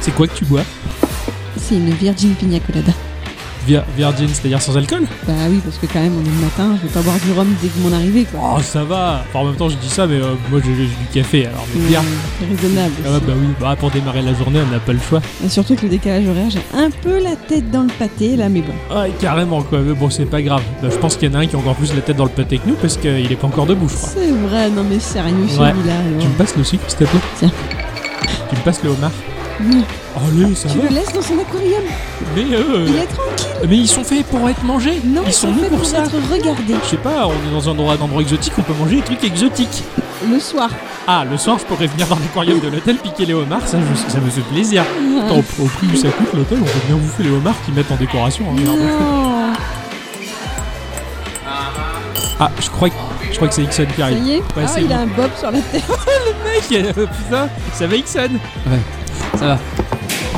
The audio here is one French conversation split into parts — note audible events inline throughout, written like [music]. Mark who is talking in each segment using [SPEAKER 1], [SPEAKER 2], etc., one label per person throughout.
[SPEAKER 1] C'est quoi que tu bois
[SPEAKER 2] C'est une Virgin Pina Colada.
[SPEAKER 1] Via- Virgin, c'est-à-dire sans alcool
[SPEAKER 2] Bah oui, parce que quand même, on est le matin, je vais pas boire du rhum dès que mon arrivée, quoi.
[SPEAKER 1] Oh, ça va Enfin, en même temps, je dis ça, mais euh, moi, j'ai j'ai du café, alors, mais
[SPEAKER 2] Hum,
[SPEAKER 1] bien.
[SPEAKER 2] c'est raisonnable.
[SPEAKER 1] Ah,
[SPEAKER 2] aussi.
[SPEAKER 1] bah oui, bah, pour démarrer la journée, on n'a pas le choix.
[SPEAKER 2] Et surtout que le décalage horaire, j'ai un peu la tête dans le pâté, là, mais bon.
[SPEAKER 1] Ah, carrément, quoi. Mais bon, c'est pas grave. Bah, je pense qu'il y en a un qui a encore plus la tête dans le pâté que nous, parce qu'il est pas encore debout, je crois.
[SPEAKER 2] C'est vrai, non mais sérieux,
[SPEAKER 1] Ouais.
[SPEAKER 2] celui-là. alors.
[SPEAKER 1] Tu me passes le sucre, s'il te plaît
[SPEAKER 2] Tiens.
[SPEAKER 1] Tu me passes le homard
[SPEAKER 2] Non,
[SPEAKER 1] Allez, ça
[SPEAKER 2] Tu
[SPEAKER 1] va
[SPEAKER 2] le laisses dans son aquarium,
[SPEAKER 1] Mais euh,
[SPEAKER 2] il est tranquille.
[SPEAKER 1] Mais ils sont faits pour être mangés
[SPEAKER 2] Non,
[SPEAKER 1] Ils sont nés
[SPEAKER 2] faits
[SPEAKER 1] pour,
[SPEAKER 2] pour
[SPEAKER 1] ça
[SPEAKER 2] être regardés.
[SPEAKER 1] Je sais pas, on est dans un endroit, un endroit exotique, on peut manger des trucs exotiques.
[SPEAKER 2] Le soir.
[SPEAKER 1] Ah, le soir, je pourrais venir dans l'aquarium de l'hôtel piquer les homards, ça, je- ça me fait plaisir. Attends, au- au prix où ça coûte l'hôtel, on peut bien bouffer les homards qu'ils mettent en décoration. hein,
[SPEAKER 3] Mm.
[SPEAKER 1] merde.
[SPEAKER 2] Non,
[SPEAKER 1] Ah, je crois que, je crois que c'est Ixon qui
[SPEAKER 2] ça
[SPEAKER 1] arrive.
[SPEAKER 2] y est.
[SPEAKER 1] Ouais,
[SPEAKER 2] ah,
[SPEAKER 1] c'est
[SPEAKER 2] il
[SPEAKER 1] bon.
[SPEAKER 2] a un bob sur la tête.
[SPEAKER 1] Mec, [laughs] euh, putain, ça va Ixon
[SPEAKER 3] Ça va.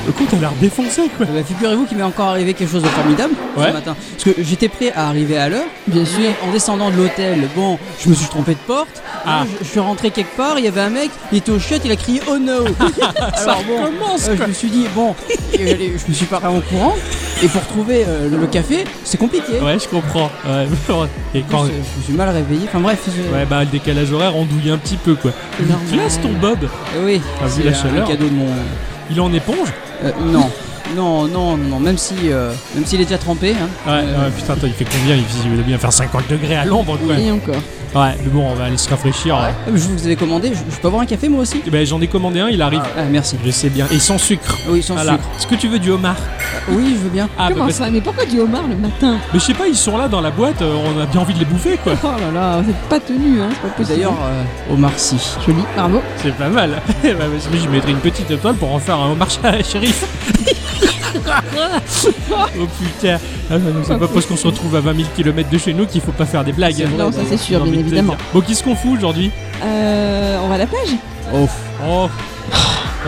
[SPEAKER 1] Le compte a l'air défoncé, quoi.
[SPEAKER 3] Eh ben, Figurez-vous qu'il m'est encore arrivé quelque chose de formidable
[SPEAKER 1] Ouais.
[SPEAKER 3] ce matin. Parce que j'étais prêt à arriver à l'heure.
[SPEAKER 2] Bien
[SPEAKER 3] Puis, en descendant de l'hôtel, bon, je me suis trompé de porte. Euh,
[SPEAKER 1] Ah.
[SPEAKER 3] Je, je suis rentré quelque part, il y avait un mec, il était au chiotte, il a crié Oh no Alors bon,
[SPEAKER 1] recommence,
[SPEAKER 3] euh,
[SPEAKER 1] quoi.
[SPEAKER 3] je me suis dit, bon, et, allez, je me suis paré en courant. Et pour trouver euh, le café, c'est compliqué.
[SPEAKER 1] Ouais, je comprends. Ouais, et
[SPEAKER 3] Je,
[SPEAKER 1] quand...
[SPEAKER 3] je me suis mal réveillé. Enfin bref, je-
[SPEAKER 1] Ah Ouais, bah, le décalage horaire, on douille un petit peu, quoi.
[SPEAKER 3] C'est normal.
[SPEAKER 1] Classe ton Bob
[SPEAKER 3] Eh oui,
[SPEAKER 1] Ah, vu
[SPEAKER 3] c'est
[SPEAKER 1] la
[SPEAKER 3] un
[SPEAKER 1] chaleur.
[SPEAKER 3] cadeau de mon.
[SPEAKER 1] Il est en éponge
[SPEAKER 3] Euh, non. Non, non, non, même si, euh, même s'il est déjà trempé, hein,
[SPEAKER 1] Ouais, ouais, putain, attends, il fait combien il, il doit bien faire 50 degrés à l'ombre, quoi.
[SPEAKER 2] Et encore.
[SPEAKER 1] Ouais, mais bon, on va aller se rafraîchir. hein. ouais.
[SPEAKER 3] Euh, Je vous avais commandé, je, je peux avoir un café moi aussi
[SPEAKER 1] Eh ben, J'en ai commandé un, il arrive.
[SPEAKER 3] Ah merci.
[SPEAKER 1] Je sais bien. Et sans sucre.
[SPEAKER 3] Oui, sans
[SPEAKER 1] Voilà.
[SPEAKER 3] sucre.
[SPEAKER 1] Est-ce que tu veux du homard
[SPEAKER 3] Oui, je veux bien.
[SPEAKER 1] Ah, bah,
[SPEAKER 2] Comment
[SPEAKER 1] parce-
[SPEAKER 2] ça Mais pourquoi du homard le matin
[SPEAKER 1] Mais je sais pas, ils sont là dans la boîte, euh, on a bien envie de les bouffer, quoi.
[SPEAKER 2] Oh là là, vous êtes pas tenu, hein, c'est pas possible.
[SPEAKER 3] D'ailleurs, au Omar Sy.
[SPEAKER 2] joli, bravo.
[SPEAKER 1] C'est pas mal. [laughs] Eh ben, parce que je mettrai une petite étoile pour en faire un homard [laughs] ch- shérif. oh putain. Ah, non, non, c'est pas parce qu'on se retrouve à 20 000 km de chez nous qu'il faut pas faire des blagues.
[SPEAKER 3] C'est vrai,
[SPEAKER 2] Non, ça, c'est sûr,
[SPEAKER 1] J'ai envie
[SPEAKER 2] bien
[SPEAKER 1] de te
[SPEAKER 2] évidemment.
[SPEAKER 1] dire. Bon, qu'est-ce qu'on fout aujourd'hui
[SPEAKER 2] Euh, on va à la plage
[SPEAKER 3] Oh.
[SPEAKER 1] Oh. Oh,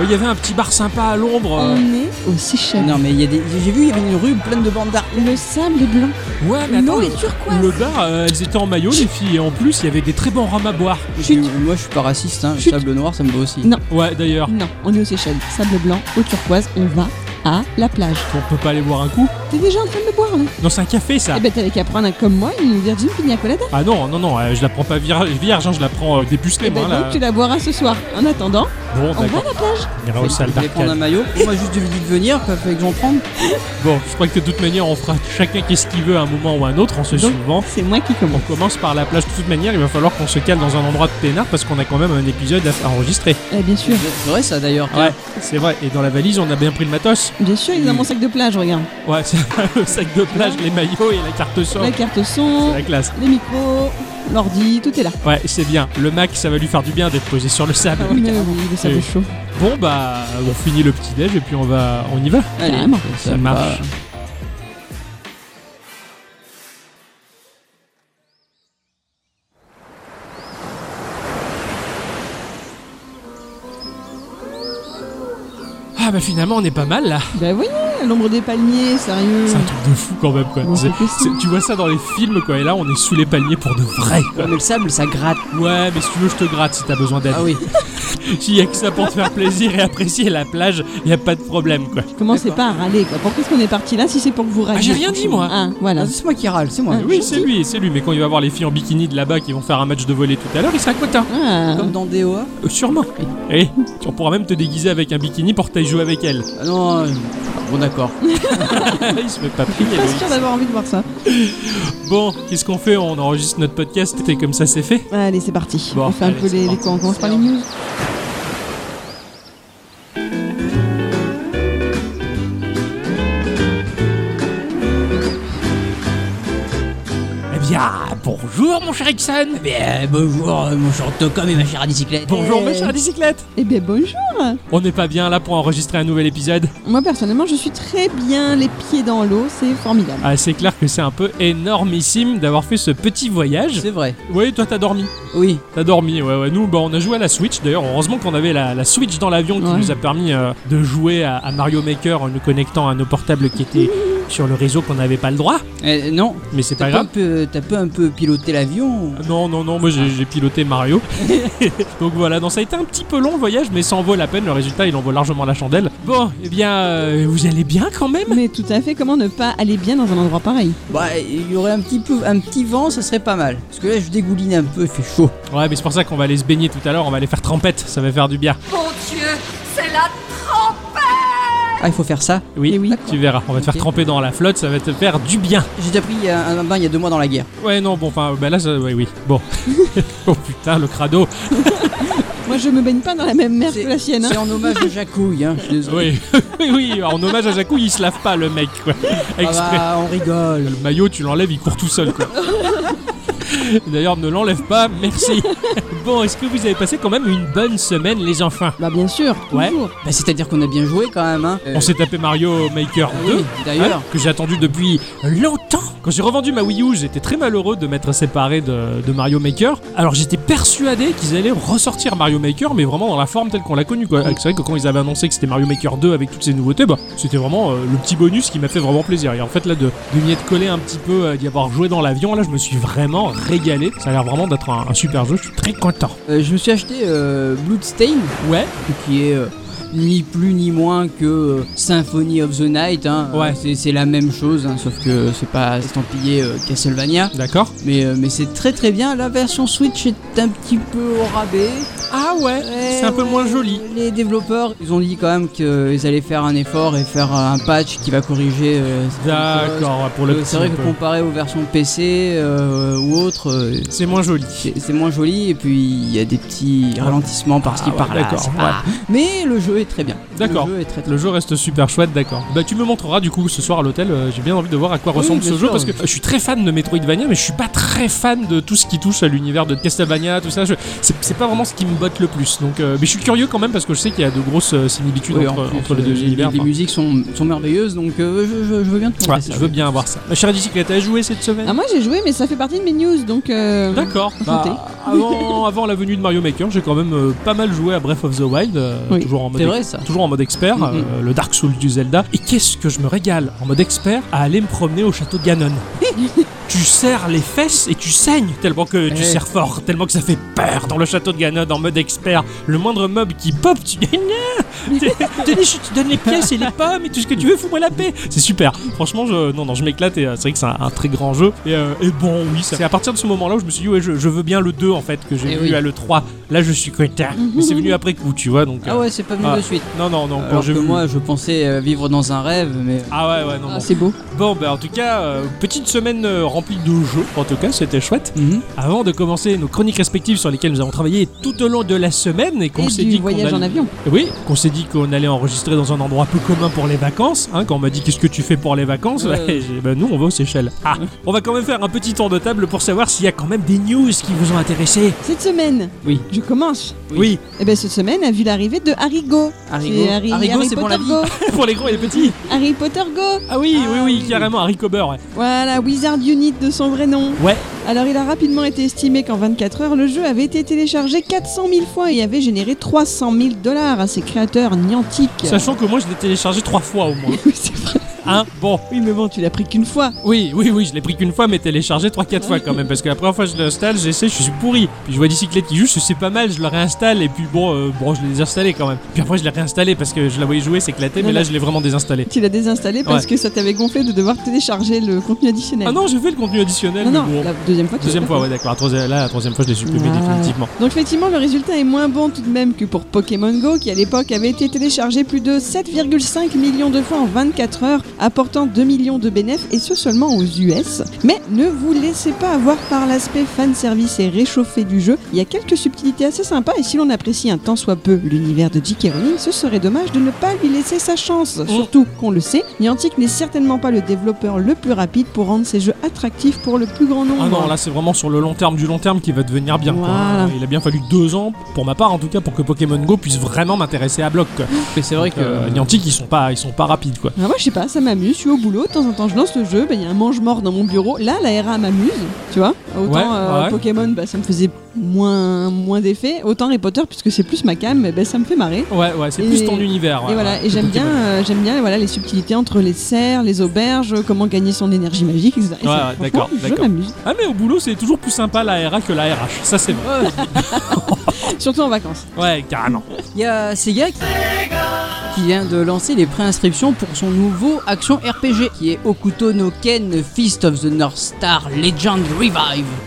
[SPEAKER 1] Il y avait un petit bar sympa à l'ombre. euh.
[SPEAKER 2] On est aux Seychelles.
[SPEAKER 3] Non mais il y a des. J'ai vu il y avait une rue pleine de bandes d'art.
[SPEAKER 2] Le sable est blanc.
[SPEAKER 1] Ouais, mais attends,
[SPEAKER 2] L'eau
[SPEAKER 1] le-
[SPEAKER 2] est turquoise.
[SPEAKER 1] le bar, euh, elles étaient en maillot, les filles, et en plus, il y avait des très bons rhums à boire.
[SPEAKER 2] Chut.
[SPEAKER 3] Mais Moi je suis pas raciste, hein. le
[SPEAKER 2] Chut.
[SPEAKER 3] sable noir ça me va aussi.
[SPEAKER 2] Non.
[SPEAKER 1] Ouais, d'ailleurs,
[SPEAKER 2] Non, on est aux Seychelles. Sable blanc, eau turquoise, on va à la plage.
[SPEAKER 1] on peut pas aller boire un coup
[SPEAKER 2] T'es déjà en train de me boire, là
[SPEAKER 1] Non, c'est un café, ça
[SPEAKER 2] Eh ben, t'avais qu'à prendre un comme moi, une Virgin Pina Colada.
[SPEAKER 1] Ah non, non, non, euh, je la prends pas vir- vierge, hein, je la prends euh, dépucelée,
[SPEAKER 2] Eh ben,
[SPEAKER 1] moi, là.
[SPEAKER 2] donc, tu la boiras ce soir. En attendant,
[SPEAKER 1] Bon,
[SPEAKER 2] on va à
[SPEAKER 1] d'accord,
[SPEAKER 2] la plage.
[SPEAKER 1] on ira aux salles
[SPEAKER 3] Je vais prendre un
[SPEAKER 1] d'arcade.
[SPEAKER 3] maillot. Moi juste de dit de venir, pas fait que j'en prenne.
[SPEAKER 1] Bon, je crois que de toute manière, on fera chacun qu'est-ce qu'il veut à un moment ou à un autre, en se
[SPEAKER 2] Donc-
[SPEAKER 1] suivant.
[SPEAKER 2] C'est moi qui
[SPEAKER 1] On
[SPEAKER 2] commence.
[SPEAKER 1] commence par la plage. De toute manière, il va falloir qu'on se cale dans un endroit de peinard parce qu'on a quand même un épisode à à enregistrer.
[SPEAKER 2] Eh, bien sûr.
[SPEAKER 3] C'est vrai ça d'ailleurs.
[SPEAKER 1] Ouais, c'est vrai. Et dans la valise, on a bien pris le matos.
[SPEAKER 2] Bien sûr, il est dans mon sac de plage, regarde.
[SPEAKER 1] Ouais, c'est [laughs] le sac de plage, les maillots et la carte son.
[SPEAKER 2] Oh. La carte
[SPEAKER 1] C'est
[SPEAKER 2] son,
[SPEAKER 1] la classe.
[SPEAKER 2] les micros, l'ordi, tout est là.
[SPEAKER 1] Ouais, c'est bien. Le Mac, ça va lui faire du bien d'être posé sur le sable.
[SPEAKER 2] Mais Ah oui, le sable
[SPEAKER 1] Et-
[SPEAKER 2] chaud.
[SPEAKER 1] Bon bah, on finit le petit déj et puis on va, on y va.
[SPEAKER 3] Allez,
[SPEAKER 2] Carrément.
[SPEAKER 1] Ça marche. Ah bah finalement, on est pas mal là.
[SPEAKER 2] Bah voyons, l'ombre des palmiers, sérieux.
[SPEAKER 1] C'est un truc de fou quand même quoi.
[SPEAKER 2] Bon,
[SPEAKER 1] C'est-
[SPEAKER 2] c'est possible.
[SPEAKER 1] c'est- tu vois ça dans les films quoi. Et là, on est sous les paliers pour de vrai.
[SPEAKER 3] Ouais, mais le sable ça gratte.
[SPEAKER 1] Ouais, mais si tu veux, je te gratte si t'as besoin d'aide.
[SPEAKER 3] Ah oui.
[SPEAKER 1] S'il y a que ça pour te faire plaisir et apprécier la plage, y a pas de problème quoi.
[SPEAKER 2] Commencez
[SPEAKER 3] D'accord.
[SPEAKER 2] pas à râler, quoi. Pourquoi est-ce qu'on est parti là si c'est pour que vous râliez
[SPEAKER 1] Ah, j'ai rien dit, moi.
[SPEAKER 2] Ah, voilà.
[SPEAKER 3] Ah, c'est moi qui râle, c'est moi.
[SPEAKER 2] Ah,
[SPEAKER 1] Oui, c'est lui, c'est lui. Mais quand il va voir les filles en bikini de là-bas qui vont faire un match de volley tout à l'heure, il sera content.
[SPEAKER 2] Ah.
[SPEAKER 3] Comme dans DOA.
[SPEAKER 1] Euh, Sûrement. Et tu pourras même te déguiser avec un bikini pour que t'ailles jouer avec elle. [laughs]
[SPEAKER 3] Ah, non. euh, Bon d'accord.
[SPEAKER 1] il se fait pas prier.
[SPEAKER 2] Pas
[SPEAKER 1] Loïc.
[SPEAKER 2] sûr d'avoir envie de voir ça.
[SPEAKER 1] Bon, qu'est-ce qu'on fait On enregistre notre podcast et comme ça c'est fait.
[SPEAKER 2] Allez, c'est parti.
[SPEAKER 1] Bon,
[SPEAKER 2] on fait
[SPEAKER 1] allez,
[SPEAKER 2] un peu
[SPEAKER 1] c'est
[SPEAKER 2] les, les
[SPEAKER 1] parti.
[SPEAKER 2] quoi, On commence par les news.
[SPEAKER 1] Eh bien, bonjour mon cher Ixon
[SPEAKER 3] Eh, bonjour euh, mon cher Tocom et ma chère à bicyclette.
[SPEAKER 1] Bonjour
[SPEAKER 2] Eh.
[SPEAKER 1] ma chère bicyclette
[SPEAKER 2] Eh bien, bonjour.
[SPEAKER 1] On n'est pas bien là pour enregistrer un nouvel épisode
[SPEAKER 2] Moi, personnellement, je suis très bien les pieds dans l'eau. C'est formidable.
[SPEAKER 1] Ah, c'est clair que c'est un peu énormissime d'avoir fait ce petit voyage.
[SPEAKER 3] C'est vrai.
[SPEAKER 1] Oui, toi t'as dormi.
[SPEAKER 3] Oui.
[SPEAKER 1] T'as dormi, ouais, ouais. Nous, bah, on a joué à la Switch. D'ailleurs, heureusement qu'on avait la, la Switch dans l'avion qui
[SPEAKER 2] Ouais.
[SPEAKER 1] nous a permis euh, de jouer à, à Mario Maker en nous connectant à nos portables qui étaient sur le réseau qu'on n'avait pas le droit,
[SPEAKER 3] Euh, non,
[SPEAKER 1] mais c'est pas
[SPEAKER 3] t'as pas, un
[SPEAKER 1] grave.
[SPEAKER 3] peu- t'as pas un peu piloté l'avion
[SPEAKER 1] Non, non, non, moi j'ai j'ai piloté
[SPEAKER 2] [laughs]
[SPEAKER 1] Mario. Donc voilà, donc ça a été un petit peu long le voyage, mais ça en vaut la peine. Le résultat, il en vaut largement la chandelle. Bon, eh bien, euh, vous allez bien quand même
[SPEAKER 2] Mais tout à fait, comment ne pas aller bien dans un endroit pareil
[SPEAKER 3] Bah, il y aurait un petit peu, un petit vent, ça serait pas mal. Parce que là, je dégouline un peu, il fait chaud.
[SPEAKER 1] Ouais, mais c'est pour ça qu'on va aller se baigner tout à l'heure, on va aller faire trempette, ça va faire du bien.
[SPEAKER 4] Mon Dieu, c'est la
[SPEAKER 3] Ah, il faut faire ça.
[SPEAKER 1] Oui,
[SPEAKER 2] Eh oui.
[SPEAKER 1] tu verras, on va te faire
[SPEAKER 3] Ok.
[SPEAKER 1] tremper dans la flotte, ça va te faire du bien.
[SPEAKER 3] J'ai déjà pris euh, un, un bain il y a deux mois dans la guerre.
[SPEAKER 1] Ouais, non, bon, enfin, bah là, ça, ouais, oui, bon. [laughs] oh putain, le crado.
[SPEAKER 2] Moi je me baigne pas dans la même mer que la sienne. hein.
[SPEAKER 3] C'est en hommage à Jacouille, hein. Je suis désolé.
[SPEAKER 1] Oui, [laughs] oui, oui, en hommage à Jacou, il se lave pas, le mec, quoi.
[SPEAKER 3] Ah
[SPEAKER 1] Exprès.
[SPEAKER 3] bah, on rigole.
[SPEAKER 1] Le maillot, tu l'enlèves, il court tout
[SPEAKER 3] [laughs]
[SPEAKER 1] seul, quoi. D'ailleurs, ne l'enlève pas, merci. Bon, est-ce que vous avez passé quand même une bonne semaine, les enfants
[SPEAKER 2] Bah bien sûr,
[SPEAKER 1] Ouais.
[SPEAKER 2] toujours.
[SPEAKER 3] Bah, c'est-à-dire qu'on a bien joué quand même, hein. Euh, bah
[SPEAKER 1] On s'est tapé Mario Maker
[SPEAKER 3] oui,
[SPEAKER 1] 2,
[SPEAKER 3] d'ailleurs.
[SPEAKER 1] hein, que j'ai attendu depuis longtemps. Quand j'ai revendu ma Wii U, j'étais très malheureux de m'être séparé de, de Mario Maker. Alors j'étais persuadé qu'ils allaient ressortir Mario Maker, mais vraiment dans la forme telle qu'on l'a connue. quoi. C'est vrai que quand ils avaient annoncé que c'était Mario Maker 2 avec toutes ces nouveautés, bah, c'était vraiment euh, le petit bonus qui m'a fait vraiment plaisir. Et en fait là, de, de m'y être collé un petit peu, euh, d'y avoir joué dans l'avion, là je me suis vraiment régalé. Ça a l'air vraiment d'être un, un super jeu, je suis très content.
[SPEAKER 3] Euh, je me suis acheté euh, Bloodstain,
[SPEAKER 1] Ouais,
[SPEAKER 3] qui est euh, ni plus ni moins que euh, Symphony of the Night. Hein.
[SPEAKER 1] Ouais.
[SPEAKER 3] Euh, C'est, c'est la même chose, hein, sauf que c'est pas estampillé euh, Castlevania.
[SPEAKER 1] d'accord.
[SPEAKER 3] Mais, euh, mais c'est très très bien. La version Switch est un petit peu au rabais.
[SPEAKER 1] Ah ouais, c'est un peu
[SPEAKER 3] ouais,
[SPEAKER 1] moins joli.
[SPEAKER 3] Les développeurs, ils ont dit quand même qu'ils allaient faire un effort et faire euh, un patch qui va corriger. euh, certaines choses.
[SPEAKER 1] D'accord, pour le
[SPEAKER 3] Euh,
[SPEAKER 1] petit
[SPEAKER 3] C'est vrai que
[SPEAKER 1] peu.
[SPEAKER 3] comparé aux versions PC euh, ou autres, euh,
[SPEAKER 1] C'est moins joli.
[SPEAKER 3] c'est c'est moins joli et puis il y a des petits ralentissements par-ci
[SPEAKER 1] Ah ouais,
[SPEAKER 3] par-là.
[SPEAKER 1] d'accord,
[SPEAKER 3] c'est pas- Mais le jeu est très bien.
[SPEAKER 1] D'accord.
[SPEAKER 3] Le jeu est très très
[SPEAKER 1] Le jeu reste super chouette, d'accord. Bah tu me montreras du coup ce soir à l'hôtel, euh, j'ai bien envie de voir à quoi
[SPEAKER 3] Oui,
[SPEAKER 1] ressemble
[SPEAKER 3] bien
[SPEAKER 1] ce jeu
[SPEAKER 3] sûr.
[SPEAKER 1] parce que euh, je suis très fan de Metroidvania mais je suis pas très fan de tout ce qui touche à l'univers de Castlevania, tout ça. Je- C'est c'est pas vraiment ce qui me botte le plus. Donc euh, mais je suis curieux quand même parce que je sais qu'il y a de grosses euh, similitudes
[SPEAKER 3] Oui, en
[SPEAKER 1] entre,
[SPEAKER 3] plus,
[SPEAKER 1] entre les
[SPEAKER 3] euh,
[SPEAKER 1] deux
[SPEAKER 3] les,
[SPEAKER 1] univers.
[SPEAKER 3] les
[SPEAKER 1] enfin.
[SPEAKER 3] musiques sont, sont merveilleuses donc euh, je, je- je veux bien te montrer
[SPEAKER 1] Ouais,
[SPEAKER 3] ça.
[SPEAKER 1] je veux bien avoir ça. Ma chère Jessica, t'as joué cette semaine
[SPEAKER 2] Ah moi j'ai joué mais ça fait partie de mes news donc euh,
[SPEAKER 1] D'accord. Bah,
[SPEAKER 2] Enchantée.
[SPEAKER 1] avant, avant la venue de Mario Maker, j'ai quand même euh, pas mal joué à Breath of the Wild, euh,
[SPEAKER 2] Oui.
[SPEAKER 1] toujours en mode
[SPEAKER 3] C'est vrai ça.
[SPEAKER 1] toujours en mode expert,
[SPEAKER 3] Mhm.
[SPEAKER 1] euh, le Dark Souls du Zelda. Et qu'est-ce que je me régale en mode expert à aller me promener au château de
[SPEAKER 3] [laughs]
[SPEAKER 1] Ganon. tu serres les fesses et tu saignes tellement que tu
[SPEAKER 3] Eh.
[SPEAKER 1] serres fort, tellement que ça fait peur dans le château de Ganon en mode expert. Le moindre meuble qui pop, tu dis non [laughs] T'es- t'es des chutes, tu donnes les pièces et les pommes et tout ce que tu veux, fous-moi la paix. C'est super. Franchement, je, non, non, je m'éclate et euh, c'est vrai que c'est un, un très grand jeu. Et, euh, et bon, oui, ça- c'est à partir de ce moment-là où je me suis dit, ouais, je, je veux bien le 2 en fait, que j'ai
[SPEAKER 3] Eh
[SPEAKER 1] vu
[SPEAKER 3] oui. Mm-hmm.
[SPEAKER 1] à le 3. Là, je suis content. Mais c'est venu après coup, tu vois, donc. euh,
[SPEAKER 3] Ah ouais, c'est pas venu
[SPEAKER 1] Ah.
[SPEAKER 3] de suite.
[SPEAKER 1] non, non,
[SPEAKER 2] euh,
[SPEAKER 1] non. Quand
[SPEAKER 3] Alors
[SPEAKER 1] j'ai
[SPEAKER 3] que
[SPEAKER 1] vu.
[SPEAKER 3] moi, je pensais euh, vivre dans un rêve, mais
[SPEAKER 1] Ah ouais, ouais, non,
[SPEAKER 2] ah,
[SPEAKER 1] non.
[SPEAKER 2] c'est beau.
[SPEAKER 1] Bon, bah en tout cas, euh, petite semaine euh, remplie de jeux. En tout cas, c'était chouette.
[SPEAKER 2] Mhm.
[SPEAKER 3] Mhm.
[SPEAKER 1] Avant de commencer nos chroniques respectives sur lesquelles nous avons travaillé tout au long de la semaine et qu'on
[SPEAKER 2] Et
[SPEAKER 1] s'est
[SPEAKER 2] du
[SPEAKER 1] dit qu'on
[SPEAKER 2] voyage
[SPEAKER 1] allait...
[SPEAKER 2] en avion.
[SPEAKER 1] Oui, qu'on s'est dit qu'on allait enregistrer dans un endroit peu commun pour les vacances. Hein, quand on m'a dit qu'est-ce que tu fais pour les vacances,
[SPEAKER 3] Ouais.
[SPEAKER 1] j'ai dit, bah, nous on va aux Seychelles. Ah, on va quand même faire un petit tour de table pour savoir s'il y a quand même des news qui vous ont intéressé.
[SPEAKER 2] Cette semaine,
[SPEAKER 3] Oui.
[SPEAKER 2] je commence.
[SPEAKER 1] Oui,
[SPEAKER 2] Et ben cette semaine a vu l'arrivée de Harigo.
[SPEAKER 3] Harigo.
[SPEAKER 2] C'est Harry,
[SPEAKER 3] Harigo,
[SPEAKER 2] Harry
[SPEAKER 3] c'est
[SPEAKER 2] Potter
[SPEAKER 3] pour la vie.
[SPEAKER 2] Go.
[SPEAKER 1] [laughs] pour les gros et les petits.
[SPEAKER 2] Harry Potter Go.
[SPEAKER 1] Ah oui,
[SPEAKER 3] Ah
[SPEAKER 1] oui, oui,
[SPEAKER 3] oui.
[SPEAKER 1] carrément, Harry Cobber. Ouais.
[SPEAKER 2] Voilà, Wizard Unit de son vrai nom.
[SPEAKER 1] Ouais.
[SPEAKER 2] Alors il a rapidement été estimé qu'en 24 heures, le jeu avait été téléchargé 400 000 fois et avait généré 300 000 dollars à ses créateurs niantiques. [laughs]
[SPEAKER 1] Sachant que moi je l'ai téléchargé trois fois au moins.
[SPEAKER 2] Oui, c'est vrai.
[SPEAKER 1] Hein, bon.
[SPEAKER 2] Oui, mais bon, tu l'as pris qu'une fois.
[SPEAKER 1] Oui, oui, oui, je l'ai pris qu'une fois, mais téléchargé 3-4 fois quand même. Parce que la première fois que je l'installe, j'essaie, je suis pourri. Puis je vois bicyclette qui joue, je c'est pas mal, je le réinstalle. Et puis bon, euh, bon, je l'ai désinstallé quand même. Puis après, je l'ai réinstallé parce que je la voyais jouer, s'éclater, mais
[SPEAKER 2] Non,
[SPEAKER 1] là,
[SPEAKER 2] non.
[SPEAKER 1] je l'ai vraiment désinstallé.
[SPEAKER 2] Tu l'as désinstallé parce que ça t'avait gonflé de devoir télécharger le contenu additionnel.
[SPEAKER 1] Ah non, j'ai fait le contenu additionnel.
[SPEAKER 2] non,
[SPEAKER 1] mais
[SPEAKER 2] non,
[SPEAKER 1] bon.
[SPEAKER 2] la deuxième fois. tu
[SPEAKER 1] Deuxième
[SPEAKER 2] l'as
[SPEAKER 1] fois,
[SPEAKER 2] pas
[SPEAKER 1] ouais, d'accord. La troisième- Là, la troisième fois, je l'ai supprimé
[SPEAKER 2] Ah.
[SPEAKER 1] définitivement.
[SPEAKER 2] Donc effectivement, le résultat est moins bon tout de même que pour Pokémon Go, qui à l'époque avait été téléchargé plus de 7,5 millions de fois en 24 heures, apportant 2 millions de bénéfices, et ce seulement aux US. Mais ne vous laissez pas avoir par l'aspect fanservice et réchauffé du jeu, il y a quelques subtilités assez sympas, et si l'on apprécie un tant soit peu l'univers de J.K. Rowling, ce serait dommage de ne pas lui laisser sa chance.
[SPEAKER 1] Mm.
[SPEAKER 2] Surtout qu'on le sait, Niantic n'est certainement pas le développeur le plus rapide pour rendre ses jeux attractifs pour le plus grand nombre.
[SPEAKER 1] Ah non, là c'est vraiment sur le long terme du long terme qui va devenir bien. quoi.
[SPEAKER 2] Voilà.
[SPEAKER 1] Il a bien fallu deux ans, pour ma part en tout cas, pour que Pokémon Go puisse vraiment m'intéresser à bloc. quoi.
[SPEAKER 3] Mais c'est vrai
[SPEAKER 1] Donc, euh,
[SPEAKER 3] que.
[SPEAKER 1] Niantic, ils sont pas, ils sont pas rapides quoi.
[SPEAKER 2] Ah, moi je sais pas, ça m'amuse, je suis au boulot, de temps en temps je lance le jeu, bah, il y a un mange-mort dans mon bureau. Là, la RA m'amuse, tu vois. Autant
[SPEAKER 1] Ouais,
[SPEAKER 2] euh,
[SPEAKER 1] ouais.
[SPEAKER 2] Pokémon, bah, ça me faisait moins, moins d'effet. Autant Harry Potter, puisque c'est plus ma cam, bah, ça me fait marrer.
[SPEAKER 1] Ouais, ouais, c'est
[SPEAKER 2] Et-
[SPEAKER 1] plus ton univers. ouais,
[SPEAKER 2] Et voilà,
[SPEAKER 1] ouais,
[SPEAKER 2] et j'aime
[SPEAKER 1] Pokémon.
[SPEAKER 2] bien, euh, j'aime bien voilà, les subtilités entre les serres, les auberges, comment gagner son énergie magique, etc. Et
[SPEAKER 1] Ouais,
[SPEAKER 2] ça,
[SPEAKER 1] ouais,
[SPEAKER 2] franchement,
[SPEAKER 1] d'accord,
[SPEAKER 2] Je
[SPEAKER 1] d'accord.
[SPEAKER 2] m'amuse.
[SPEAKER 1] Ah, mais au boulot, c'est toujours plus sympa la RA que la RH. Ça, c'est vrai.
[SPEAKER 2] Surtout en vacances.
[SPEAKER 1] Ouais, carrément.
[SPEAKER 3] Il y a Sega qui- qui vient de lancer les préinscriptions pour son nouveau action RPG qui est Okuto no Ken Fist of the North Star Legend Revive.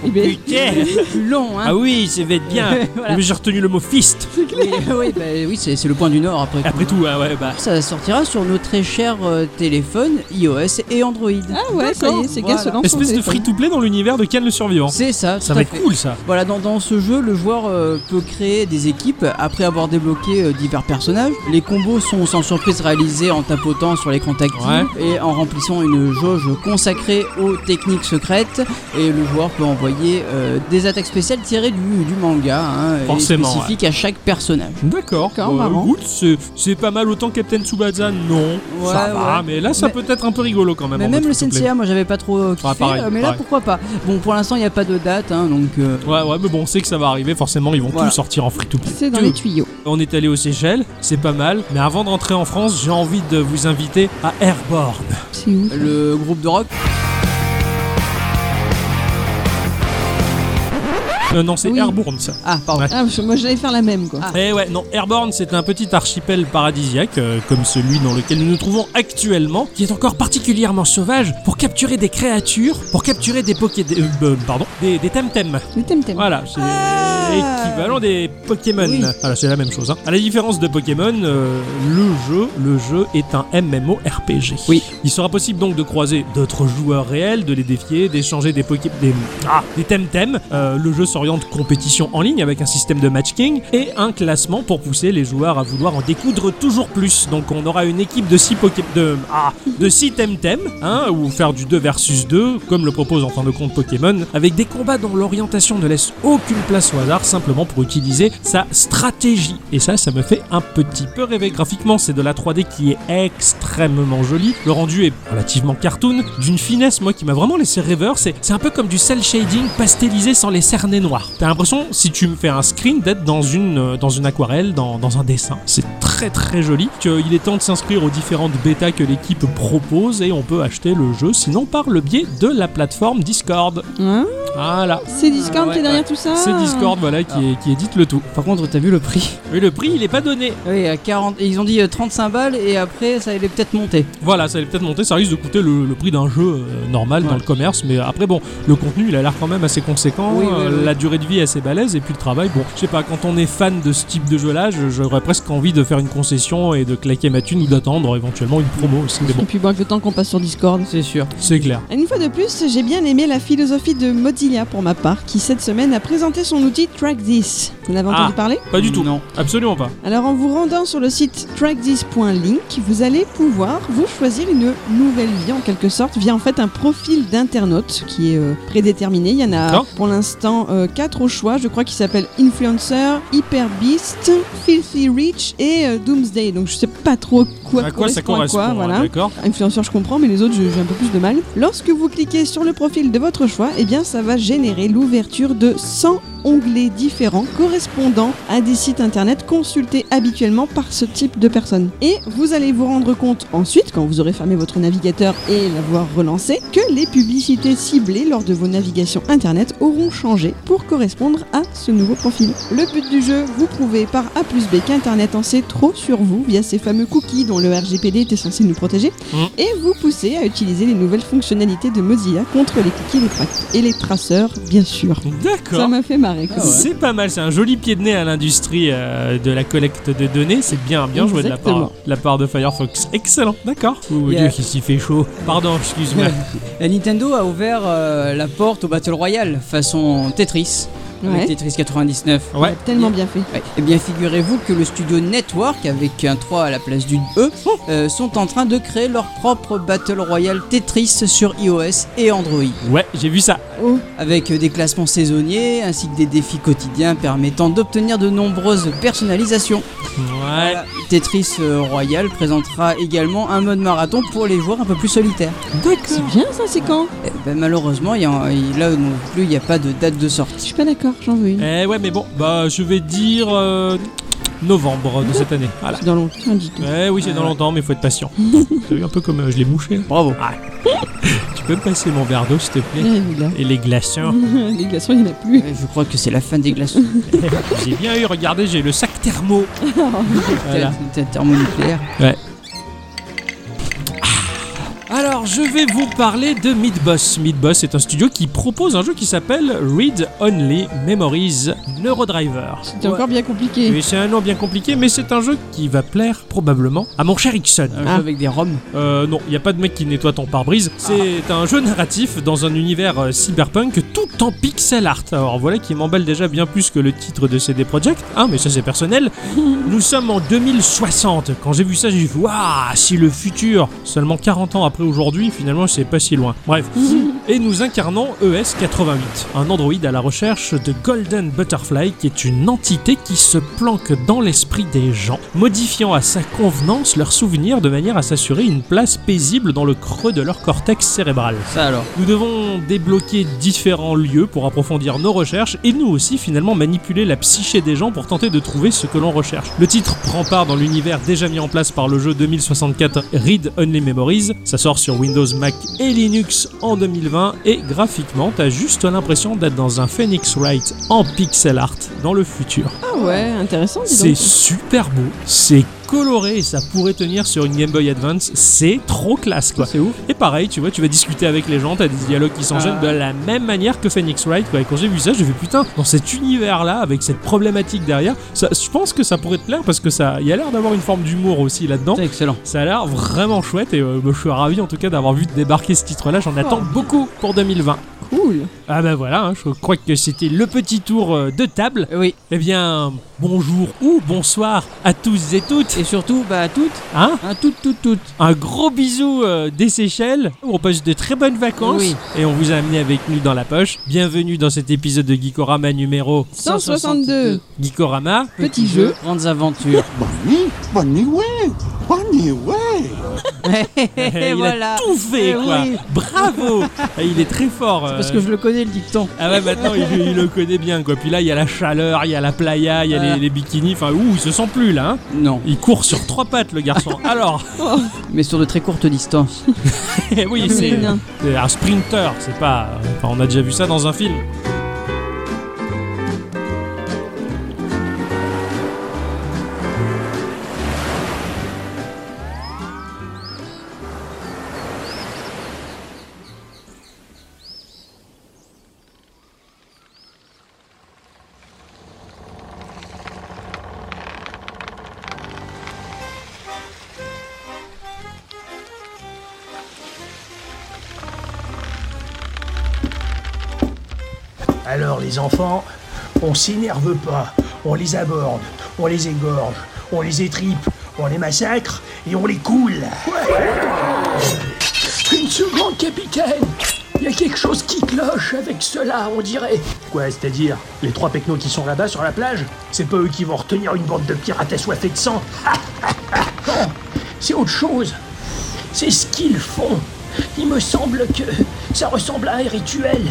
[SPEAKER 2] Eh ben,
[SPEAKER 1] Oh, Putain
[SPEAKER 3] Plus long, hein
[SPEAKER 1] Ah oui, ça va être bien.
[SPEAKER 3] [laughs] Voilà.
[SPEAKER 1] Mais j'ai retenu le mot fist.
[SPEAKER 3] Oui, oui, bah, oui, c'est c'est le point du Nord après. tout.
[SPEAKER 1] Après tout, ouais, ouais, bah.
[SPEAKER 3] Ça sortira sur nos très chers euh, téléphones iOS et Android.
[SPEAKER 2] Ah ouais, ça y est, Sega se lance. son
[SPEAKER 1] Espèce de
[SPEAKER 2] téléphone.
[SPEAKER 1] free-to-play dans l'univers de Ken le Survivant.
[SPEAKER 3] C'est ça,
[SPEAKER 1] Ça
[SPEAKER 3] tout
[SPEAKER 1] va
[SPEAKER 3] à
[SPEAKER 1] être
[SPEAKER 3] fait.
[SPEAKER 1] cool, ça.
[SPEAKER 3] Voilà, dans, dans ce jeu, le joueur euh, peut créer des équipes après avoir débloqué euh, divers personnages. Les combos sont sans surprise réalisés en tapotant sur l'écran tactile et en remplissant une jauge consacrée aux techniques secrètes. Et le joueur peut envoyer euh, des attaques spéciales tirées du, du manga, hein, et
[SPEAKER 1] Forcément,
[SPEAKER 3] spécifiques à chaque personnage.
[SPEAKER 1] D'accord. Bah,
[SPEAKER 2] D'accord, marrant.
[SPEAKER 1] écoute, c'est- c'est pas mal autant Captain Tsubasa, non.
[SPEAKER 3] Ouais,
[SPEAKER 1] ça va,
[SPEAKER 3] ouais.
[SPEAKER 1] mais là, ça
[SPEAKER 3] Mais-
[SPEAKER 1] peut être un peu rigolo quand même.
[SPEAKER 3] Mais
[SPEAKER 1] en
[SPEAKER 3] même
[SPEAKER 1] mode
[SPEAKER 3] le
[SPEAKER 1] free-to-play.
[SPEAKER 3] Senseïa, moi j'avais pas trop euh, kiffé,
[SPEAKER 1] pareil,
[SPEAKER 3] euh, mais là
[SPEAKER 1] pareil.
[SPEAKER 3] pourquoi pas Bon, pour l'instant il n'y a pas de date, hein, donc euh,
[SPEAKER 1] Ouais, ouais, mais bon, on sait que ça va arriver, forcément, ils vont
[SPEAKER 3] Voilà.
[SPEAKER 1] tout sortir en free-to-play.
[SPEAKER 2] C'est dans les tuyaux.
[SPEAKER 1] On est allé aux Seychelles, c'est pas mal, mais avant de rentrer en France, j'ai envie de vous inviter à Airborne.
[SPEAKER 2] C'est où
[SPEAKER 3] le groupe de rock.
[SPEAKER 1] Euh, non, c'est
[SPEAKER 2] Oui.
[SPEAKER 1] Airborne, ça.
[SPEAKER 3] Ah, pardon.
[SPEAKER 1] Ouais.
[SPEAKER 2] Ah, je- moi j'allais faire la même quoi.
[SPEAKER 3] Ah.
[SPEAKER 1] Eh ouais, non, Airborne, c'est un petit archipel paradisiaque, euh, comme celui dans lequel nous nous trouvons actuellement, qui est encore particulièrement sauvage pour capturer des créatures, pour capturer des poké... des- euh, euh, pardon, des, des temtems.
[SPEAKER 2] Mais t'aimes, t'aimes.
[SPEAKER 1] Voilà, c'est l'équivalent des Pokémon.
[SPEAKER 3] Ah. Oui.
[SPEAKER 1] Voilà, c'est la même chose. hein. À la différence de Pokémon, euh, le jeu, le jeu est un MMORPG.
[SPEAKER 3] Oui.
[SPEAKER 1] Il sera possible donc de croiser d'autres joueurs réels, de les défier, d'échanger des Poké, des ah, des Temtem. Euh, le jeu s'oriente compétition en ligne avec un système de matchking et un classement pour pousser les joueurs à vouloir en découdre toujours plus. Donc on aura une équipe de 6 Poké, de ah, de 6 Temtem, hein, ou faire du 2 versus 2, comme le propose en fin de compte Pokémon, avec des combats dont l'orientation ne laisse aucune place au hasard, simplement pour utiliser sa stratégie. Et ça, ça me fait un petit peu rêver. Graphiquement, c'est de la 3D qui est extrêmement jolie. Le rendu est relativement cartoon, d'une finesse, moi, qui m'a vraiment laissé rêveur. C'est c'est un peu comme du cel shading pastelisé sans les cerner noirs. T'as l'impression, si tu me fais un screen, d'être dans une, euh, dans une aquarelle, dans, dans un dessin. C'est très très joli. Que Il est temps de s'inscrire aux différentes bêtas que l'équipe propose et on peut acheter le jeu sinon par le biais de la plateforme Discord.
[SPEAKER 2] Hein
[SPEAKER 1] Voilà.
[SPEAKER 2] c'est Discord
[SPEAKER 3] Ah ouais,
[SPEAKER 2] qui est derrière tout ça
[SPEAKER 1] C'est Discord voilà qui, est- qui édite le tout.
[SPEAKER 3] Par contre, t'as vu le prix
[SPEAKER 1] Mais le prix il est pas donné.
[SPEAKER 3] Oui, à 40. et Ils ont dit euh, 35 balles et après ça allait peut-être monter.
[SPEAKER 1] Voilà, ça allait peut-être monter, ça risque de coûter le, le prix d'un jeu euh, normal dans
[SPEAKER 3] Ouais.
[SPEAKER 1] le commerce, mais après bon, le contenu il a l'air quand même assez conséquent,
[SPEAKER 3] Oui, oui,
[SPEAKER 1] euh,
[SPEAKER 3] oui.
[SPEAKER 1] la durée de vie est assez balèze, et puis le travail, bon, je sais pas, quand on est fan de ce type de jeu là, je- j'aurais presque envie de faire une concession et de claquer ma thune ou d'attendre éventuellement une promo aussi, mais bon,
[SPEAKER 2] [laughs] Et puis bon, avec le temps qu'on passe sur Discord.
[SPEAKER 3] C'est sûr.
[SPEAKER 1] c'est clair.
[SPEAKER 2] Une fois de plus, j'ai bien aimé la philosophie de Mozilla pour ma part, qui cette semaine a présenté son outil Track This. Vous en avez entendu
[SPEAKER 1] Ah.
[SPEAKER 2] parler
[SPEAKER 1] Pas du tout,
[SPEAKER 3] Non.
[SPEAKER 1] absolument pas.
[SPEAKER 2] Alors en vous rendant sur le site trackthis.link, vous allez pouvoir vous choisir une nouvelle vie en quelque sorte via en fait un profil d'internaute qui est euh, prédéterminé. Il y en a
[SPEAKER 1] D'accord.
[SPEAKER 2] pour l'instant euh, quatre au choix. Je crois qu'ils s'appellent Influencer, Hyper Beast, Filthy Rich et euh, Doomsday. Donc je sais pas trop quoi,
[SPEAKER 1] à quoi ça correspond,
[SPEAKER 2] correspond à quoi,
[SPEAKER 1] hein,
[SPEAKER 2] voilà.
[SPEAKER 1] d'accord
[SPEAKER 2] Influenceur, je comprends, mais les autres, je- j'ai un peu plus de mal. Lorsque vous cliquez sur le profil de votre choix, eh bien, ça va générer l'ouverture de 100 onglets différents correspondant à des sites internet consultés habituellement par ce type de personnes. Et vous allez vous rendre compte ensuite, quand vous aurez fermé votre navigateur et l'avoir relancé, que les publicités ciblées lors de vos navigations internet auront changé pour correspondre à ce nouveau profil. Le but du jeu, vous prouvez par A plus B qu'internet en sait trop sur vous via ces fameux cookies dont le RGPD était censé nous protéger et vous pousser à utiliser les nouvelles fonctionnalités de Mozilla contre les cookies les trac- et les traceurs, bien sûr. Ça
[SPEAKER 1] D'accord.
[SPEAKER 2] m'a fait marrer. quand
[SPEAKER 3] Ah ouais.
[SPEAKER 2] même.
[SPEAKER 1] C'est pas mal, c'est un joli pied de nez à l'industrie euh, de la collecte de données. C'est bien, bien joué de la part,
[SPEAKER 2] Exactement.
[SPEAKER 1] de la part de Firefox. Excellent, d'accord. Oh
[SPEAKER 3] Yeah.
[SPEAKER 1] Dieu, qu'il fait chaud. Pardon, [laughs] excuse-moi.
[SPEAKER 3] La Nintendo a ouvert euh, la porte au Battle Royale façon Tetris.
[SPEAKER 2] Ouais.
[SPEAKER 3] avec Tetris 99.
[SPEAKER 1] Ouais.
[SPEAKER 2] Tellement bien fait.
[SPEAKER 3] Ouais. Eh bien, figurez-vous que le studio Network, avec un 3 à la place du E, euh, sont en train de créer leur propre Battle Royale Tetris sur iOS et Android.
[SPEAKER 1] Ouais, j'ai vu ça.
[SPEAKER 2] Oh,
[SPEAKER 3] Avec des classements saisonniers ainsi que des défis quotidiens permettant d'obtenir de nombreuses personnalisations.
[SPEAKER 1] Ouais.
[SPEAKER 3] Voilà. Tetris euh, Royale présentera également un mode marathon pour les joueurs un peu plus solitaires.
[SPEAKER 2] c'est bien ça, c'est quand
[SPEAKER 3] Eh ben, malheureusement, il y a- il- là non plus, il n'y a pas de date de
[SPEAKER 2] Je
[SPEAKER 3] sortie.
[SPEAKER 2] suis pas d'accord, j'en veux une.
[SPEAKER 1] Eh ouais, mais bon, bah je vais dire euh, novembre de cette année. Voilà.
[SPEAKER 2] C'est dans longtemps du tout.
[SPEAKER 1] Eh oui, c'est dans
[SPEAKER 3] Ouais.
[SPEAKER 1] longtemps, mais faut être [laughs] patient. T'as vu un peu comme euh, je l'ai mouché. là
[SPEAKER 3] Bravo.
[SPEAKER 1] Tu peux me passer mon verre d'eau, s'il te plaît
[SPEAKER 2] Là, il est là.
[SPEAKER 1] Et les [laughs] glaçons.
[SPEAKER 2] Eh, [laughs] Les glaçons, il n'y en a plus.
[SPEAKER 3] Je crois que c'est la fin des glaces.
[SPEAKER 1] J'ai bien eu, regardez, j'ai le sac [laughs] thermo. Voilà.
[SPEAKER 3] T'as- t'as thermonucléaire.
[SPEAKER 1] Alors, je vais vous parler de Midboss. Midboss est un studio qui propose un jeu qui s'appelle Read Only Memories Neurodriver.
[SPEAKER 2] C'était encore bien compliqué.
[SPEAKER 1] Oui, c'est un nom bien compliqué, mais c'est un jeu qui va plaire probablement à mon cher Ixon.
[SPEAKER 3] Un jeu
[SPEAKER 2] Ah.
[SPEAKER 3] avec des roms.
[SPEAKER 1] Euh, non, il n'y a pas de mec qui nettoie ton pare-brise. C'est un jeu narratif dans un univers euh, cyberpunk tout en pixel art. Alors voilà qui m'emballe déjà bien plus que le titre de CD Projekt. Ah, mais ça c'est personnel. Nous sommes en 2060. Quand j'ai vu ça, j'ai dit Waouh, si le futur, seulement 40 ans après aujourd'hui, finalement c'est pas si loin. Bref. Et nous incarnons ES-88, un androïde à la recherche de Golden Butterfly qui est une entité qui se planque dans l'esprit des gens, modifiant à sa convenance leurs souvenirs de manière à s'assurer une place paisible dans le creux de leur cortex cérébral.
[SPEAKER 3] Ça alors.
[SPEAKER 1] Nous devons débloquer différents lieux pour approfondir nos recherches et nous aussi finalement manipuler la psyché des gens pour tenter de trouver ce que l'on recherche. Le titre prend part dans l'univers déjà mis en place par le jeu 2064 Read Only Memories. Ça sort sur Windows, Mac et Linux en 2020 et graphiquement, t'as juste l'impression d'être dans un Phoenix Wright en pixel art dans le futur.
[SPEAKER 2] Ah ouais, intéressant, dis
[SPEAKER 1] C'est
[SPEAKER 2] donc.
[SPEAKER 1] super beau, c'est coloré et ça pourrait tenir sur une Game Boy Advance. C'est trop classe quoi.
[SPEAKER 3] C'est ouf.
[SPEAKER 1] Et pareil, tu vois, tu vas discuter avec les gens, t'as des dialogues qui s'enchaînent
[SPEAKER 3] Ah.
[SPEAKER 1] de la même manière que Phoenix Wright. Quoi. Et quand j'ai vu ça, j'ai fait putain, dans cet univers-là, avec cette problématique derrière, ça, je pense que ça pourrait te plaire parce que ça, il y a l'air d'avoir une forme d'humour aussi là-dedans.
[SPEAKER 3] C'est excellent.
[SPEAKER 1] Ça a l'air vraiment chouette et euh, bah, je suis ravi en tout cas d'avoir vu débarquer ce titre-là. J'en attends
[SPEAKER 3] Oh.
[SPEAKER 1] beaucoup pour 2020.
[SPEAKER 2] Cool.
[SPEAKER 1] Ah bah voilà, hein, je crois que c'était le petit tour euh, de table.
[SPEAKER 3] Oui.
[SPEAKER 1] Eh bien, bonjour ou bonsoir à tous et toutes.
[SPEAKER 3] Et surtout, bah, à toutes,
[SPEAKER 1] Hein
[SPEAKER 3] hein, toutes, toutes, toutes.
[SPEAKER 1] Un gros bisou euh, des Seychelles. On passe de très bonnes vacances
[SPEAKER 3] Oui.
[SPEAKER 1] et on vous a amené avec nous dans la poche. Bienvenue dans cet épisode de Geekorama numéro
[SPEAKER 2] 162.
[SPEAKER 1] Geekorama.
[SPEAKER 2] Petit jeu.
[SPEAKER 3] Grandes
[SPEAKER 1] [laughs]
[SPEAKER 3] aventures.
[SPEAKER 5] Bunny, Bunny way, Bunny way.
[SPEAKER 1] Eh, il
[SPEAKER 3] voilà.
[SPEAKER 1] a tout fait
[SPEAKER 3] Eh
[SPEAKER 1] quoi.
[SPEAKER 3] oui. [laughs]
[SPEAKER 1] Bravo. Et il est très fort. euh.
[SPEAKER 3] Parce que je le connais, le dicton.
[SPEAKER 1] Ah ouais, maintenant il, il le connaît bien quoi. Puis là, il y a la chaleur, il y a la playa, il y a
[SPEAKER 3] Voilà.
[SPEAKER 1] les, les bikinis. Enfin, ouh, il se sent plus là. hein.
[SPEAKER 3] Non,
[SPEAKER 1] Il court sur trois pattes
[SPEAKER 3] [laughs]
[SPEAKER 1] le garçon. Alors, [laughs]
[SPEAKER 3] mais sur de très courtes distances.
[SPEAKER 1] eh oui, c'est
[SPEAKER 2] Bien.
[SPEAKER 1] c'est un sprinter. C'est pas. enfin, on a déjà vu ça dans un film.
[SPEAKER 6] Alors les enfants, on s'énerve pas, on les aborde, on les égorge, on les étripe, on les massacre et on les coule. Une seconde, capitaine Il y a quelque chose qui cloche avec cela, on dirait. Quoi, c'est-à-dire Les trois pecnos qui sont là-bas sur la plage C'est pas eux qui vont retenir une bande de pirates assoiffés de sang Non, ah, c'est autre chose. C'est ce qu'ils font. Il me semble que ça ressemble à un rituel.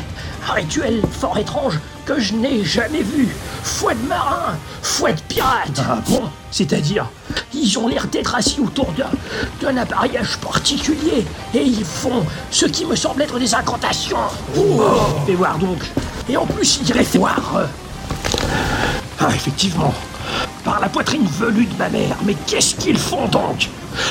[SPEAKER 6] Un rituel fort étrange que je n'ai jamais vu. Foi de marin, foi de pirate. Ah bon C'est-à-dire, ils ont l'air d'être assis autour d'un, d'un appareillage particulier et ils font ce qui me semble être des incantations. Oh, Fais euh, voir donc. Et en plus, ils réfèrent. Ah, effectivement. Par la poitrine velue de ma mère, mais qu'est-ce qu'ils font donc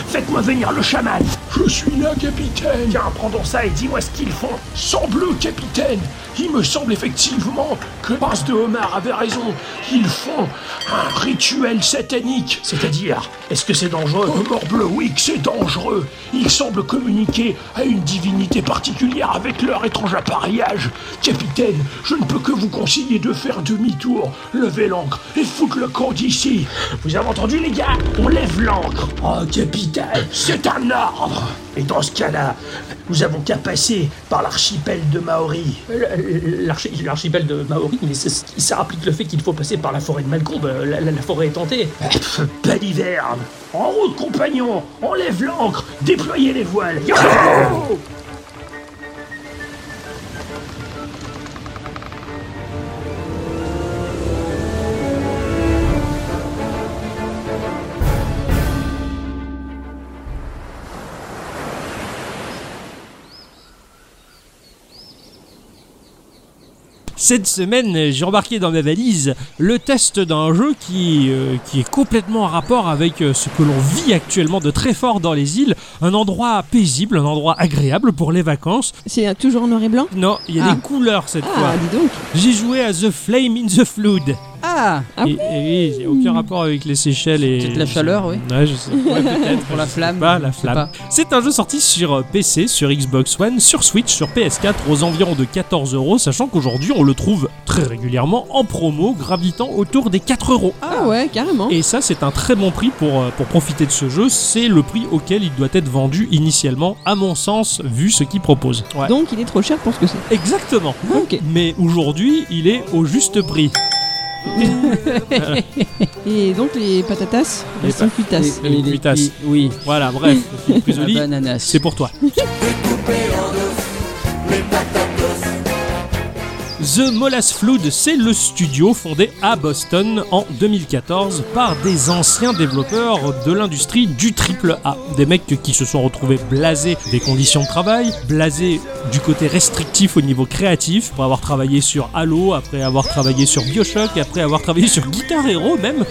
[SPEAKER 6] Faites-moi venir le chaman
[SPEAKER 5] Je suis là, capitaine.
[SPEAKER 6] Tiens, prends donc ça et dis-moi ce qu'ils font
[SPEAKER 5] Semble, capitaine. Il me semble effectivement que Prince de Homard avait raison. Ils font un rituel satanique.
[SPEAKER 6] C'est-à-dire, est-ce que c'est dangereux
[SPEAKER 5] Oh, morbleu, oui que c'est dangereux. Ils semblent communiquer à une divinité particulière avec leur étrange appareillage. Capitaine, je ne peux que vous conseiller de faire demi-tour, lever l'ancre et foutre le camp d'ici.
[SPEAKER 6] Vous avez entendu les gars On lève l'ancre
[SPEAKER 5] Oh, capitaine, c'est un ordre.
[SPEAKER 6] Et dans ce cas-là, nous avons qu'à passer par l'archipel de Maori. L'archipel de Maori, mais c'est- ça implique le fait qu'il faut passer par la forêt de Malcombe. euh, La, la- la forêt est tentée.
[SPEAKER 5] Pff,
[SPEAKER 6] Baliverne En route, compagnons On lève l'ancre Déployez les voiles Yo
[SPEAKER 1] Cette semaine, j'ai embarqué dans ma valise le test d'un jeu qui, euh, qui est complètement en rapport avec euh, ce que l'on vit actuellement de très fort dans les îles. Un endroit paisible, un endroit agréable pour les vacances.
[SPEAKER 2] C'est euh, toujours en noir et blanc
[SPEAKER 1] Non, il y a
[SPEAKER 2] Ah.
[SPEAKER 1] des couleurs cette fois.
[SPEAKER 2] Ah, dis donc.
[SPEAKER 1] J'ai joué à The Flame in the Flood.
[SPEAKER 3] Ah
[SPEAKER 2] Ah
[SPEAKER 1] et, et oui, il n'y a aucun rapport avec les Seychelles et.
[SPEAKER 3] Peut-être la chaleur, oui.
[SPEAKER 1] Ouais, je sais. Ouais, peut-être.
[SPEAKER 3] Pour la
[SPEAKER 1] Je sais
[SPEAKER 3] flamme,
[SPEAKER 1] Pas, Bah, la
[SPEAKER 3] je sais
[SPEAKER 1] flamme.
[SPEAKER 3] pas.
[SPEAKER 1] C'est un jeu sorti sur euh, PC, sur Xbox One, sur Switch, sur PS4 aux environs de 14 euros, sachant qu'aujourd'hui on le trouve très régulièrement en promo, gravitant autour des 4 euros.
[SPEAKER 2] Ah ouais, carrément.
[SPEAKER 1] Et ça, c'est un très bon prix pour, euh, pour profiter de ce jeu. C'est le prix auquel il doit être vendu initialement, à mon sens, vu ce qu'il propose. Ouais.
[SPEAKER 2] Donc il est trop cher pour ce que c'est.
[SPEAKER 1] Exactement.
[SPEAKER 2] Ok.
[SPEAKER 1] Mais aujourd'hui, il est au juste prix.
[SPEAKER 2] Et donc les patatas,
[SPEAKER 1] Les
[SPEAKER 2] elles sont cuitasses.
[SPEAKER 1] Les cuitasses.
[SPEAKER 3] Oui.
[SPEAKER 1] Voilà, bref, Philippe
[SPEAKER 3] La
[SPEAKER 1] Risoli,
[SPEAKER 3] bananas.
[SPEAKER 1] c'est pour toi. The Molas Flood, c'est le studio fondé à Boston en 2014 par des anciens développeurs de l'industrie du triple A. Des mecs qui se sont retrouvés blasés des conditions de travail, blasés du côté restrictif au niveau créatif, pour avoir travaillé sur Halo, après avoir travaillé sur Bioshock, après avoir travaillé sur Guitar Hero même.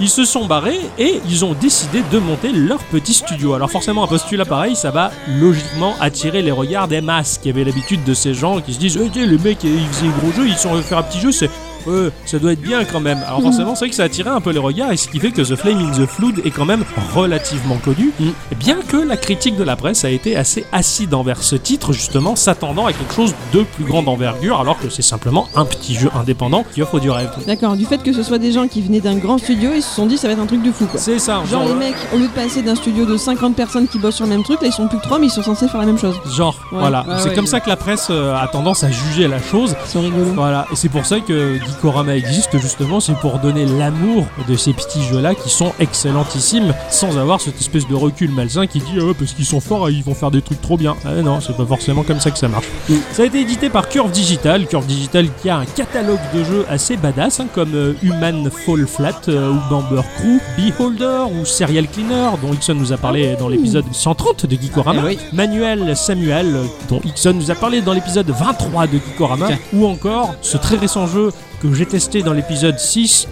[SPEAKER 1] Ils se sont barrés et ils ont décidé de monter leur petit studio. Alors forcément, un postulat pareil, ça va logiquement attirer les regards des masses qui avaient l'habitude de ces gens qui se disent Eh, tiens, les mecs, ils faisaient des gros jeux, ils sont faire un petit jeu, c'est... euh, ça doit être bien quand même.
[SPEAKER 2] Mm.
[SPEAKER 1] Alors forcément, c'est vrai que ça a attiré un peu les regards et ce qui fait que The Flame in the Flood est quand même relativement connu,
[SPEAKER 2] Mm.
[SPEAKER 1] bien que la critique de la presse a été assez acide envers ce titre, justement s'attendant à quelque chose de plus grande envergure, alors que c'est simplement un petit jeu indépendant qui offre du rêve.
[SPEAKER 2] D'accord, du fait que ce soit des gens qui venaient d'un grand studio, ils se sont dit ça va être un truc de fou quoi.
[SPEAKER 1] C'est ça.
[SPEAKER 2] Genre les mecs, au lieu de passer d'un studio de 50 personnes qui bossent sur le même truc, là ils sont plus que 3 mais ils sont censés faire la même chose.
[SPEAKER 1] Genre,
[SPEAKER 2] Ouais,
[SPEAKER 1] voilà.
[SPEAKER 2] ouais,
[SPEAKER 1] c'est
[SPEAKER 2] ouais,
[SPEAKER 1] comme
[SPEAKER 2] ouais.
[SPEAKER 1] ça que la presse euh, a tendance à juger la chose.
[SPEAKER 2] Ils sont
[SPEAKER 3] Mmh.
[SPEAKER 2] rigolos.
[SPEAKER 1] Voilà, et c'est pour ça que Geekorama existe justement, c'est pour donner l'amour de ces petits jeux-là qui sont excellentissimes, sans avoir cette espèce de recul malsain qui dit oh, parce qu'ils sont forts, ils vont faire des trucs trop bien. Ah non, c'est pas forcément comme ça que ça marche.
[SPEAKER 3] Mmh.
[SPEAKER 1] Ça a été édité par Curve Digital, Curve Digital qui a un catalogue de jeux assez badass, hein, comme euh, Human Fall Flat euh, ou Bamber Crew, Beholder ou Serial Cleaner, dont Ixon nous a parlé dans l'épisode 130 de Geekorama.
[SPEAKER 3] Eh oui.
[SPEAKER 1] Manuel Samuel, euh, dont Ixon nous a parlé dans l'épisode 23 de Geekorama,
[SPEAKER 3] Tiens.
[SPEAKER 1] ou encore ce très récent jeu que j'ai testé dans l'épisode 6,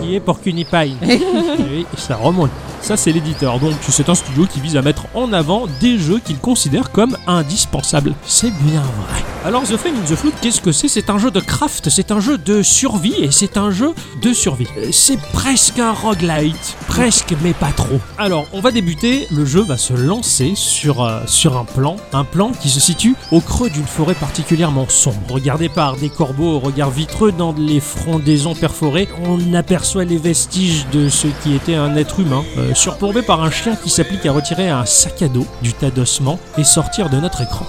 [SPEAKER 1] qui est Porcuni Pie. Oui, ça remonte. Ça, c'est l'éditeur. Donc, c'est un studio qui vise à mettre en avant des jeux qu'il considère comme indispensables. C'est bien vrai. Alors, The Flame in the Flood, qu'est-ce que c'est C'est un jeu de craft, c'est un jeu de survie et c'est un jeu de survie. Euh, C'est presque un roguelite. Presque, mais pas trop. Alors, on va débuter. Le jeu va se lancer sur, euh, sur un plan. Un plan qui se situe au creux d'une forêt particulièrement sombre. Regardé par des corbeaux au regard vitreux dans les frondaisons perforées, on aperçoit les vestiges de ce qui était un être humain, euh, surplombé par un chien qui s'applique à retirer un sac à dos du tas d'ossements et sortir de notre écran.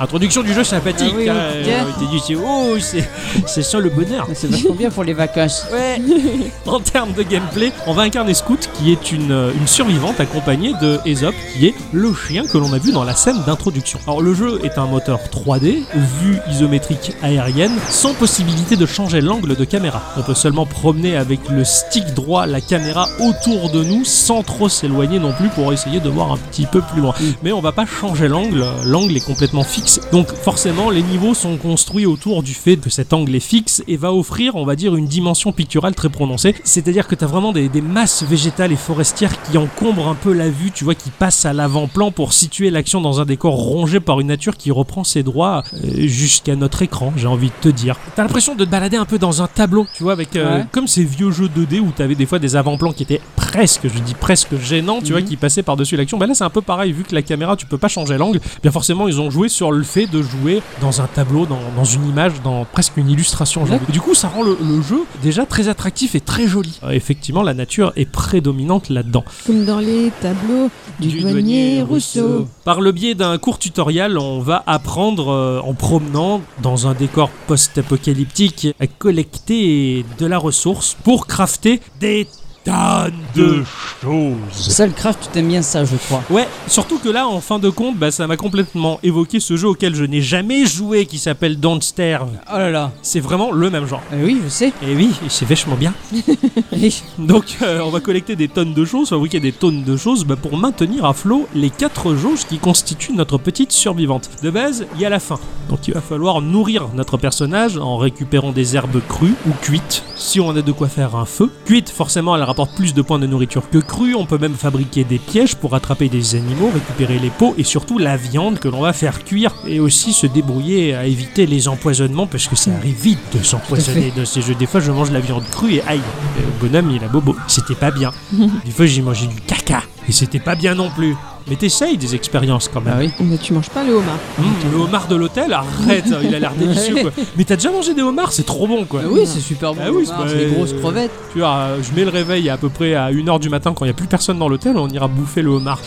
[SPEAKER 1] Introduction du jeu sympathique.
[SPEAKER 3] Ah oui,
[SPEAKER 1] hein,
[SPEAKER 3] oui.
[SPEAKER 1] euh, t'as dit, c'est- oh, c'est- c'est ça le bonheur.
[SPEAKER 3] Ah, C'est vachement bien pour les vacances.
[SPEAKER 1] Ouais. en termes de gameplay, on va incarner Scout, qui est une, euh, une survivante accompagnée de Aesop, qui est le chien que l'on a vu dans la scène d'introduction. Alors le jeu est un moteur 3D, vue isométrique aérienne, sans possibilité de changer l'angle de caméra. On peut seulement promener avec le stick droit, la caméra autour de nous, sans trop s'éloigner non plus pour essayer de voir un petit peu plus loin. Mais on va pas changer l'angle, l'angle est complètement fixe. Donc forcément, les niveaux sont construits autour du fait que cet angle est fixe et va offrir, on va dire, une dimension picturale très prononcée. C'est-à-dire que tu as vraiment des, des masses végétales et forestières qui encombrent un peu la vue, tu vois, qui passent à l'avant-plan pour situer l'action dans un décor rongé par une nature qui reprend ses droits euh, jusqu'à notre écran, j'ai envie de te dire. T'as l'impression de te balader un peu dans un tableau, tu vois, avec euh,
[SPEAKER 3] Ouais.
[SPEAKER 1] comme ces vieux jeux 2D où t'avais des fois des avant-plans qui étaient presque, je dis presque gênants, tu vois,
[SPEAKER 3] Mhm.
[SPEAKER 1] qui passaient par-dessus l'action. Bah là, c'est un peu pareil, vu que la caméra, tu peux pas changer l'angle, bien forcément, ils ont joué sur le fait de jouer dans un tableau, dans, dans une image, dans presque une illustration. j'ai envie de- Du coup, ça rend le, le jeu déjà très attractif et très joli. Euh, effectivement, la nature est prédominante là-dedans
[SPEAKER 2] Comme dans les tableaux du, douanier Rousseau.
[SPEAKER 1] par le biais d'un court tutoriel, on va apprendre euh, en promenant dans un décor post-apocalyptique à collecter de la ressource pour crafter des tonnes de choses.
[SPEAKER 3] Salcraft, tu t'aimes bien ça, je crois.
[SPEAKER 1] Ouais, surtout que là, en fin de compte, bah, ça m'a complètement évoqué ce jeu auquel je n'ai jamais joué qui s'appelle Don't Starve.
[SPEAKER 3] Oh là là.
[SPEAKER 1] C'est vraiment le même genre.
[SPEAKER 3] Eh oui, je sais. [laughs]
[SPEAKER 1] Et oui, et c'est vachement bien.
[SPEAKER 3] Bah Oui.
[SPEAKER 1] Donc euh, on va collecter des tonnes de choses, fabriquer des tonnes de choses bah, pour maintenir à flot les quatre jauges qui constituent notre petite survivante. De base, il y a la faim. Donc il va falloir nourrir notre personnage en récupérant des herbes crues ou cuites, si on a de quoi faire un feu. Cuite, forcément, elle rapporte plus de points de nourriture que crue. On peut même fabriquer des pièges pour attraper des animaux, récupérer les peaux et surtout la viande que l'on va faire cuire. Et aussi se débrouiller à éviter les empoisonnements parce que ça arrive vite de s'empoisonner dans ces jeux. Des fois, je mange la viande crue et aïe, le bonhomme il a bobo. C'était
[SPEAKER 3] [laughs]
[SPEAKER 1] pas bien. Des fois, j'ai mangé du caca et c'était pas bien non plus. Mais t'essayes des expériences quand même.
[SPEAKER 3] Ah oui.
[SPEAKER 2] Oh, Mais tu manges pas le homard.
[SPEAKER 1] Mmh, le homard de l'hôtel, arrête, hein, il a l'air
[SPEAKER 3] [laughs]
[SPEAKER 1] délicieux quoi. Mais t'as déjà mangé des homards, c'est trop bon quoi.
[SPEAKER 3] Ah oui, c'est super bon.
[SPEAKER 1] Ah oui, c'est
[SPEAKER 3] Omar,
[SPEAKER 1] pas-
[SPEAKER 3] c'est des grosses crevettes.
[SPEAKER 1] Tu vois, euh, je mets le réveil à peu près à 1h du matin quand il n'y a plus personne dans l'hôtel, on ira bouffer le [laughs] homard.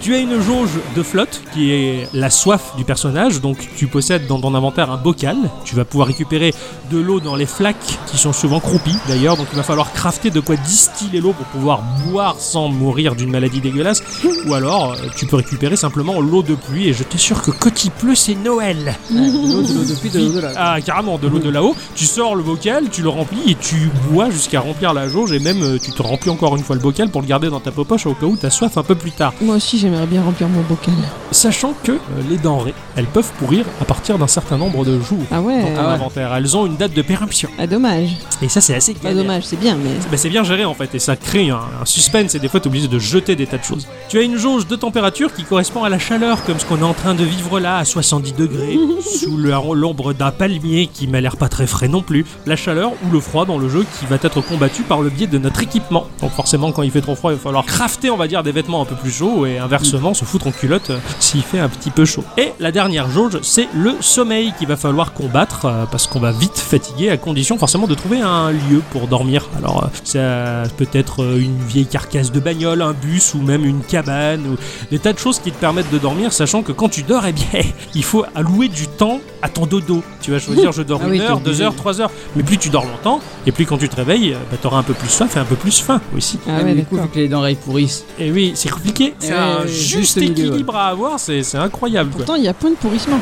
[SPEAKER 1] tu as une jauge de flotte qui est la soif du personnage, donc tu possèdes dans ton inventaire un bocal. Tu vas pouvoir récupérer de l'eau dans les flaques qui sont souvent croupies d'ailleurs, donc il va falloir crafter de quoi distiller l'eau pour pouvoir boire sans mourir d'une maladie dégueulasse. Ou alors euh, tu peux récupérer simplement l'eau de pluie et je t'assure que quand il pleut, c'est Noël.
[SPEAKER 3] L'eau de l'eau de pluie, de l'eau de la-
[SPEAKER 1] Ah, carrément, de l'eau de là-haut. Tu sors le bocal, tu le remplis et tu bois jusqu'à remplir la jauge et même euh, tu te remplis encore une fois le bocal pour le garder dans ta poche au cas où t'as soif un peu plus tard.
[SPEAKER 2] Moi aussi, j'aimerais bien remplir mon bocal.
[SPEAKER 1] Sachant que euh, les denrées, elles peuvent pourrir à partir d'un certain nombre de jours.
[SPEAKER 2] Ah
[SPEAKER 1] Dans
[SPEAKER 2] ouais,
[SPEAKER 1] ton
[SPEAKER 3] ouais.
[SPEAKER 1] inventaire, elles ont une date de péremption.
[SPEAKER 2] ah dommage.
[SPEAKER 1] Et ça, c'est assez
[SPEAKER 2] Pas
[SPEAKER 1] galère.
[SPEAKER 2] dommage, c'est bien, mais Ah
[SPEAKER 1] Bah, c'est bien géré en fait et ça crée un, un suspense et des fois t'es obligé de jeter des tas de choses. Tu as une jauge de température qui correspond à la chaleur comme ce qu'on est en train de vivre là à 70 degrés sous le- l'ombre d'un palmier qui m'a l'air pas très frais non plus. La chaleur ou le froid dans le jeu qui va être combattu par le biais de notre équipement. Donc forcément quand il fait trop froid il va falloir crafter on va dire des vêtements un peu plus chauds et inversement se foutre en culotte euh, s'il fait un petit peu chaud. Et la dernière jauge c'est le sommeil qu'il va falloir combattre euh, parce qu'on va vite fatiguer à condition forcément de trouver un lieu pour dormir. Alors euh, ça peut être euh, une vieille carcasse de bagnole, un bus ou même une cabane ou des tas de choses qui te permettent de dormir, sachant que quand tu dors, [laughs] eh bien, il faut allouer du temps à ton dodo. Tu vas choisir, je dors
[SPEAKER 3] Ah
[SPEAKER 1] une
[SPEAKER 3] oui, t'es
[SPEAKER 1] heure,
[SPEAKER 3] obligé.
[SPEAKER 1] deux heures, trois heures. Mais plus tu dors longtemps, et plus quand tu te réveilles, euh, bah, t'auras un peu plus soif et un peu plus faim aussi.
[SPEAKER 2] ah
[SPEAKER 3] Et
[SPEAKER 2] ouais,
[SPEAKER 3] du coup,
[SPEAKER 2] d'accord.
[SPEAKER 3] vu que les denrées pourrissent.
[SPEAKER 1] Et Eh oui, c'est compliqué. C'est
[SPEAKER 3] Eh
[SPEAKER 1] un
[SPEAKER 3] ouais,
[SPEAKER 1] juste
[SPEAKER 3] juste milieu,
[SPEAKER 1] équilibre à avoir, c'est c'est incroyable. quoi.
[SPEAKER 2] Pourtant, il y a point de pourrissement.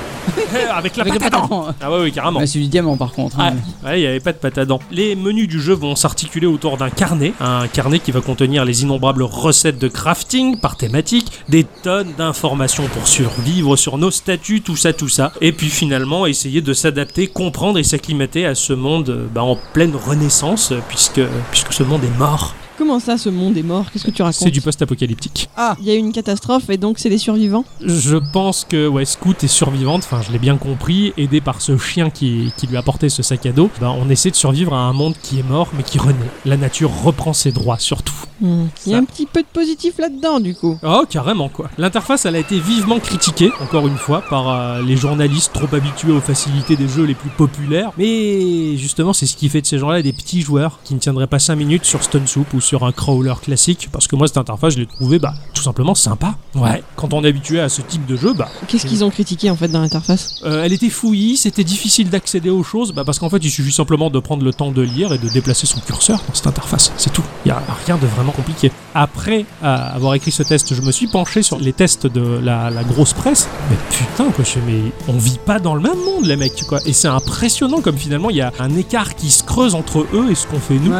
[SPEAKER 1] Avec la
[SPEAKER 3] Avec
[SPEAKER 1] patate à dents.
[SPEAKER 3] patate.
[SPEAKER 1] Ah ouais, oui, carrément.
[SPEAKER 3] Ah, c'est du diamant par contre.
[SPEAKER 1] Ah,
[SPEAKER 3] hein.
[SPEAKER 1] ouais, il n'y avait pas de pâte à dents. Les menus du jeu vont s'articuler autour d'un carnet, un carnet qui va contenir les innombrables recettes de crafting par thématique, des tonnes d'informations pour survivre sur nos statuts, tout ça, tout ça. Et puis finalement, essayer de s'adapter, comprendre et s'acclimater à ce monde euh, bah, en pleine renaissance, euh, puisque, puisque ce monde est mort.
[SPEAKER 2] Comment ça, ce monde est mort Qu'est-ce que tu racontes
[SPEAKER 1] C'est du post-apocalyptique.
[SPEAKER 2] Il y a eu une catastrophe et donc c'est les survivants.
[SPEAKER 1] Je pense que ouais, Scout est survivante, enfin je l'ai bien compris, aidée par ce chien qui, qui lui a porté ce sac à dos, ben, on essaie de survivre à un monde qui est mort mais qui renaît. La nature reprend ses droits surtout.
[SPEAKER 2] Il y a un petit peu de positif là-dedans, du coup.
[SPEAKER 1] Oh carrément quoi. L'interface elle a été vivement critiquée, encore une fois, par euh, les journalistes trop habitués aux facilités des jeux les plus populaires, mais justement c'est ce qui fait de ces gens-là des petits joueurs qui ne tiendraient pas 5 minutes sur Stone Soup ou sur un crawler classique, parce que moi cette interface je l'ai trouvée bah, tout simplement sympa. Ouais, quand on est habitué à ce type de jeu, bah
[SPEAKER 2] Qu'est-ce qu'ils ont critiqué en fait dans l'interface
[SPEAKER 1] Euh, elle était fouillie, c'était difficile d'accéder aux choses, bah parce qu'en fait il suffit simplement de prendre le temps de lire et de déplacer son curseur dans cette interface, c'est tout. Il n'y a rien de vraiment compliqué. après euh, avoir écrit ce test, je me suis penché sur les tests de la, la grosse presse. Mais putain, quoi, je fais, mais on vit pas dans le même monde, les mecs, quoi. Et c'est impressionnant comme finalement il y a un écart qui se creuse entre eux et ce qu'on fait nous. Et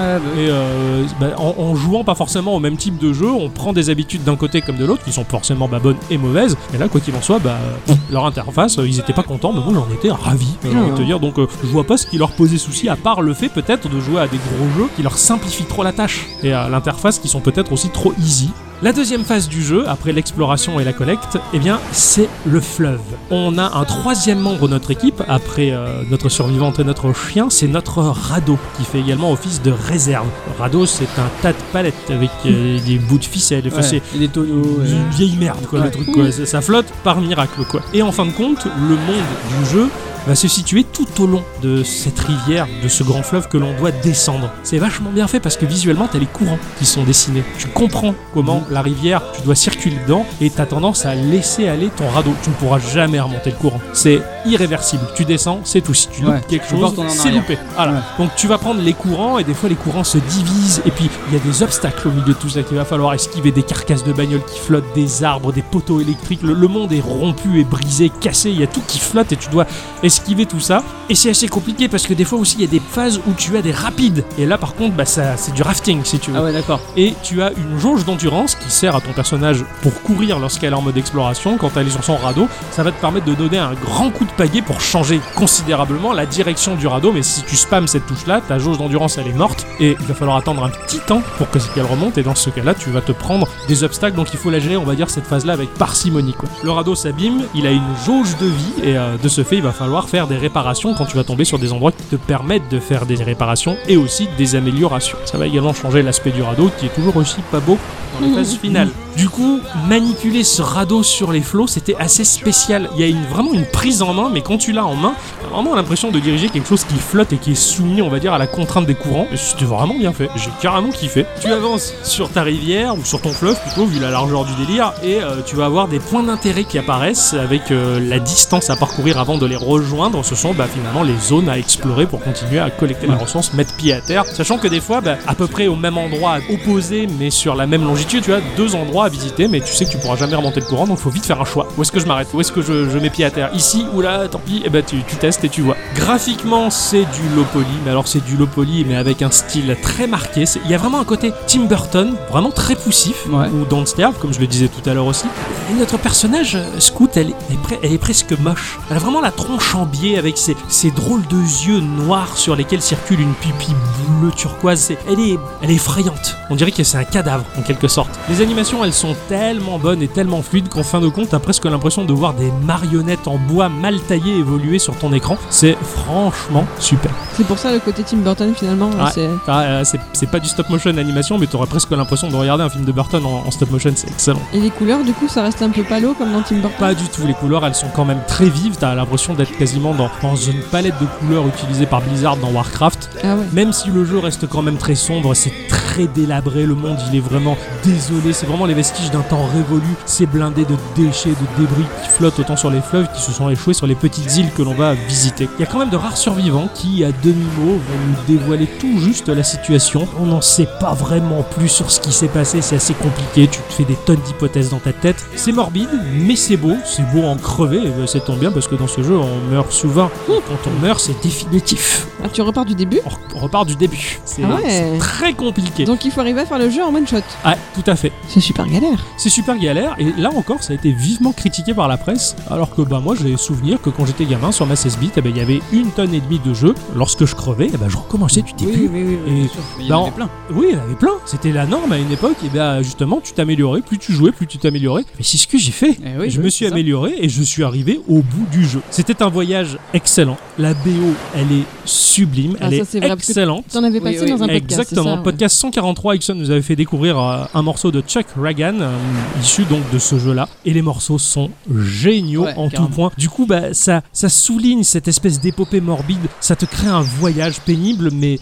[SPEAKER 1] euh, bah, en, en jouant pas forcément au même type de jeu, on prend des habitudes d'un côté comme de l'autre qui sont forcément bah, bonnes et mauvaises. Et là, quoi qu'il en soit, bah, pff, leur interface, euh, ils étaient pas contents, mais moi j'en étais ravi. euh, j'ai envie de te dire, donc euh, je vois pas ce qui leur posait souci à part le fait peut-être de jouer à des gros jeux qui leur simplifient trop la tâche et à l'interface qui sont peut-être aussi trop easy. La deuxième phase du jeu, après l'exploration et la collecte, eh bien, c'est le fleuve. On a un troisième membre de notre équipe, après euh, notre survivante et notre chien, c'est notre radeau, qui fait également office de réserve. Radeau, c'est un tas de palettes avec euh, des bouts de ficelle. Enfin, c'est-
[SPEAKER 3] et des tonneaux.
[SPEAKER 1] une vieille merde quoi le
[SPEAKER 3] Ouais.
[SPEAKER 1] truc quoi ça, ça flotte par miracle quoi et en fin de compte le monde du jeu va se situer tout au long de cette rivière de ce grand fleuve que l'on doit descendre c'est vachement bien fait parce que visuellement t'as les courants qui sont dessinés tu comprends comment
[SPEAKER 3] Mm.
[SPEAKER 1] la rivière tu dois circuler dedans et t'as tendance à laisser aller ton radeau tu ne pourras jamais remonter le courant c'est irréversible tu descends c'est tout si tu loupes
[SPEAKER 3] Ouais.
[SPEAKER 1] quelque
[SPEAKER 3] Tu peux pas
[SPEAKER 1] chose
[SPEAKER 3] retourner en
[SPEAKER 1] c'est
[SPEAKER 3] arrière.
[SPEAKER 1] loupé voilà
[SPEAKER 3] Ouais.
[SPEAKER 1] donc tu vas prendre les courants et des fois les courants se divisent et puis il y a des obstacles au milieu de tout ça qu'il va falloir esquiver des carcasses de bagnoles qui flottent, des arbres, des poteaux électriques. Le, le monde est rompu et brisé, cassé. Il y a tout qui flotte et tu dois esquiver tout ça. Et c'est assez compliqué parce que des fois aussi il y a des phases où tu as des rapides. Et là par contre bah ça c'est du rafting si tu veux
[SPEAKER 3] Ah ouais, d'accord.
[SPEAKER 1] et tu as une jauge d'endurance qui sert à ton personnage pour courir lorsqu'elle est en mode exploration. Quand elle est sur son radeau, ça va te permettre de donner un grand coup de pagaie pour changer considérablement la direction du radeau. Mais si tu spams cette touche-là, ta jauge d'endurance elle est morte et il va falloir attendre un petit temps pour que qu'elle remonte. Et dans ce cas-là, tu vas te prendre des obstacles. Donc il faut la gérer, on va dire, cette phase-là avec parcimonie. quoi. Le radeau s'abîme, il a une jauge de vie et euh, de ce fait, il va falloir faire des réparations quand tu vas tomber sur des endroits qui te permettent de faire des réparations et aussi des améliorations. Ça va également changer l'aspect du radeau qui est toujours aussi pas beau dans les phases finales. Du coup, manipuler ce radeau sur les flots, c'était assez spécial. Il y a une- vraiment une prise en main, mais quand tu l'as en main, t'as vraiment l'impression de diriger quelque chose qui flotte et qui est soumis, on va dire, à la contrainte des courants. Et C'était vraiment bien fait. J'ai carrément kiffé. Tu avances sur ta rivière ou sur ton fleuve, plutôt, vu la largeur du délire, et euh, tu vas avoir des points d'intérêt qui apparaissent avec euh, la distance à parcourir avant de les rejoindre. Ce sont bah, finalement les zones à explorer pour continuer à collecter la ressource, mettre pied à terre. Sachant que des fois, bah, à peu près au même endroit, opposé, mais sur la même longitude, tu as deux endroits à visiter, mais tu sais que tu pourras jamais remonter le courant, donc faut vite faire un choix. Où est-ce que je m'arrête Où est-ce que je, je mets pied à terre Ici ou là Tant pis, et bah, tu, tu testes et tu vois. Graphiquement, c'est du low poly, mais alors c'est du low poly, mais avec un style très marqué. C'est- Il y a vraiment un côté Tim Burton, vraiment très poussif,
[SPEAKER 3] Ouais.
[SPEAKER 1] ou Don't Starve, comme je le disais tout à l'heure aussi. Et notre personnage, euh, Scout, elle est, pre- elle est presque moche. Elle a vraiment la tronche en biais avec ses, ses drôles de yeux noirs sur lesquels circule une pupille bleue turquoise. C'est- Elle est, elle est effrayante. On dirait que c'est un cadavre, en quelque sorte. Les animations, elles sont tellement bonnes et tellement fluides qu'en fin de compte, t'as presque l'impression de voir des marionnettes en bois mal taillées évoluer sur ton écran. C'est franchement super.
[SPEAKER 2] C'est pour ça le côté Tim Burton finalement.
[SPEAKER 1] Ouais.
[SPEAKER 2] c'est-
[SPEAKER 1] Enfin, euh, c'est- c'est pas du stop motion animation, mais t'aurais presque l'impression de regarder un film de Burton en- en stop motion. C'est excellent.
[SPEAKER 2] Et les couleurs, du coup, ça reste un peu palo comme dans Tim Burton.
[SPEAKER 1] Pas du tout, les couleurs elles sont quand même très vives, t'as l'impression d'être quasiment dans, dans une palette de couleurs utilisée par Blizzard dans Warcraft.
[SPEAKER 2] Ah ouais.
[SPEAKER 1] Même si le jeu reste quand même très sombre, c'est très délabré, le monde il est vraiment désolé, c'est vraiment les vestiges d'un temps révolu, c'est blindé de déchets, de débris qui flottent autant sur les fleuves qui se sont échoués sur les petites îles que l'on va visiter. Il y a quand même de rares survivants qui, à demi-mot, vont nous dévoiler tout juste la situation. On n'en sait pas vraiment plus sur ce qui s'est passé, c'est assez compliqué, tu te fais des tonnes d'hypothèses dans ta tête. C'est morbide, mais c'est beau, c'est beau à en crever, et ben, ça tombe bien parce que dans ce jeu on meurt souvent. Et Quand on meurt, c'est définitif
[SPEAKER 2] Ah, tu repars du début
[SPEAKER 1] on repart du début. C'est
[SPEAKER 2] Ah ouais.
[SPEAKER 1] c'est très compliqué.
[SPEAKER 2] Donc il faut arriver à faire le jeu en one shot.
[SPEAKER 1] Ah, tout à fait.
[SPEAKER 2] C'est super galère.
[SPEAKER 1] C'est super galère et là encore ça a été vivement critiqué par la presse alors que bah moi j'ai souvenir que quand j'étais gamin sur ma 16 bits eh ben, il y avait une tonne et demie de jeux. Lorsque je crevais, eh ben, je recommençais du début.
[SPEAKER 3] Oui, oui, oui,
[SPEAKER 1] Et
[SPEAKER 3] bien sûr. Mais Il y en
[SPEAKER 1] dans-
[SPEAKER 3] avait plein.
[SPEAKER 1] Oui, il y en avait plein. C'était la norme à une époque. Et bien, justement, tu t'améliorais. Plus tu jouais, plus tu t'améliorais. Mais c'est ce que j'ai fait.
[SPEAKER 3] Eh oui,
[SPEAKER 1] je
[SPEAKER 3] oui,
[SPEAKER 1] me suis
[SPEAKER 3] c'est ça.
[SPEAKER 1] amélioré et je suis arrivé au bout du jeu. C'était un voyage excellent. La BO, elle est sublime.
[SPEAKER 2] Ah,
[SPEAKER 1] elle
[SPEAKER 2] ça,
[SPEAKER 1] est,
[SPEAKER 2] c'est vrai, parce que
[SPEAKER 1] excellente.
[SPEAKER 2] T'en avais
[SPEAKER 3] Oui,
[SPEAKER 2] passé
[SPEAKER 3] oui,
[SPEAKER 2] dans un
[SPEAKER 3] oui.
[SPEAKER 2] podcast. c'est
[SPEAKER 1] Exactement.
[SPEAKER 2] ça, ouais.
[SPEAKER 1] Podcast 143, Ixon nous avait fait découvrir euh, un morceau de Chuck Ragan, euh, issu donc de ce jeu-là. Et les morceaux sont géniaux
[SPEAKER 3] Ouais,
[SPEAKER 1] en
[SPEAKER 3] carrément.
[SPEAKER 1] tout point. Du coup, bah, ça, ça souligne cette espèce d'épopée morbide. Ça te crée un voyage pénible, mais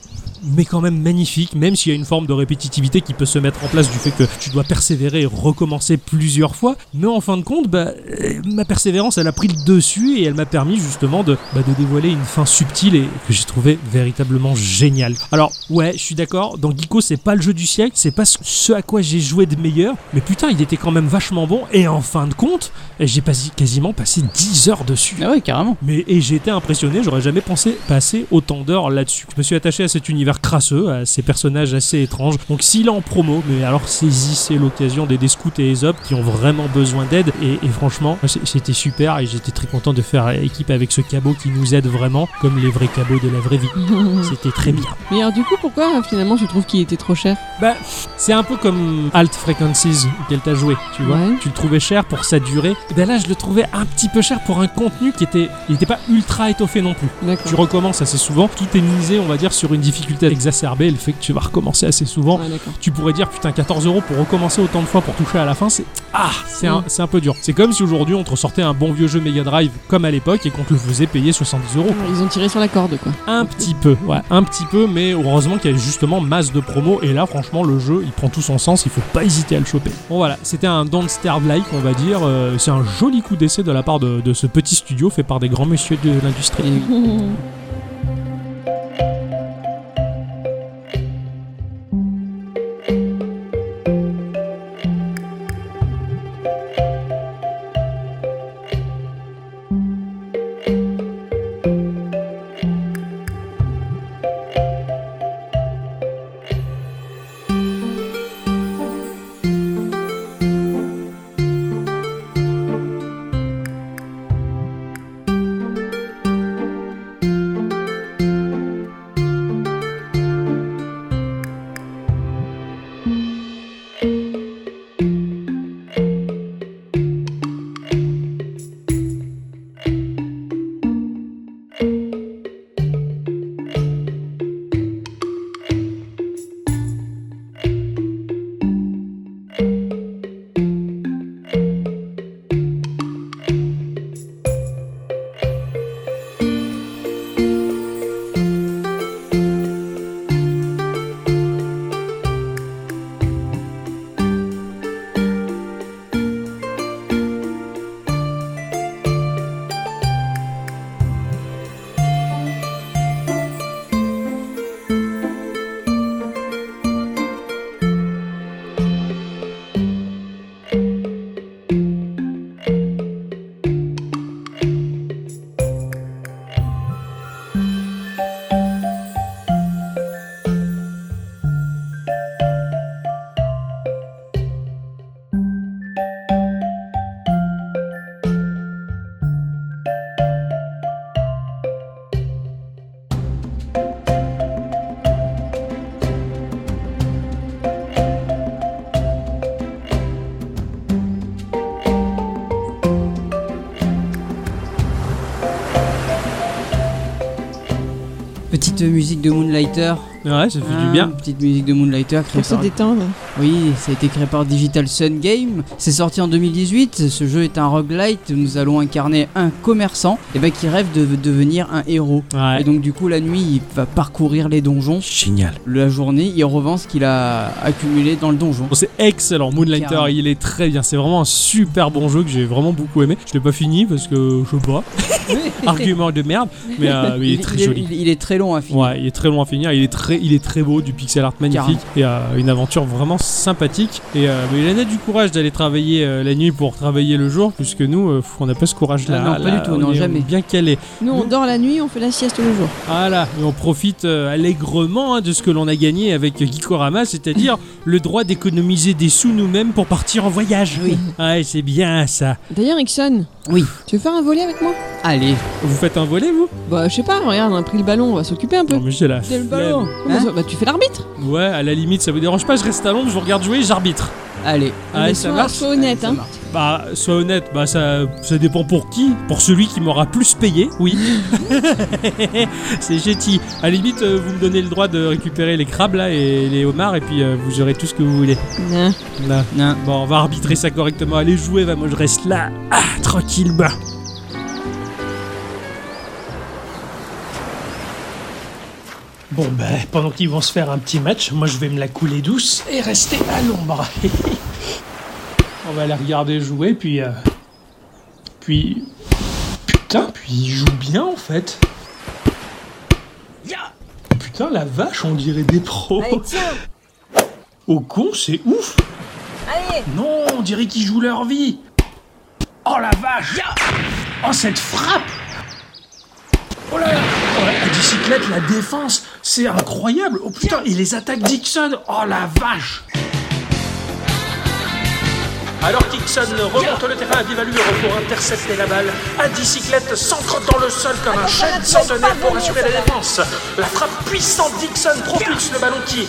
[SPEAKER 1] mais quand même magnifique, même s'il y a une forme de répétitivité qui peut se mettre en place du fait que tu dois persévérer et recommencer plusieurs fois. Mais en fin de compte, bah, euh, ma persévérance, elle a pris le dessus et elle m'a permis justement de, bah, de dévoiler une fin subtile et que j'ai trouvé véritablement géniale. Alors, ouais, je suis d'accord, dans Geeko, c'est pas le jeu du siècle, c'est pas ce- ce à quoi j'ai joué de meilleur, mais putain, il était quand même vachement bon et en fin de compte, j'ai pas- quasiment passé 10 heures dessus.
[SPEAKER 3] Ah ouais, carrément.
[SPEAKER 1] Mais et j'ai été impressionné, j'aurais jamais pensé passer autant d'heures là-dessus. Je me suis attaché à cet univers crasseux, à ces personnages assez étranges. Donc s'il est en promo, mais alors saisissez l'occasion des, des scouts et Aesop qui ont vraiment besoin d'aide. Et, et franchement, c'est- c'était super et j'étais très content de faire équipe avec ce cabot qui nous aide vraiment, comme les vrais cabots de la vraie vie. C'était très bien.
[SPEAKER 2] [laughs] Mais alors du coup, pourquoi euh, finalement tu trouves qu'il était trop cher
[SPEAKER 1] Bah, c'est un peu comme Alt Frequencies auquel t'as joué, tu vois.
[SPEAKER 2] Ouais.
[SPEAKER 1] Tu le trouvais cher pour sa durée. Et ben là, je le trouvais un petit peu cher pour un contenu qui était, il était pas ultra étoffé non plus. Tu
[SPEAKER 2] D'accord.
[SPEAKER 1] recommences assez souvent. Tout est misé, on va dire, sur une difficulté exacerbée, le fait que tu vas recommencer assez souvent.
[SPEAKER 2] Ouais, d'accord.
[SPEAKER 1] Tu pourrais dire putain 14 euros pour recommencer autant de fois pour toucher à la fin, c'est ah c'est un, c'est un peu dur. C'est comme si aujourd'hui on te ressortait un bon vieux jeu Mega Drive comme à l'époque et qu'on te le faisait payer 70 euros.
[SPEAKER 2] Ils ont tiré sur la corde quoi.
[SPEAKER 1] Un petit peu, ouais, un petit peu, mais heureusement qu'il y a justement masse de promos. Et là, franchement, le jeu, il prend tout son sens. Il faut pas hésiter à le choper. Bon, voilà, c'était un Don't Starve Like, on va dire. Euh, c'est un joli coup d'essai de la part de, de ce petit studio fait par des grands messieurs de l'industrie.
[SPEAKER 3] Petite euh, musique de Moonlighter.
[SPEAKER 1] Ouais, ça fait
[SPEAKER 3] Ah,
[SPEAKER 1] du bien.
[SPEAKER 3] Petite musique de Moonlighter créée
[SPEAKER 2] Pour se
[SPEAKER 3] par
[SPEAKER 2] détendre.
[SPEAKER 3] Oui, ça a été créé par Digital Sun Game. C'est sorti en 2018. Ce jeu est un roguelite. où Nous allons incarner un commerçant eh ben, qui rêve de devenir un héros.
[SPEAKER 1] Ouais.
[SPEAKER 3] Et donc, du coup, la nuit, il va parcourir les donjons.
[SPEAKER 1] Génial.
[SPEAKER 3] La journée, il revend ce qu'il a accumulé dans le donjon.
[SPEAKER 1] Bon, c'est excellent. Moonlighter,
[SPEAKER 3] Carrément.
[SPEAKER 1] il est très bien. C'est vraiment un super bon jeu que j'ai vraiment beaucoup aimé. Je l'ai pas fini parce que je
[SPEAKER 3] [laughs]
[SPEAKER 1] sais pas. Argument de merde, mais, euh, mais il est très
[SPEAKER 3] il,
[SPEAKER 1] joli.
[SPEAKER 3] il- il est très long hein, à finir.
[SPEAKER 1] Ouais, il est très long à finir. Il est très, il est très beau, du pixel art magnifique et euh, une aventure vraiment sympathique. Et euh, mais il en a du courage d'aller travailler euh, la nuit pour travailler le jour, puisque nous, euh, on n'a pas ce courage-là.
[SPEAKER 3] Ah non, pas
[SPEAKER 1] Là,
[SPEAKER 3] du tout,
[SPEAKER 1] on
[SPEAKER 3] non,
[SPEAKER 1] est
[SPEAKER 3] jamais.
[SPEAKER 1] Bien calé.
[SPEAKER 2] Nous
[SPEAKER 1] Mmh.
[SPEAKER 2] on dort la nuit, on fait la sieste le jour.
[SPEAKER 1] Voilà, et on profite euh, allègrement hein, de ce que l'on a gagné avec Gikorama, c'est-à-dire le droit d'économiser des sous nous-mêmes pour partir en voyage. Ah
[SPEAKER 3] Oui.
[SPEAKER 1] Ouais, c'est bien ça.
[SPEAKER 2] D'ailleurs Ixon,
[SPEAKER 3] Oui.
[SPEAKER 2] tu veux faire un volet avec moi
[SPEAKER 3] Allez,
[SPEAKER 1] Vous faites un volet, vous
[SPEAKER 2] Bah je sais pas, regarde, on a pris le ballon, on va s'occuper un peu.
[SPEAKER 1] Non, mais j'ai la
[SPEAKER 2] C'est le
[SPEAKER 1] flemme.
[SPEAKER 2] ballon Comment
[SPEAKER 3] Hein
[SPEAKER 2] ça Bah tu fais l'arbitre
[SPEAKER 1] Ouais, à la limite, ça vous dérange pas, je reste à l'ombre, je vous regarde jouer, j'arbitre.
[SPEAKER 3] allez.
[SPEAKER 1] Ah, Ouais,
[SPEAKER 2] Mais
[SPEAKER 1] ça
[SPEAKER 2] sois-
[SPEAKER 1] marche
[SPEAKER 2] Sois honnête
[SPEAKER 3] Allez, ça
[SPEAKER 2] hein.
[SPEAKER 3] marche.
[SPEAKER 1] Bah, sois honnête, bah ça, ça dépend pour qui. Pour celui qui m'aura plus payé, oui. [laughs] c'est gentil. À la limite, euh, vous me donnez le droit de récupérer les crabes là et les homards, et puis euh, vous aurez tout ce que vous voulez.
[SPEAKER 2] Non.
[SPEAKER 1] Là.
[SPEAKER 3] Non.
[SPEAKER 1] Bon, on va arbitrer ça correctement. Allez jouer, va, moi je reste là. Ah, tranquille, bah.
[SPEAKER 6] Bon ben, pendant qu'ils vont se faire un petit match, moi je vais me la couler douce et rester à l'ombre. [laughs] On va la regarder jouer, puis... euh, Puis... Putain, puis il joue bien en fait. Ya Putain, la vache, on dirait des pros.
[SPEAKER 7] Allez, tiens
[SPEAKER 6] Au con, c'est ouf
[SPEAKER 7] Allez
[SPEAKER 6] Non, on dirait qu'ils jouent leur vie. Oh la vache Ya Oh cette frappe Oh là là Oh, La bicyclette, la défense, c'est incroyable Oh putain, et les attaques Dixon Oh la vache alors Dixon remonte le terrain à vive allure pour intercepter la balle. À bicyclette s'ancre dans le sol comme un chêne centenaire pour assurer la défense. La frappe puissante Dixon propulse le ballon qui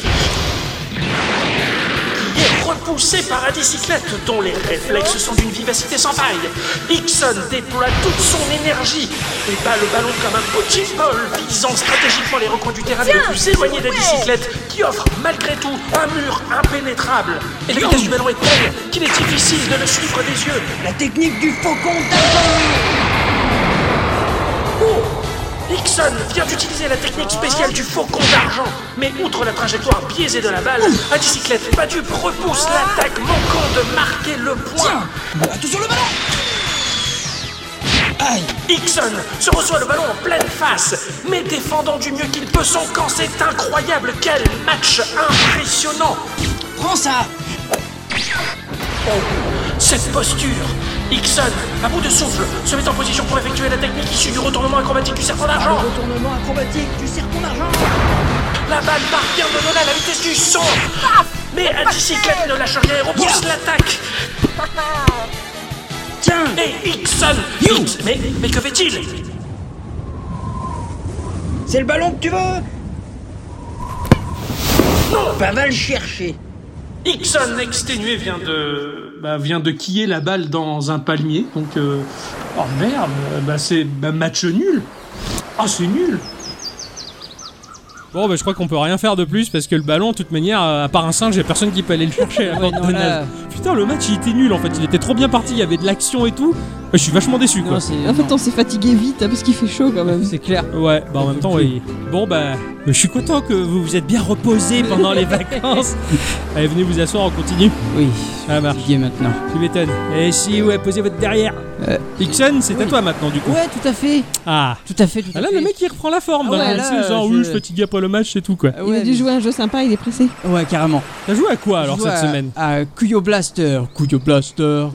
[SPEAKER 6] il est repoussé par la bicyclette dont les réflexes sont d'une vivacité sans paille. Hickson déploie toute son énergie et bat le ballon comme un petit bol, visant stratégiquement les recoins du terrain les plus éloignés des bicyclettes qui offrent malgré tout un mur impénétrable. Et la vitesse du ballon est telle qu'il est difficile de le suivre des yeux.
[SPEAKER 7] La technique du faucon d'Albon
[SPEAKER 6] Oh Hickson vient d'utiliser la technique spéciale du faucon d'argent, mais outre la trajectoire biaisée de la balle, la bicyclette pas dupe repousse l'attaque manquant de marquer le point.
[SPEAKER 7] Attention le ballon
[SPEAKER 6] Hickson se reçoit le ballon en pleine face, mais défendant du mieux qu'il peut son camp, c'est incroyable, quel match impressionnant
[SPEAKER 7] Prends ça
[SPEAKER 6] Cette posture Hickson, à bout de souffle, se met en position pour effectuer la technique issue du retournement acrobatique du serpent d'argent.
[SPEAKER 7] Retournement acrobatique du serpent d'argent
[SPEAKER 6] La balle part bien de Nolan à la vitesse du son
[SPEAKER 7] Ah
[SPEAKER 6] Mais la bicyclette ne lâche rien et repousse l'attaque
[SPEAKER 7] Tiens
[SPEAKER 6] Et Hickson Hicks- mais, mais que fait-il
[SPEAKER 7] C'est le ballon que tu veux Pas mal cherché
[SPEAKER 6] Hickson exténué vient de bah, vient de quiller la balle dans un palmier. Donc euh, oh merde, euh, bah c'est bah, match nul. Ah c'est nul.
[SPEAKER 1] Bon, bah, je crois qu'on peut rien faire de plus parce que le ballon, de toute manière, euh, à part un singe, y a personne qui peut aller
[SPEAKER 3] [laughs]
[SPEAKER 1] le chercher à la
[SPEAKER 3] Ouais,
[SPEAKER 1] bande
[SPEAKER 3] non,
[SPEAKER 1] de
[SPEAKER 3] là-
[SPEAKER 1] nage. Putain, le match il était nul en fait, il était trop bien parti, il y avait de l'action et tout. Ouais, Je suis vachement déçu quoi.
[SPEAKER 3] Non, c'est.
[SPEAKER 2] En fait,
[SPEAKER 3] non.
[SPEAKER 2] on s'est fatigué vite hein, parce qu'il fait chaud quand même.
[SPEAKER 3] C'est clair.
[SPEAKER 1] Ouais, bah en même temps, oui. Bon, bah, je suis content que vous vous êtes bien reposé pendant
[SPEAKER 3] [laughs]
[SPEAKER 1] les vacances. Allez, venez vous asseoir, on continue.
[SPEAKER 3] Oui.
[SPEAKER 1] Ça marche.
[SPEAKER 3] Fatigué maintenant.
[SPEAKER 1] Tu m'étonnes. Et si, ouais, posez votre derrière. Hickson, c'est à toi maintenant, du coup.
[SPEAKER 3] Ouais, tout à fait.
[SPEAKER 1] Ah.
[SPEAKER 3] Tout à fait. Tout
[SPEAKER 1] Ah
[SPEAKER 3] à
[SPEAKER 1] là,
[SPEAKER 3] fait.
[SPEAKER 1] le mec il reprend la forme.
[SPEAKER 3] Ah
[SPEAKER 1] d'un
[SPEAKER 3] ouais,
[SPEAKER 1] coup,
[SPEAKER 3] là,
[SPEAKER 1] tu sais, genre,
[SPEAKER 3] je-
[SPEAKER 1] oui, je fatigue après le match et tout, quoi.
[SPEAKER 3] Ah
[SPEAKER 2] Il
[SPEAKER 3] ouais,
[SPEAKER 2] a dû jouer à un jeu sympa, il est pressé.
[SPEAKER 3] Ouais, carrément.
[SPEAKER 1] T'as joué à quoi alors
[SPEAKER 3] Je joue
[SPEAKER 1] cette
[SPEAKER 3] à-
[SPEAKER 1] [laughs] semaine
[SPEAKER 3] À Cuyo Blaster. Cuyo Blaster.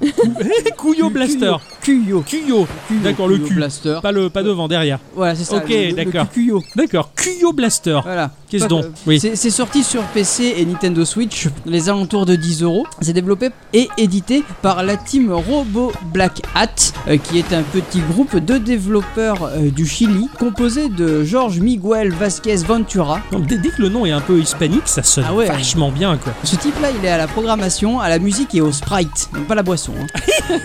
[SPEAKER 1] Couillot Blaster.
[SPEAKER 3] Cuyo.
[SPEAKER 1] Cuyo. D'accord, le cul.
[SPEAKER 3] Blaster.
[SPEAKER 1] Pas, le, pas devant, derrière.
[SPEAKER 3] Voilà, c'est ça.
[SPEAKER 1] Ok,
[SPEAKER 3] le- le- le
[SPEAKER 1] d'accord.
[SPEAKER 3] Cuyo.
[SPEAKER 1] D'accord, Cuyo Blaster.
[SPEAKER 3] Voilà.
[SPEAKER 1] Qu'est-ce
[SPEAKER 3] Pas-
[SPEAKER 1] donc
[SPEAKER 3] euh,
[SPEAKER 1] Oui.
[SPEAKER 3] C'est c'est sorti sur PC et Nintendo Switch dans les alentours de 10 euros. C'est développé et édité par la team Robo Black Hat, euh, qui est un petit groupe de développeurs euh, du Chili, composé de George Miguel Vasquez Ventura.
[SPEAKER 1] Non, dès, dès que le nom est un peu hispanique, ça sonne
[SPEAKER 3] Ah ouais.
[SPEAKER 1] vachement bien, quoi.
[SPEAKER 3] Ce type-là, il est à la programmation, à la musique et au sprite, donc pas la boisson. hein.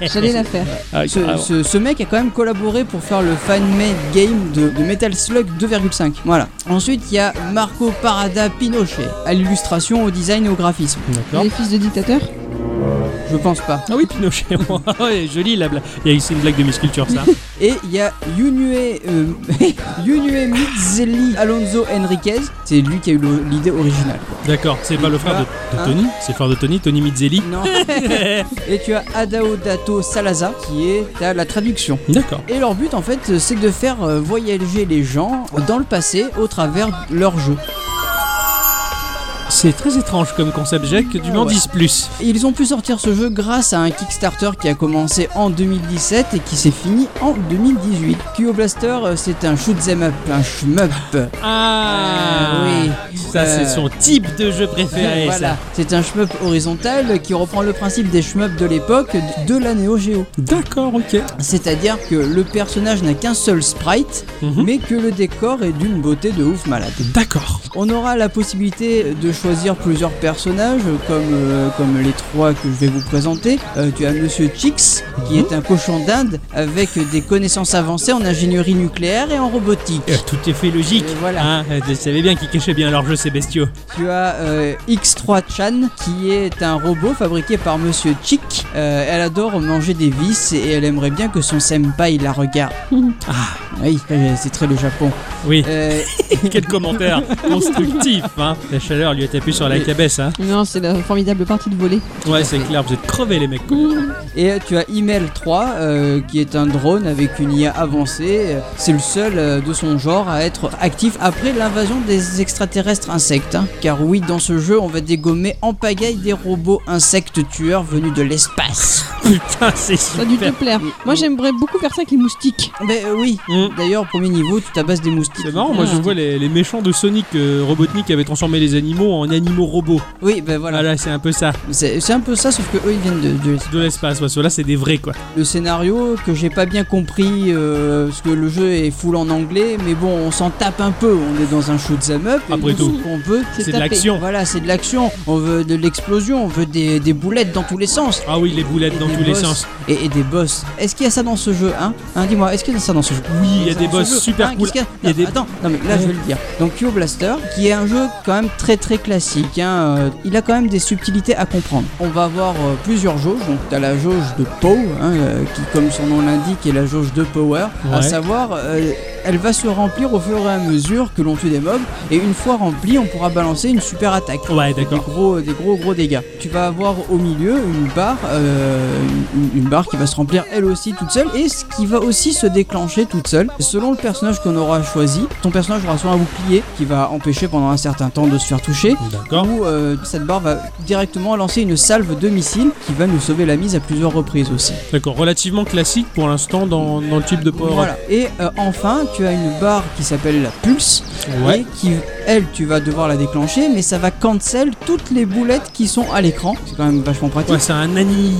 [SPEAKER 2] J'allais la faire.
[SPEAKER 1] Ah,
[SPEAKER 3] Ce,
[SPEAKER 1] ah,
[SPEAKER 3] ce- ce mec a quand même collaboré pour faire le fan-made game de, de Metal Slug 2,5. Voilà. Ensuite, il y a Marco Parada Pinochet, à l'illustration, au design et au graphisme.
[SPEAKER 1] D'accord.
[SPEAKER 2] Les fils de dictateur
[SPEAKER 3] Je pense pas.
[SPEAKER 1] Ah oui, Pinochet, [laughs] moi. Ah ouais, joli la blague. Il y a- C'est une blague de Miss Culture, [laughs] ça.
[SPEAKER 3] Et il y a Yunue, euh, [laughs] Yunue Mizeli Alonso Enriquez. C'est lui qui a eu le- l'idée originale.
[SPEAKER 1] D'accord, c'est pas le frère de, de
[SPEAKER 3] Hein
[SPEAKER 1] Tony. C'est le frère de Tony, Tony Mizzelli.
[SPEAKER 3] Non. Et tu as Adao Dato Salazar qui est à la traduction.
[SPEAKER 1] D'accord.
[SPEAKER 3] Et leur but en fait c'est de faire euh, voyager les gens dans le passé au travers de leur jeu.
[SPEAKER 1] C'est très étrange comme concept, Jack. que Tu m'en
[SPEAKER 3] Ouais.
[SPEAKER 1] dises plus.
[SPEAKER 3] Et ils ont pu sortir ce jeu grâce à un Kickstarter qui a commencé en 2017 et qui s'est fini en 2018. Cuo Blaster euh, c'est un shoot'em up, un shmup.
[SPEAKER 1] Ah
[SPEAKER 3] Euh, oui.
[SPEAKER 1] Ça, c'est son type de jeu préféré,
[SPEAKER 3] Voilà.
[SPEAKER 1] ça.
[SPEAKER 3] C'est un shmup horizontal qui reprend le principe des shmups de l'époque de la Neo Geo.
[SPEAKER 1] D'accord, ok.
[SPEAKER 3] C'est-à-dire que le personnage n'a qu'un seul sprite,
[SPEAKER 1] Mhm.
[SPEAKER 3] mais que le décor est d'une beauté de ouf malade.
[SPEAKER 1] D'accord.
[SPEAKER 3] On aura la possibilité de choisir plusieurs personnages, comme, euh, comme les trois que je vais vous présenter. Euh, tu as Monsieur Chix, qui est un cochon d'Inde avec des connaissances avancées en ingénierie nucléaire et en robotique.
[SPEAKER 1] Euh, Tout est fait logique.
[SPEAKER 3] Et voilà.
[SPEAKER 1] Hein, euh, je savais bien qu'ils cachaient bien leur jeu, ces bestiaux.
[SPEAKER 3] Tu as euh, X3 Chan qui est un robot fabriqué par Monsieur Chick. Euh, elle adore manger des vis et elle aimerait bien que son senpai la regarde. ah oui, euh, c'est très le Japon.
[SPEAKER 1] Oui,
[SPEAKER 3] Euh,
[SPEAKER 1] [laughs] quel
[SPEAKER 3] [laughs]
[SPEAKER 1] commentaire constructif. Hein. La chaleur lui a tapé sur la
[SPEAKER 3] Mais-
[SPEAKER 1] cabasse. Hein.
[SPEAKER 2] Non, c'est la formidable partie de voler.
[SPEAKER 3] [laughs]
[SPEAKER 1] Ouais, c'est clair, vous êtes crevés, les mecs. quoi.
[SPEAKER 3] et tu as Email 3 euh, qui est un drone avec une IA avancée. C'est le seul euh, de son genre à être actif après l'invasion des extraterrestres insectes. hein. Car oui, dans ce jeu, on va dégommer en pagaille des robots insectes tueurs venus de l'espace.
[SPEAKER 1] [laughs] Putain, c'est
[SPEAKER 2] Ça a dû te
[SPEAKER 1] super.
[SPEAKER 2] plaire. Moi, j'aimerais beaucoup faire ça avec les moustiques.
[SPEAKER 3] Mais euh, oui,
[SPEAKER 1] Mm.
[SPEAKER 3] d'ailleurs, au premier niveau, tu tabasses des moustiques.
[SPEAKER 1] C'est marrant, moi je
[SPEAKER 3] Ah.
[SPEAKER 1] vois les, les méchants de Sonic euh, Robotnik qui avaient transformé les animaux en animaux robots.
[SPEAKER 3] Oui, ben voilà.
[SPEAKER 1] Voilà, c'est un peu ça,
[SPEAKER 3] C'est c'est un peu ça, sauf que eux ils viennent de, de-
[SPEAKER 1] de l'espace. Ouais, Ceux-là, c'est des vrais quoi.
[SPEAKER 3] Le scénario que j'ai pas bien compris, euh, parce que le jeu est full en anglais, mais bon, on s'en tape un peu. On est dans un shoot 'em up. et
[SPEAKER 1] Après
[SPEAKER 3] nous,
[SPEAKER 1] tout.
[SPEAKER 3] ce qu'on veut,
[SPEAKER 1] C'est de
[SPEAKER 2] tapé.
[SPEAKER 1] l'action.
[SPEAKER 3] voilà, c'est de l'action. On veut de l'explosion, on veut des, des boulettes dans tous les sens.
[SPEAKER 1] Ah oui, les boulettes dans
[SPEAKER 3] Des
[SPEAKER 1] tous les
[SPEAKER 3] boss.
[SPEAKER 1] sens.
[SPEAKER 3] Et, et des boss. Est-ce qu'il y a ça dans ce jeu, hein, Hein, Dis-moi, est-ce qu'il y a ça dans ce jeu
[SPEAKER 1] Oui, il y a
[SPEAKER 3] Ça,
[SPEAKER 1] des
[SPEAKER 3] ce
[SPEAKER 1] boss
[SPEAKER 3] jeu.
[SPEAKER 1] super
[SPEAKER 3] Ah,
[SPEAKER 1] cool.
[SPEAKER 3] qu'est-ce qu'il
[SPEAKER 1] Il y a des-
[SPEAKER 3] Attends, non mais là je vais le dire. Donc Kyo Blaster, qui est un jeu quand même très très classique, hein, euh, il a quand même des subtilités à comprendre. On va avoir euh, plusieurs jauges, donc t'as la jauge de POW, hein, euh, qui comme son nom l'indique est la jauge de Power,
[SPEAKER 1] Ouais.
[SPEAKER 3] à savoir euh, elle va se remplir au fur et à mesure que l'on tue des mobs, et une fois remplie on pourra balancer une super attaque
[SPEAKER 1] Ouais,
[SPEAKER 3] des
[SPEAKER 1] d'accord.
[SPEAKER 3] gros, des gros gros dégâts. Tu vas avoir au milieu une barre, euh, une, une barre qui va se remplir elle aussi toute seule et ce qui va aussi se déclencher toute seule. Selon le personnage qu'on aura choisi, ton personnage aura soit un bouclier qui va empêcher pendant un certain temps de se faire toucher.
[SPEAKER 1] D'accord.
[SPEAKER 3] Ou euh, cette barre va directement lancer une salve de missiles qui va nous sauver la mise à plusieurs reprises aussi.
[SPEAKER 1] D'accord. Relativement classique pour l'instant dans, dans le type de power.
[SPEAKER 3] Voilà. Et euh, enfin, tu as une barre qui s'appelle la pulse
[SPEAKER 1] Ouais.
[SPEAKER 3] et qui, elle, tu vas devoir la déclencher, mais ça va cancel toutes les boulettes qui sont à l'écran. C'est quand même vachement pratique.
[SPEAKER 1] Ouais, c'est un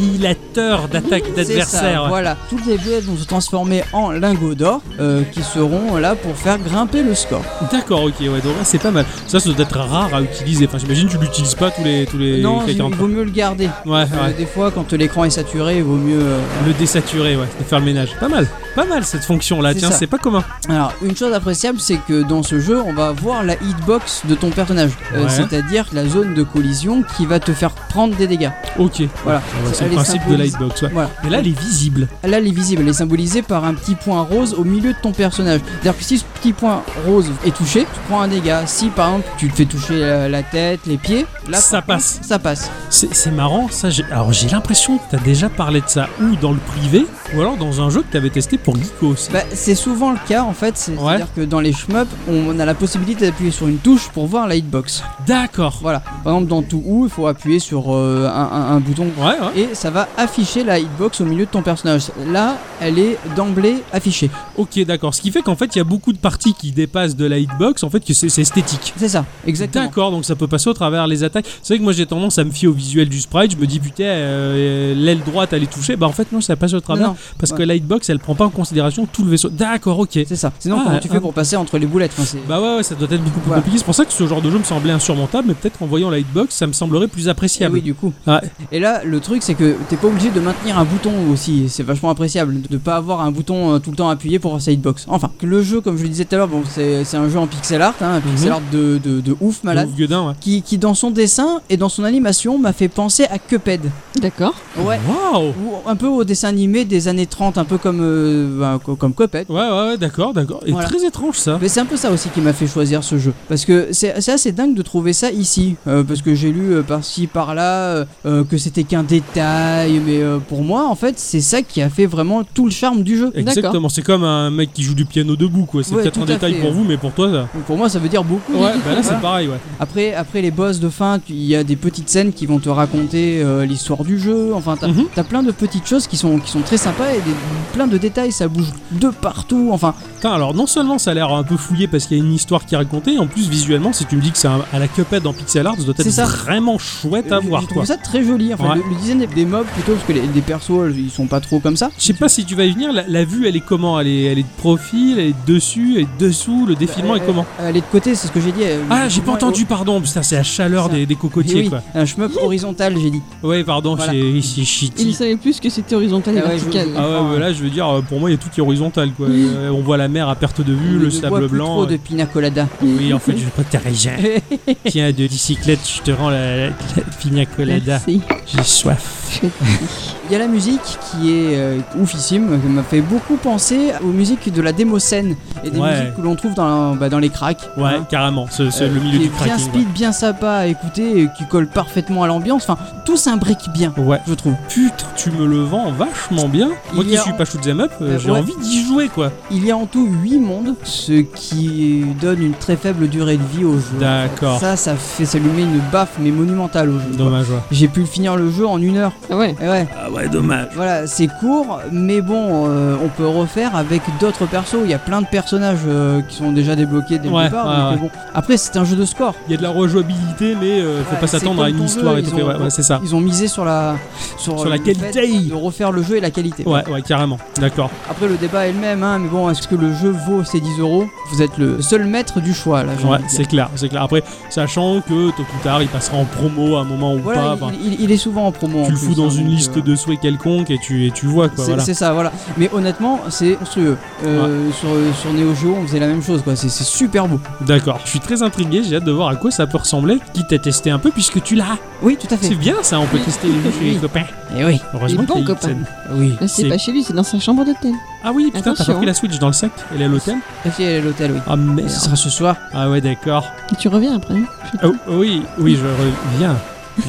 [SPEAKER 1] annihilateur d'attaque
[SPEAKER 3] C'est ça,
[SPEAKER 1] d'adversaire. ouais.
[SPEAKER 3] Voilà, toutes les boulettes vont se transformer en lingots d'or euh, qui seront là pour faire grimper le score.
[SPEAKER 1] D'accord, ok, ouais, donc ouais, c'est pas mal. Ça, ça doit être rare à utiliser. Enfin, j'imagine que tu l'utilises pas tous les tous les
[SPEAKER 3] non, il
[SPEAKER 1] 40.
[SPEAKER 3] vaut mieux le garder.
[SPEAKER 1] Ouais,
[SPEAKER 3] Euh,
[SPEAKER 1] ouais.
[SPEAKER 3] des fois, quand l'écran est saturé, il vaut mieux. euh,
[SPEAKER 1] Le désaturer, ouais, de faire le ménage. Pas mal, pas mal cette fonction-là.
[SPEAKER 3] C'est
[SPEAKER 1] Tiens,
[SPEAKER 3] ça.
[SPEAKER 1] c'est pas commun.
[SPEAKER 3] Alors, une chose appréciable, c'est que dans ce jeu, on va voir la hitbox de ton personnage, Euh,
[SPEAKER 1] Ouais.
[SPEAKER 3] c'est-à-dire la zone de collision qui va te faire prendre des dégâts.
[SPEAKER 1] Ok.
[SPEAKER 3] Voilà.
[SPEAKER 1] Ouais, c'est
[SPEAKER 3] Elle
[SPEAKER 1] le
[SPEAKER 3] est
[SPEAKER 1] principe de
[SPEAKER 3] symbolisée-
[SPEAKER 1] l'hitbox, ouais.
[SPEAKER 3] Voilà.
[SPEAKER 1] Mais là, elle est visible.
[SPEAKER 3] Là, elle est visible, elle est symbolisée par un petit point rose au milieu de ton personnage. C'est-à-dire que si ce petit point rose est touché, tu prends un dégât. Si par exemple tu te fais toucher la, la tête, les pieds, là
[SPEAKER 1] Ça
[SPEAKER 3] par
[SPEAKER 1] passe.
[SPEAKER 3] contre, Ça passe.
[SPEAKER 1] C'est c'est marrant, ça. j'ai- Alors, j'ai l'impression que t'as déjà parlé de ça ou dans le privé, ou alors dans un jeu que t'avais testé pour Geekos.
[SPEAKER 3] Bah, c'est souvent le cas en fait. C'est-
[SPEAKER 1] Ouais.
[SPEAKER 3] C'est-à-dire que dans les shmups, on a la possibilité d'appuyer sur une touche pour voir la hitbox.
[SPEAKER 1] D'accord.
[SPEAKER 3] Voilà. Par exemple, dans tout où, il faut appuyer sur euh, un- un- un bouton
[SPEAKER 1] Ouais, ouais.
[SPEAKER 3] et ça va afficher la hitbox au milieu de ton personnage. Là, elle est d'emblée affichée.
[SPEAKER 1] Ok, d'accord. Ce qui fait qu'en fait, il y a beaucoup de parties qui dépassent de la hitbox, en fait, que c'est c'est esthétique.
[SPEAKER 3] C'est ça, exactement.
[SPEAKER 1] D'accord, donc ça peut passer au travers les attaques. C'est vrai que moi j'ai tendance à me fier au visuel du sprite. Je me dis putain, euh, l'aile droite elle est touchée. Bah en fait non, ça passe au travers
[SPEAKER 3] Non, non,
[SPEAKER 1] parce
[SPEAKER 3] ouais.
[SPEAKER 1] que la hitbox elle prend pas en considération tout le vaisseau. D'accord, ok.
[SPEAKER 3] C'est ça. Sinon,
[SPEAKER 1] Ah,
[SPEAKER 3] comment tu
[SPEAKER 1] un-
[SPEAKER 3] fais pour passer entre les boulettes Enfin, c'est-
[SPEAKER 1] Bah ouais, ouais, ça doit être beaucoup plus
[SPEAKER 3] Voilà.
[SPEAKER 1] compliqué. C'est pour ça que ce genre de jeu me semblait insurmontable, mais peut-être qu'en voyant la hitbox, ça me semblerait plus
[SPEAKER 3] Eh
[SPEAKER 1] appréciable.
[SPEAKER 3] oui, du coup.
[SPEAKER 1] Ouais.
[SPEAKER 3] Et là, le truc, c'est que t'es pas obligé de maintenir un bouton aussi. C'est vachement appréciable de pas avoir un bouton euh, tout le temps appuyé pour voir sa hitbox. Enfin, que le jeu, comme je le disais tout à l'heure, bon, c'est c'est un jeu en pixel art, hein, un pixel
[SPEAKER 1] Mhm.
[SPEAKER 3] art de, de- de ouf malade.
[SPEAKER 1] Ouf, gueudin, ouais.
[SPEAKER 3] Qui, qui dans son dessin et dans son animation m'a fait penser à Cuphead.
[SPEAKER 2] D'accord.
[SPEAKER 3] Ouais.
[SPEAKER 1] Waouh
[SPEAKER 3] Ou un peu au dessin animé des années 30, un peu comme, euh, ben, co- comme Cuphead.
[SPEAKER 1] Ouais, ouais, ouais, d'accord, d'accord. Et
[SPEAKER 3] Voilà.
[SPEAKER 1] très étrange ça.
[SPEAKER 3] Mais c'est un peu ça aussi qui m'a fait choisir ce jeu. Parce que c'est c'est assez dingue de trouver ça ici. Euh, parce que j'ai lu euh, par-ci, par-là, euh, euh, que c'était qu'un détail. Mais euh, pour moi, en fait, c'est ça qui a fait vraiment tout le charme du jeu.
[SPEAKER 1] Exactement, c'est comme un mec qui joue du piano debout, quoi. C'est
[SPEAKER 3] Ouais,
[SPEAKER 1] peut-être
[SPEAKER 3] tout
[SPEAKER 1] un
[SPEAKER 3] à
[SPEAKER 1] détail
[SPEAKER 3] fait.
[SPEAKER 1] pour vous, mais pour toi, ça.
[SPEAKER 3] Donc Pour moi, ça veut dire beaucoup.
[SPEAKER 1] Ouais, bah là
[SPEAKER 3] Voilà.
[SPEAKER 1] c'est pareil, ouais.
[SPEAKER 3] Après, après les boss de fin, tu- il y a des petites scènes qui vont te raconter euh, l'histoire du jeu. Enfin, t'as
[SPEAKER 1] Mhm.
[SPEAKER 3] t'as plein de petites choses qui sont, qui sont très sympas et des, plein de détails. Ça bouge de partout. Enfin,
[SPEAKER 1] Putain, alors non seulement ça a l'air un peu fouillé parce qu'il y a une histoire qui est racontée, en plus, visuellement, si tu me dis que c'est un- à la cuphead en pixel art, ça doit
[SPEAKER 3] C'est
[SPEAKER 1] être
[SPEAKER 3] ça.
[SPEAKER 1] vraiment chouette à
[SPEAKER 3] Je-
[SPEAKER 1] voir.
[SPEAKER 3] Je
[SPEAKER 1] quoi.
[SPEAKER 3] trouve ça très joli. Enfin,
[SPEAKER 1] Ouais.
[SPEAKER 3] le, le design des, des mobs plutôt, parce que les, des persos, ils sont pas trop comme ça.
[SPEAKER 1] Je sais pas si tu vas y venir, la, la vue elle est comment elle est, elle est de profil, elle est de dessus, elle est de dessous, le défilement
[SPEAKER 3] Euh,
[SPEAKER 1] est comment
[SPEAKER 3] euh, Les de côté, c'est ce que j'ai dit. euh,
[SPEAKER 1] Ah, j'ai pas
[SPEAKER 3] moi,
[SPEAKER 1] entendu, pardon, putain, c'est la chaleur
[SPEAKER 3] Ça.
[SPEAKER 1] des, des
[SPEAKER 3] oh,
[SPEAKER 1] cocotiers
[SPEAKER 3] eh oui,
[SPEAKER 1] quoi.
[SPEAKER 3] Un shmup horizontal, j'ai dit.
[SPEAKER 1] Ouais, pardon,
[SPEAKER 3] Voilà.
[SPEAKER 1] c'est c'est shitty.
[SPEAKER 2] Il savait plus que c'était horizontal et
[SPEAKER 3] Ah ouais, je-
[SPEAKER 2] vertical.
[SPEAKER 1] Ah ouais,
[SPEAKER 3] Enfin,
[SPEAKER 1] bah là je veux dire, euh, pour moi il y a tout qui est horizontal quoi. Euh, On voit la mer à perte de vue,
[SPEAKER 3] Je
[SPEAKER 1] le
[SPEAKER 3] ne bois
[SPEAKER 1] sable
[SPEAKER 3] plus
[SPEAKER 1] blanc. euh.
[SPEAKER 3] Trop de pina colada.
[SPEAKER 1] Oui, en fait, je crois que t'as raison.
[SPEAKER 3] [laughs]
[SPEAKER 1] Tiens, de bicyclette, je te rends la, la, la pina colada.
[SPEAKER 2] Merci.
[SPEAKER 1] J'ai soif.
[SPEAKER 3] Il y a la musique qui est euh, oufissime, qui m'a fait beaucoup penser aux musiques de la démo scène et des
[SPEAKER 1] Ouais.
[SPEAKER 3] musiques que l'on trouve dans, bah, dans les cracks.
[SPEAKER 1] Ouais,
[SPEAKER 3] hein,
[SPEAKER 1] carrément, ce- ce-
[SPEAKER 3] euh,
[SPEAKER 1] le
[SPEAKER 3] qui
[SPEAKER 1] milieu du
[SPEAKER 3] est bien
[SPEAKER 1] cracking.
[SPEAKER 3] speed, bien sympa à écouter, et qui colle parfaitement à l'ambiance. Enfin, tout s'imbrique bien,
[SPEAKER 1] ouais. Ouais.
[SPEAKER 3] je trouve.
[SPEAKER 1] Putain, tu me le vends vachement bien.
[SPEAKER 3] Il
[SPEAKER 1] Moi
[SPEAKER 3] y
[SPEAKER 1] qui
[SPEAKER 3] a-
[SPEAKER 1] suis pas shoot'em up, euh,
[SPEAKER 3] Euh,
[SPEAKER 1] j'ai
[SPEAKER 3] ouais.
[SPEAKER 1] envie d'y jouer quoi.
[SPEAKER 3] Il y a en tout 8 mondes, ce qui donne une très faible durée de vie au jeu.
[SPEAKER 1] D'accord.
[SPEAKER 3] Ça, ça fait, ça lui met une baffe mais monumentale au jeu. quoi.
[SPEAKER 1] Dommage, ouais.
[SPEAKER 3] J'ai pu finir le jeu en une heure.
[SPEAKER 2] Ah ouais.
[SPEAKER 3] Et ouais.
[SPEAKER 1] Ah ouais, dommage.
[SPEAKER 3] Voilà, c'est court, mais bon, euh, on peut refaire avec d'autres persos. Il y a plein de personnages euh, qui sont déjà débloqués dès le
[SPEAKER 1] Ouais,
[SPEAKER 3] départ.
[SPEAKER 1] ouais,
[SPEAKER 3] donc, bon. Après, c'est un jeu de score.
[SPEAKER 1] Il y a de la rejouabilité, mais euh, faut
[SPEAKER 3] Ouais,
[SPEAKER 1] pas
[SPEAKER 3] c'est
[SPEAKER 1] s'attendre
[SPEAKER 3] comme
[SPEAKER 1] à une
[SPEAKER 3] ton
[SPEAKER 1] histoire
[SPEAKER 3] jeu,
[SPEAKER 1] et tout.
[SPEAKER 3] ils ont-
[SPEAKER 1] Ouais, ouais, c'est ça.
[SPEAKER 3] Ils ont misé sur la sur,
[SPEAKER 1] Sur la
[SPEAKER 3] le fait
[SPEAKER 1] qualité.
[SPEAKER 3] de refaire le jeu et la qualité.
[SPEAKER 1] Ouais, ouais, carrément. D'accord.
[SPEAKER 3] Après, le débat est le même, hein, mais bon, est-ce que le jeu vaut ces 10 euros Vous êtes le seul maître du choix là. j'ai
[SPEAKER 1] Ouais,
[SPEAKER 3] envie de dire.
[SPEAKER 1] c'est clair, c'est clair. Après, sachant que tôt ou tard, il passera en promo à un moment ou pas.
[SPEAKER 3] Voilà,
[SPEAKER 1] enfin,
[SPEAKER 3] il, il- il est souvent en promo. en
[SPEAKER 1] tu le
[SPEAKER 3] plus,
[SPEAKER 1] fous dans
[SPEAKER 3] hein,
[SPEAKER 1] une
[SPEAKER 3] donc,
[SPEAKER 1] liste
[SPEAKER 3] euh,
[SPEAKER 1] de souhaits quelconque et tu, et tu vois quoi.
[SPEAKER 3] C'est
[SPEAKER 1] Voilà.
[SPEAKER 3] c'est ça, voilà. Mais honnêtement, c'est monstrueux. Euh, sur, sur Neo Geo, on faisait la même chose, quoi. C'est c'est super beau.
[SPEAKER 1] D'accord. Je suis très intrigué, j'ai hâte de voir à quoi ça peut ressembler, quitte à tester un peu puisque tu l'as.
[SPEAKER 3] Oui, tout à fait.
[SPEAKER 1] C'est bien ça, on peut tester les chez les
[SPEAKER 3] Oui.
[SPEAKER 1] copains.
[SPEAKER 3] Et oui.
[SPEAKER 1] Heureusement
[SPEAKER 2] Les bons
[SPEAKER 1] qu'il y a
[SPEAKER 2] copains.
[SPEAKER 1] Ibsen.
[SPEAKER 3] Oui.
[SPEAKER 2] Là, C'est
[SPEAKER 1] C'est-
[SPEAKER 2] pas chez lui, c'est dans sa chambre d'hôtel.
[SPEAKER 1] Ah oui, putain, t'as pas
[SPEAKER 2] Attention.
[SPEAKER 1] pris la Switch dans le sac Elle est à l'hôtel
[SPEAKER 3] La fille, elle est à l'hôtel, oui.
[SPEAKER 1] Ah merde.
[SPEAKER 3] Ce sera ce soir.
[SPEAKER 1] Ah ouais, d'accord.
[SPEAKER 2] Et tu reviens après. hein.
[SPEAKER 1] Oh, oui, oui, je reviens.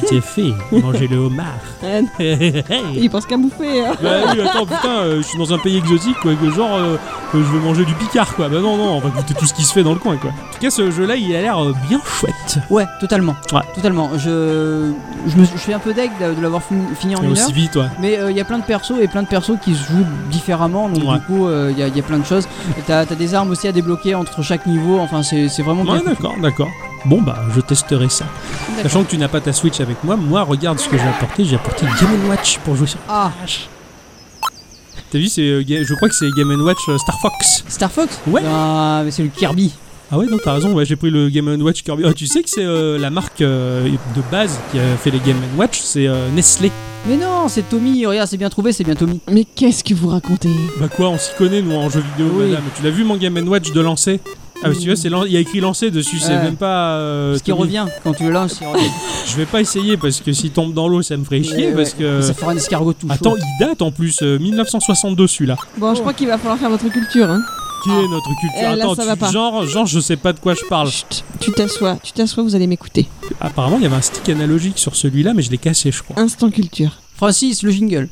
[SPEAKER 1] Tu t'es fait manger le homard. [laughs]
[SPEAKER 2] Ah, non,
[SPEAKER 1] bah
[SPEAKER 3] [laughs]
[SPEAKER 2] il pense qu'à bouffer. hein.
[SPEAKER 1] oui, attends, putain, euh, je suis dans un pays exotique, quoi, que genre, euh, euh, je veux manger du picard, quoi. Bah non, non, on va goûter tout ce qui se fait dans le coin, quoi. En tout cas, ce jeu-là, il a l'air euh, bien chouette.
[SPEAKER 3] Ouais, totalement.
[SPEAKER 1] Ouais.
[SPEAKER 3] Totalement. Je, je, me, je suis un peu deg de, de l'avoir fini, fini en
[SPEAKER 1] Et
[SPEAKER 3] une heure.
[SPEAKER 1] aussi vite, ouais.
[SPEAKER 3] Mais euh, il y a plein de persos et plein de persos qui se jouent différemment. Donc
[SPEAKER 1] Ouais.
[SPEAKER 3] du coup, euh, il y, a- y a plein de choses. T'as as des armes aussi à débloquer entre chaque niveau. Enfin, c'est c'est vraiment bien.
[SPEAKER 1] Ouais, d'accord, d'accord. Bon, bah, je testerai ça. Sachant que tu n'as pas ta Switch avec moi, moi, regarde ce que j'ai apporté. J'ai apporté Game Watch pour jouer sur.
[SPEAKER 3] Ah,
[SPEAKER 1] T'as vu, c'est, euh, Ga- je crois que c'est Game Watch euh, Star Fox.
[SPEAKER 3] Star Fox
[SPEAKER 1] Ouais.
[SPEAKER 3] Ah, mais c'est le Kirby.
[SPEAKER 1] Ah ouais, non, t'as raison, ouais, j'ai pris le Game Watch Kirby. Ah, tu sais que c'est euh, la marque euh, de base qui a fait les Game Watch, c'est euh, Nestlé.
[SPEAKER 3] Mais non, c'est Tommy. Regarde, c'est bien trouvé, c'est bien Tommy.
[SPEAKER 2] Mais qu'est-ce que vous racontez
[SPEAKER 1] Bah quoi, on s'y connaît, nous, en jeu vidéo,
[SPEAKER 3] Oui.
[SPEAKER 1] madame. Tu l'as vu, mon Game Watch de lancer ah, mais si tu vois, c'est lan- il y a écrit lancer dessus, c'est
[SPEAKER 3] Ouais.
[SPEAKER 1] même pas. euh,
[SPEAKER 3] Ce qui
[SPEAKER 1] Tommy.
[SPEAKER 3] revient quand tu le lances. il revient.
[SPEAKER 1] Je vais pas essayer parce que s'il tombe dans l'eau, ça me ferait chier.
[SPEAKER 3] Ouais,
[SPEAKER 1] parce
[SPEAKER 3] ouais.
[SPEAKER 1] que.
[SPEAKER 3] Ça fera un escargot tout chaud.
[SPEAKER 1] Euh, Attends, il date en plus, euh, 1962 celui-là.
[SPEAKER 2] Bon, je crois qu'il va falloir faire votre culture. Hein.
[SPEAKER 1] Qui est notre culture
[SPEAKER 2] Eh, là,
[SPEAKER 1] Attends,
[SPEAKER 2] ça
[SPEAKER 1] tu-
[SPEAKER 2] va pas.
[SPEAKER 1] Genre, genre, je sais pas de quoi je parle.
[SPEAKER 2] Chut, tu t'assois, tu t'assois, vous allez m'écouter.
[SPEAKER 1] Apparemment, il y avait un stick analogique sur celui-là, mais je l'ai cassé, je crois.
[SPEAKER 2] Instant culture.
[SPEAKER 3] Francis, le jingle.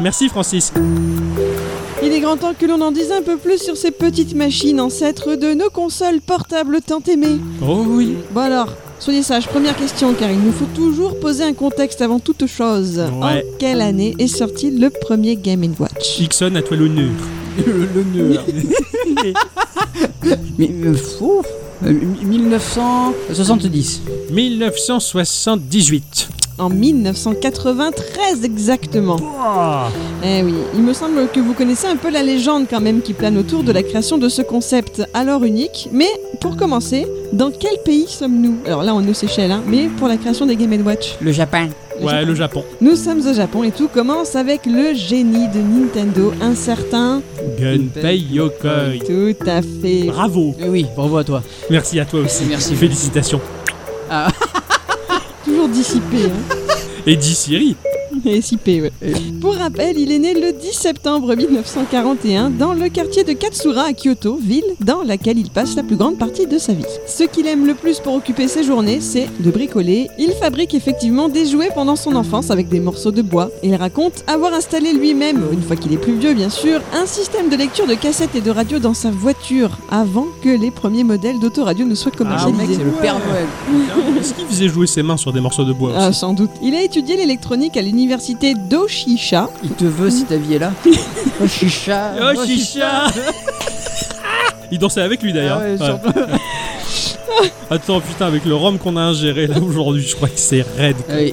[SPEAKER 1] Merci, Francis.
[SPEAKER 2] Il est grand temps que l'on en dise un peu plus sur ces petites machines ancêtres de nos consoles portables tant aimées.
[SPEAKER 1] Oh oui.
[SPEAKER 2] Bon alors, soyez sages, première question car il nous faut toujours poser un contexte avant toute chose.
[SPEAKER 1] Ouais.
[SPEAKER 2] En quelle année est sorti le premier Game Watch
[SPEAKER 1] Ixon, à toi
[SPEAKER 2] [laughs]
[SPEAKER 1] l'honneur.
[SPEAKER 3] le, le nœud. Mais euh, fou. Euh, mi- 1970.
[SPEAKER 1] 1978.
[SPEAKER 2] En 1993 exactement. Eh oui, il me semble que vous connaissez un peu la légende quand même qui plane autour de la création de ce concept alors unique. Mais pour commencer, dans quel pays sommes-nous Alors là, on est aux Seychelles, hein, mais pour la création des Game Watch.
[SPEAKER 3] Le Japon.
[SPEAKER 2] Le
[SPEAKER 1] ouais,
[SPEAKER 2] Japon.
[SPEAKER 1] le Japon.
[SPEAKER 2] Nous sommes au Japon et tout commence avec le génie de Nintendo, un certain.
[SPEAKER 1] Gunpei Yokoi.
[SPEAKER 2] Tout à fait.
[SPEAKER 1] Bravo.
[SPEAKER 3] Eh oui, bravo à toi.
[SPEAKER 1] Merci à toi aussi.
[SPEAKER 3] Merci.
[SPEAKER 1] Félicitations.
[SPEAKER 2] Toujours dissipé. hein. [laughs]
[SPEAKER 1] Et dit Siri.
[SPEAKER 2] Et SIP, ouais. Pour rappel, il est né le 10 septembre 1941 dans le quartier de Katsura à Kyoto, ville dans laquelle il passe la plus grande partie de sa vie. Ce qu'il aime le plus pour occuper ses journées, c'est de bricoler. Il fabrique effectivement des jouets pendant son enfance avec des morceaux de bois. Il raconte avoir installé lui-même, une fois qu'il est plus vieux bien sûr, un système de lecture de cassettes et de radio dans sa voiture avant que les premiers modèles d'autoradio ne soient
[SPEAKER 3] Ah, mec,
[SPEAKER 2] commercialisés.
[SPEAKER 3] c'est le Père Noël.
[SPEAKER 1] Est-ce qu'il faisait jouer ses mains sur des morceaux de bois
[SPEAKER 2] Ah,
[SPEAKER 1] aussi
[SPEAKER 2] sans doute. Il a étudié l'électronique à l'université d'Oshisha.
[SPEAKER 3] Il te veut si ta vie
[SPEAKER 1] [laughs]
[SPEAKER 3] est là. Oh chicha.
[SPEAKER 1] Oh, chicha Il dansait avec lui d'ailleurs.
[SPEAKER 3] Ah ouais,
[SPEAKER 1] Ouais.
[SPEAKER 3] surtout.
[SPEAKER 1] Attends, putain, avec le rhum qu'on a ingéré là aujourd'hui, je crois que c'est raide.
[SPEAKER 3] Oui,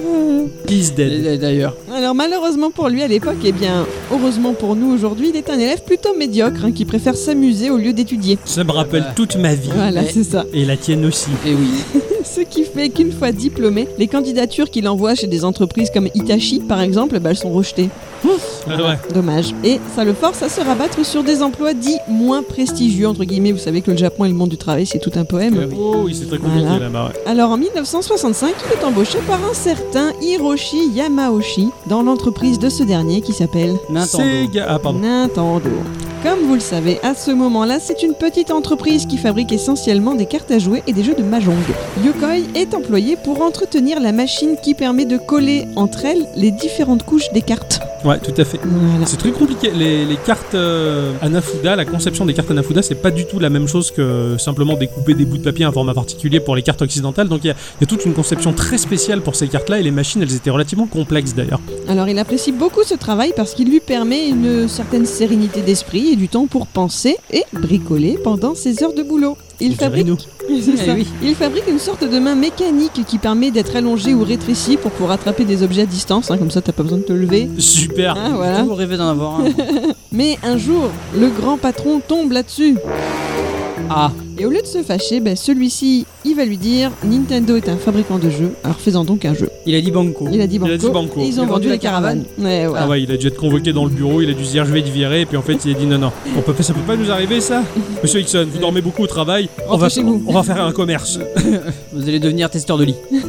[SPEAKER 1] He's dead.
[SPEAKER 3] et Eh D'ailleurs,
[SPEAKER 2] Alors malheureusement pour lui à l'époque, et bien heureusement pour nous aujourd'hui, il est un élève plutôt médiocre hein, qui préfère s'amuser au lieu d'étudier.
[SPEAKER 1] Ça me rappelle toute ma vie.
[SPEAKER 2] Voilà,
[SPEAKER 3] Mais-
[SPEAKER 2] c'est ça.
[SPEAKER 1] Et la tienne aussi.
[SPEAKER 3] et Eh oui.
[SPEAKER 2] Ce qui fait qu'une fois diplômé, les candidatures qu'il envoie chez des entreprises comme Hitachi par exemple, bah, elles sont rejetées.
[SPEAKER 1] Ah ouais.
[SPEAKER 2] Dommage. Et ça le force à se rabattre sur des emplois dits moins prestigieux, entre guillemets. Vous savez que le Japon et le monde du travail, c'est tout un poème.
[SPEAKER 1] Oh oui, c'est très compliqué
[SPEAKER 2] Voilà.
[SPEAKER 1] là-bas. ouais.
[SPEAKER 2] Alors en 1965, il est embauché par un certain Hiroshi Yamaoshi dans l'entreprise de ce dernier qui s'appelle
[SPEAKER 3] Nintendo.
[SPEAKER 1] Sega- Ah, pardon.
[SPEAKER 2] Nintendo. Comme vous le savez, à ce moment-là, c'est une petite entreprise qui fabrique essentiellement des cartes à jouer et des jeux de mahjong. Yokoi est employé pour entretenir la machine qui permet de coller entre elles les différentes couches des cartes.
[SPEAKER 1] Ouais, tout à fait.
[SPEAKER 2] Voilà.
[SPEAKER 1] C'est très compliqué. Les, les cartes euh, Anafuda, la conception des cartes Anafuda, c'est pas du tout la même chose que simplement découper des bouts de papier à un format particulier pour les cartes occidentales. Donc il y, a- il y a toute une conception très spéciale pour ces cartes-là et les machines, elles étaient relativement complexes d'ailleurs.
[SPEAKER 2] Alors il apprécie beaucoup ce travail parce qu'il lui permet une certaine sérénité d'esprit et du temps pour penser et bricoler pendant ses heures de boulot. Il
[SPEAKER 1] Donc, du
[SPEAKER 2] fabrique
[SPEAKER 1] Rhino.
[SPEAKER 2] [laughs] C'est ça.
[SPEAKER 3] Eh oui.
[SPEAKER 2] Il fabrique une sorte de main mécanique qui permet d'être allongée ou rétrécie pour pouvoir attraper des objets à distance. hein, comme ça, t'as pas besoin de te lever.
[SPEAKER 1] Super.
[SPEAKER 2] Hein, voilà.
[SPEAKER 3] Vous rêvez d'en avoir un.
[SPEAKER 2] Mais un jour, le grand patron tombe là-dessus.
[SPEAKER 3] [laughs] Ah,
[SPEAKER 2] Et au lieu de se fâcher, ben, celui-ci, il va lui dire Nintendo est un fabricant de jeux, alors faisons donc un jeu.
[SPEAKER 3] il a dit Banco.
[SPEAKER 2] Il a dit
[SPEAKER 1] Il
[SPEAKER 2] banco.
[SPEAKER 1] a dit banco.
[SPEAKER 2] Et ils ont vendu, la caravane. Ouais, ouais.
[SPEAKER 1] Ah ouais, il a dû être convoqué dans le bureau, il a dû se dire je vais te virer, et puis en fait il a dit non, non, on peut pas- ça peut pas nous arriver
[SPEAKER 2] [laughs]
[SPEAKER 1] ça Monsieur Hickson, vous dormez beaucoup au travail, on va,
[SPEAKER 2] chez vous.
[SPEAKER 1] on va faire un commerce.
[SPEAKER 3] Vous allez devenir testeur de lit.
[SPEAKER 1] Et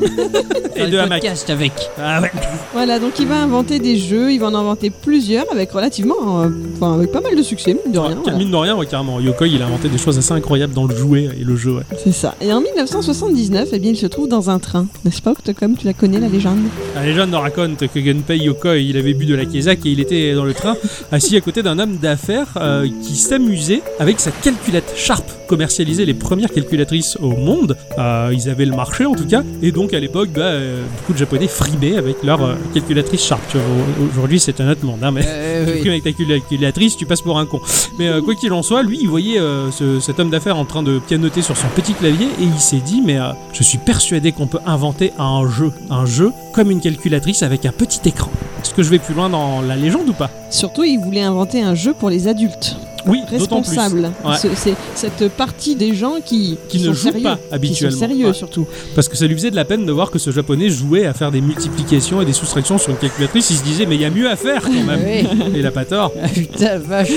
[SPEAKER 3] Faire
[SPEAKER 1] de
[SPEAKER 3] des
[SPEAKER 1] hamac.
[SPEAKER 3] podcasts
[SPEAKER 1] [laughs]
[SPEAKER 3] avec.
[SPEAKER 1] Ah ouais,
[SPEAKER 2] Voilà, donc il va inventer des jeux, il va en inventer plusieurs avec relativement. euh, Enfin, avec pas mal de succès, mine de
[SPEAKER 1] Ah,
[SPEAKER 2] rien.
[SPEAKER 1] car- [laughs]
[SPEAKER 2] voilà.
[SPEAKER 1] mine de rien, ouais, carrément. Yokoi il a inventé des choses assez incroyables dans le jouet et le jeu, ouais.
[SPEAKER 2] C'est ça. Et en 1979, eh bien, il se trouve dans un train. N'est-ce pas, Octocom Tu la connais, la légende
[SPEAKER 1] La légende Ah, nous raconte que Gunpei Yokoi, il avait bu de la Kézak et il était dans le train, assis à côté d'un homme d'affaires euh, qui s'amusait avec sa calculette Sharp, commercialisait les premières calculatrices au monde. Euh, ils avaient le marché en tout cas, et donc à l'époque, bah, euh, beaucoup de Japonais frimaient avec leur euh, calculatrice Sharp. Tu vois, au- Aujourd'hui, c'est un autre monde, hein, mais.
[SPEAKER 3] Euh,
[SPEAKER 1] Tu
[SPEAKER 3] oui.
[SPEAKER 1] frimes avec ta calculatrice, tu passes pour un con. Mais euh, quoi qu'il en soit, lui, il voyait euh, ce- cet homme d'affaires en train de pianoter sur son petit clavier et il s'est dit Mais euh, je suis persuadé qu'on peut inventer un jeu, un jeu comme une calculatrice avec un petit écran. Est-ce que je vais plus loin dans la légende ou pas
[SPEAKER 2] Surtout, il voulait inventer un jeu pour les adultes.
[SPEAKER 1] Oui, d'autant plus.
[SPEAKER 2] responsable.
[SPEAKER 1] Ouais.
[SPEAKER 2] Ce- C'est cette partie des gens qui,
[SPEAKER 1] Qui ne
[SPEAKER 2] sont
[SPEAKER 1] jouent
[SPEAKER 2] sérieux,
[SPEAKER 1] pas habituellement.
[SPEAKER 2] Qui sont sérieux
[SPEAKER 1] Ouais.
[SPEAKER 2] surtout.
[SPEAKER 1] Parce que ça lui faisait de la peine de voir que ce japonais jouait à faire des multiplications et des soustractions sur une calculatrice. Il se disait Mais il y a mieux à faire
[SPEAKER 3] [laughs]
[SPEAKER 1] quand même. et il a pas tort.
[SPEAKER 3] eh Ah, putain, vache.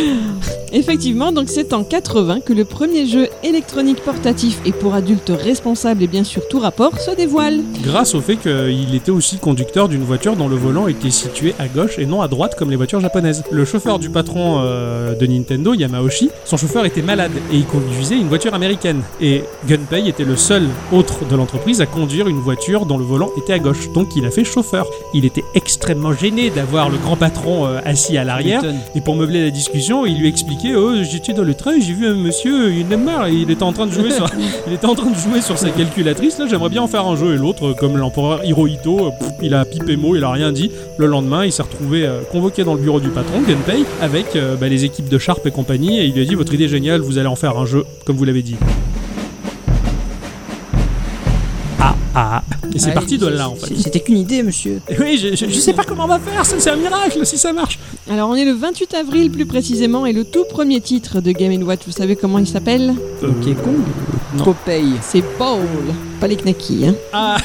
[SPEAKER 2] Effectivement, donc c'est en 80 que le premier jeu électronique portatif et pour adultes responsables et bien sûr tout rapport se dévoile.
[SPEAKER 1] Grâce au fait qu'il était aussi conducteur d'une voiture dont le volant était situé à gauche et non à droite comme les voitures japonaises. Le chauffeur du patron euh, de Nintendo, Yamaoshi, son chauffeur était malade et il conduisait une voiture américaine. Et Gunpei était le seul autre de l'entreprise à conduire une voiture dont le volant était à gauche, donc il a fait chauffeur. Il était extrêmement gêné d'avoir le grand patron euh, assis à l'arrière.
[SPEAKER 3] Newton.
[SPEAKER 1] Et pour meubler la discussion, il lui expliquait Oh, j'étais dans le train, j'ai vu un monsieur, il est marre, il était en train de jouer sur, il était en train de jouer sur sa calculatrice. Là, j'aimerais bien en faire un jeu. Et l'autre, comme l'empereur Hirohito, euh, pff, il a pipé mot, il a rien dit. Le lendemain, il s'est retrouvé euh, convoqué dans le bureau du patron, Genpei, avec euh, bah, les équipes de Sharp et compagnie. Et il lui a dit Votre idée est géniale, vous allez en faire un jeu, comme vous l'avez dit. Ah, ah. Et c'est
[SPEAKER 3] Ah,
[SPEAKER 1] parti de
[SPEAKER 3] c'est-
[SPEAKER 1] là, en fait.
[SPEAKER 3] c'est- C'était qu'une idée, monsieur.
[SPEAKER 1] Oui, je, je- je sais pas comment on va faire, c'est c'est un miracle si ça marche.
[SPEAKER 2] Alors on est le 28 avril plus précisément et le tout premier titre de Game Watch, vous savez comment il s'appelle
[SPEAKER 3] Donkey Kong
[SPEAKER 8] non.
[SPEAKER 3] Popeye.
[SPEAKER 2] C'est Paul, pas les knackis. Hein.
[SPEAKER 1] [laughs]
[SPEAKER 8] Ah,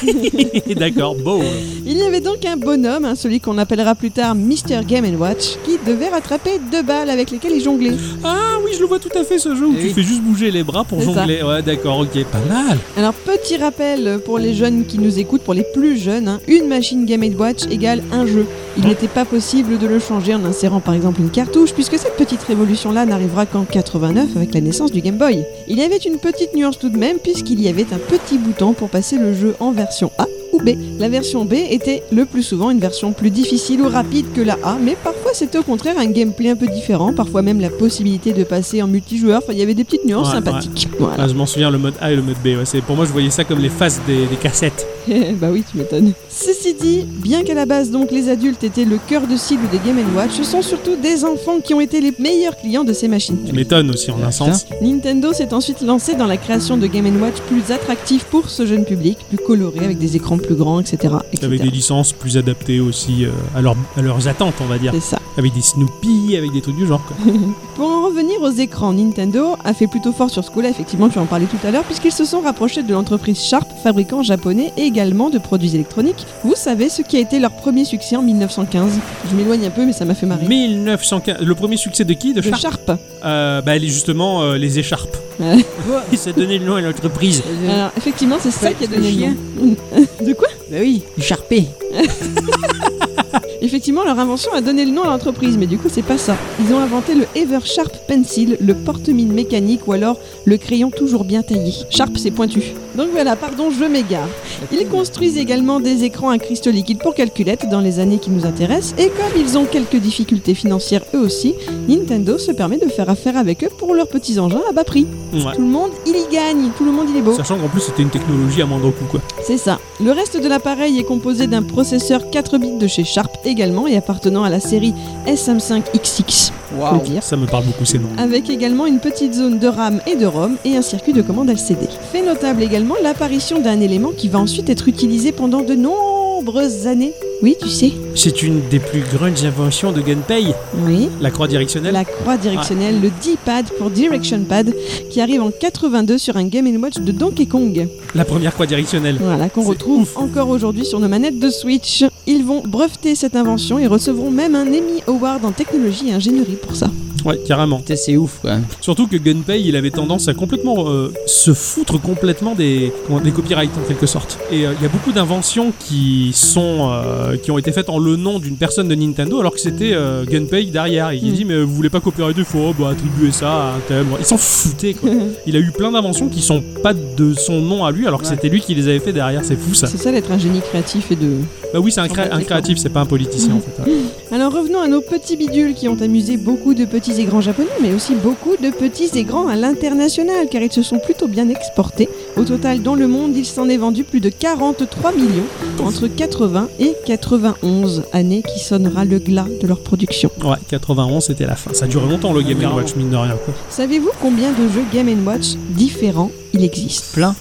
[SPEAKER 8] d'accord, beau.
[SPEAKER 2] Il y avait donc un bonhomme, hein, celui qu'on appellera plus tard Mr Game Watch, qui devait rattraper deux balles avec lesquelles il jonglait.
[SPEAKER 8] Ah oui, je le vois tout à fait ce jeu où
[SPEAKER 3] Eh
[SPEAKER 8] tu
[SPEAKER 3] oui.
[SPEAKER 8] fais juste bouger les bras pour
[SPEAKER 2] C'est ça.
[SPEAKER 8] jongler. Ouais, d'accord, ok, pas mal.
[SPEAKER 2] Alors petit rappel pour les jeunes qui nous écoutent, pour les plus jeunes, hein, une machine Game Watch égale un jeu. Il n'était pas possible de le changer en insérant par exemple une cartouche, puisque cette petite révolution-là n'arrivera qu'en 89 avec la naissance du Game Boy. Il y avait une petite nuance tout de même, puisqu'il y avait un petit bouton pour passer le jeu en version A ou B. La version B était le plus souvent une version plus difficile ou rapide que la A, mais parfois c'était au contraire un gameplay un peu différent, parfois même la possibilité de passer en multijoueur, enfin il y avait des petites nuances
[SPEAKER 8] Ouais,
[SPEAKER 2] sympathiques. Voilà.
[SPEAKER 1] Ah, je m'en souviens, le mode A et le mode B. ouais, c'est- pour moi, je voyais ça comme les faces des, des cassettes.
[SPEAKER 2] Eh, [laughs] bah oui, tu m'étonnes. Ceci dit, bien qu'à la base donc les adultes étaient le cœur de cible des Game Watch, ce sont surtout des enfants qui ont été les meilleurs clients de ces machines.
[SPEAKER 1] Tu m'étonnes aussi, en un sens.
[SPEAKER 2] Nintendo s'est ensuite lancé dans la création de Game Watch plus attractifs pour ce jeune public, plus colorés avec des écrans plus grands, etc. etc.
[SPEAKER 1] Avec des licences plus adaptées aussi euh, à, leurs- à leurs attentes, on va dire.
[SPEAKER 2] C'est ça.
[SPEAKER 1] Avec des Snoopy, avec des trucs du genre.
[SPEAKER 2] [laughs]
[SPEAKER 1] Quoi.
[SPEAKER 2] Pour en revenir aux écrans, Nintendo a fait plutôt fort sur ce coup-là, effectivement, tu en parlais tout à l'heure, puisqu'ils se sont rapprochés de l'entreprise Sharp, fabricant japonais et également de produits électroniques. Vous savez ce qui a été leur premier succès en 1915 Je m'éloigne un peu, mais ça m'a fait marrer.
[SPEAKER 1] 1915, le premier succès de qui De
[SPEAKER 2] Le
[SPEAKER 1] Sharp
[SPEAKER 2] Sharp.
[SPEAKER 1] Euh, Bah, les- justement, euh, les écharpes. [laughs]
[SPEAKER 2] Ouais.
[SPEAKER 1] ça donnait le nom à l'entreprise.
[SPEAKER 2] Alors, effectivement, c'est ça
[SPEAKER 3] Ouais,
[SPEAKER 2] qui a
[SPEAKER 3] c'est
[SPEAKER 2] donné le
[SPEAKER 3] chiant.
[SPEAKER 2] nom. [laughs] De quoi
[SPEAKER 3] Bah oui, Sharpé.
[SPEAKER 2] Effectivement, leur invention a donné le nom à l'entreprise, mais du coup, c'est pas ça. Ils ont inventé le Ever Sharp Pencil, le porte-mine mécanique ou alors le crayon toujours bien taillé. Sharp, c'est pointu. Donc voilà, pardon, je m'égare. Ils construisent également des écrans à cristaux liquides pour calculettes dans les années qui nous intéressent, et comme ils ont quelques difficultés financières eux aussi, Nintendo se permet de faire affaire avec eux pour leurs petits engins à bas prix.
[SPEAKER 1] Ouais.
[SPEAKER 2] Tout le monde, il y gagne, tout le monde, il est beau.
[SPEAKER 1] Sachant qu'en plus, c'était une technologie à moindre coût, quoi.
[SPEAKER 2] C'est ça. Le reste de l'appareil est composé d'un processeur 4 bits de chez Sharp également et appartenant à la série SM5XX, faut le dire.
[SPEAKER 1] Ça me parle beaucoup, ces noms.
[SPEAKER 2] Avec également une petite zone de RAM et de ROM et un circuit de commande LCD. Fait notable également l'apparition d'un élément qui va ensuite être utilisé pendant de nombreuses années. Oui, tu sais.
[SPEAKER 1] C'est une des plus grandes inventions de Gunpei,
[SPEAKER 2] Oui.
[SPEAKER 1] la croix directionnelle.
[SPEAKER 2] La croix directionnelle, le D-pad pour Direction Pad, qui arrive en 82 sur un Game Watch de Donkey Kong.
[SPEAKER 1] La première croix directionnelle.
[SPEAKER 2] Voilà, qu'on
[SPEAKER 1] C'est
[SPEAKER 2] retrouve
[SPEAKER 1] ouf.
[SPEAKER 2] encore aujourd'hui sur nos manettes de Switch. Ils vont breveter cette invention et recevront même un Emmy Award en technologie et ingénierie pour ça.
[SPEAKER 1] Ouais, carrément.
[SPEAKER 3] Putain, c'est ouf quoi.
[SPEAKER 1] [laughs] Surtout que Gunpei, il avait tendance à complètement euh, se foutre complètement des, comment- des copyrights en quelque sorte. Et euh, il y a beaucoup d'inventions qui sont euh, qui ont été faites en le nom d'une personne de Nintendo, alors que c'était euh, Gunpei derrière. Et il
[SPEAKER 2] Mm.
[SPEAKER 1] dit mais vous voulez pas copyrighter, faut oh, bah, attribuer ça à un tel. Il s'en foutait quoi. il a eu plein d'inventions qui sont pas de son nom à lui, alors que
[SPEAKER 3] Ouais.
[SPEAKER 1] c'était lui qui les avait fait derrière. C'est fou ça.
[SPEAKER 2] [laughs] C'est ça d'être un génie créatif et de...
[SPEAKER 1] Bah oui, c'est un,
[SPEAKER 2] Sans
[SPEAKER 1] cré- un
[SPEAKER 2] d'accord.
[SPEAKER 1] créatif, c'est pas un politicien en fait.
[SPEAKER 2] Alors revenons à nos petits bidules qui ont amusé beaucoup de petits et grands japonais, mais aussi beaucoup de petits et grands à l'international, car ils se sont plutôt bien exportés. Au total, dans le monde, il s'en est vendu plus de 43 millions entre 80 et 91, année qui sonnera le glas de leur production.
[SPEAKER 1] Ouais, 91, c'était la fin. Ça a duré longtemps le Game
[SPEAKER 3] Ah,
[SPEAKER 1] Watch, mine de rien. Quoi.
[SPEAKER 2] Savez-vous combien de jeux Game Watch différents il existe
[SPEAKER 3] Plein.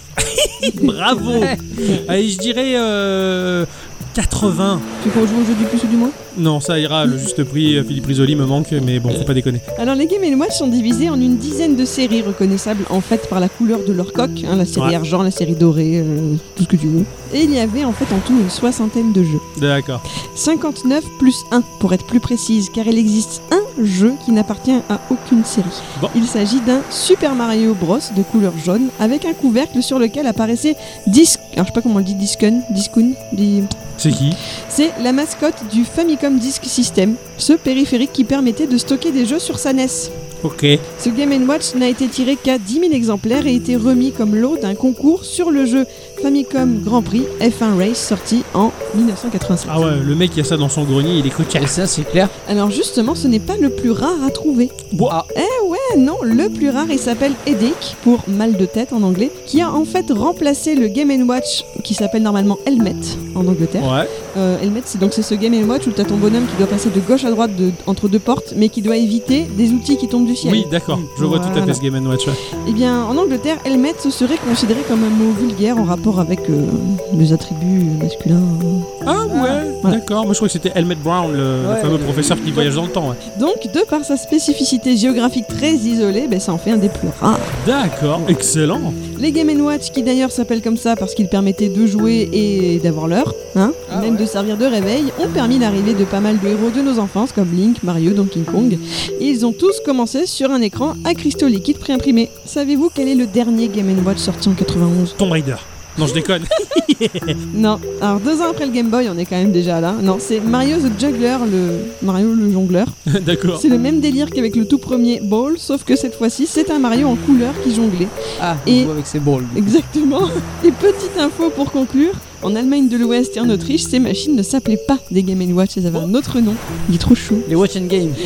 [SPEAKER 1] Bravo
[SPEAKER 2] [laughs]
[SPEAKER 1] Allez, je dirais euh, 80.
[SPEAKER 2] Tu peux jouer au jeu du plus ou du moins
[SPEAKER 1] Non, ça ira, le juste prix, euh, Philippe Risoli me manque, mais bon, faut pas déconner.
[SPEAKER 2] Alors les Game Watch sont divisés en une dizaine de séries reconnaissables en fait par la couleur de leur coque, hein, la série
[SPEAKER 1] Ouais.
[SPEAKER 2] argent, la série dorée, euh, tout ce que tu veux. Et il y avait en fait en tout une soixantaine de jeux.
[SPEAKER 1] D'accord.
[SPEAKER 2] 59 plus 1 pour être plus précise car il existe un jeu qui n'appartient à aucune série.
[SPEAKER 1] Bon.
[SPEAKER 2] Il s'agit d'un Super Mario Bros de couleur jaune avec un couvercle sur lequel apparaissait Disc... Alors je sais pas comment on le dit, Discun, Discun, dis-
[SPEAKER 1] C'est qui
[SPEAKER 2] C'est la mascotte du Famicom Disk System, ce périphérique qui permettait de stocker des jeux sur sa NES.
[SPEAKER 1] Ok.
[SPEAKER 2] Ce Game Watch n'a été tiré qu'à 10 000 exemplaires et été remis comme lot d'un concours sur le jeu Famicom Grand Prix F1 Race sorti en 1987.
[SPEAKER 1] Ah ouais, le mec, il y a ça dans son grenier, il est coquin.
[SPEAKER 3] Et ça, c'est clair.
[SPEAKER 2] Alors justement, ce n'est pas le plus rare à trouver.
[SPEAKER 3] Ah,
[SPEAKER 2] Ah non, le plus rare, il s'appelle Headache, pour mal de tête en anglais, qui a en fait remplacé le Game Watch qui s'appelle normalement Helmet en Angleterre.
[SPEAKER 1] Ouais.
[SPEAKER 2] Euh, Helmet, c'est donc c'est ce Game Watch où t'as ton bonhomme qui doit passer de gauche à droite de- entre deux portes, mais qui doit éviter des outils qui tombent du ciel.
[SPEAKER 1] Oui, d'accord, je vois tout à
[SPEAKER 2] Voilà.
[SPEAKER 1] fait ce Game Watch. ouais.
[SPEAKER 2] Eh bien, en Angleterre, Helmet ce serait considéré comme un mot vulgaire en rapport avec euh, les attributs masculins.
[SPEAKER 1] Ah ouais
[SPEAKER 2] Voilà.
[SPEAKER 1] D'accord, moi je crois que c'était Helmut Brown, le, le
[SPEAKER 9] Ouais,
[SPEAKER 1] fameux
[SPEAKER 9] le-
[SPEAKER 1] professeur qui voyage dans le temps. ouais.
[SPEAKER 2] Donc, de par sa spécificité géographique très isolée, ben, ça en fait un des plus rares.
[SPEAKER 1] D'accord, excellent.
[SPEAKER 2] Les Game Watch, qui d'ailleurs s'appellent comme ça parce qu'ils permettaient de jouer et d'avoir l'heure, hein, même de servir de réveil, ont permis l'arrivée de pas mal de héros de nos enfances comme Link, Mario, Donkey Kong. Et ils ont tous commencé sur un écran à cristaux liquides préimprimés. Savez-vous quel est le dernier Game Watch sorti en 91
[SPEAKER 1] Tomb Raider. Non, je déconne. [laughs]
[SPEAKER 2] Non. Alors deux ans après le Game Boy, on est quand même déjà là. Non, c'est Mario the Juggler, le Mario le jongleur.
[SPEAKER 1] D'accord.
[SPEAKER 2] C'est le même délire qu'avec le tout premier Ball, sauf que cette fois-ci, c'est un Mario en couleur qui jonglait.
[SPEAKER 3] Ah,
[SPEAKER 2] Et-
[SPEAKER 3] il joue avec ses balles.
[SPEAKER 2] Exactement. [laughs] Et petite info pour conclure, en Allemagne de l'Ouest et en Autriche, ces machines ne s'appelaient pas des Game Watch, elles avaient un autre nom. Il est trop chou.
[SPEAKER 3] Les watch and game.
[SPEAKER 2] [laughs]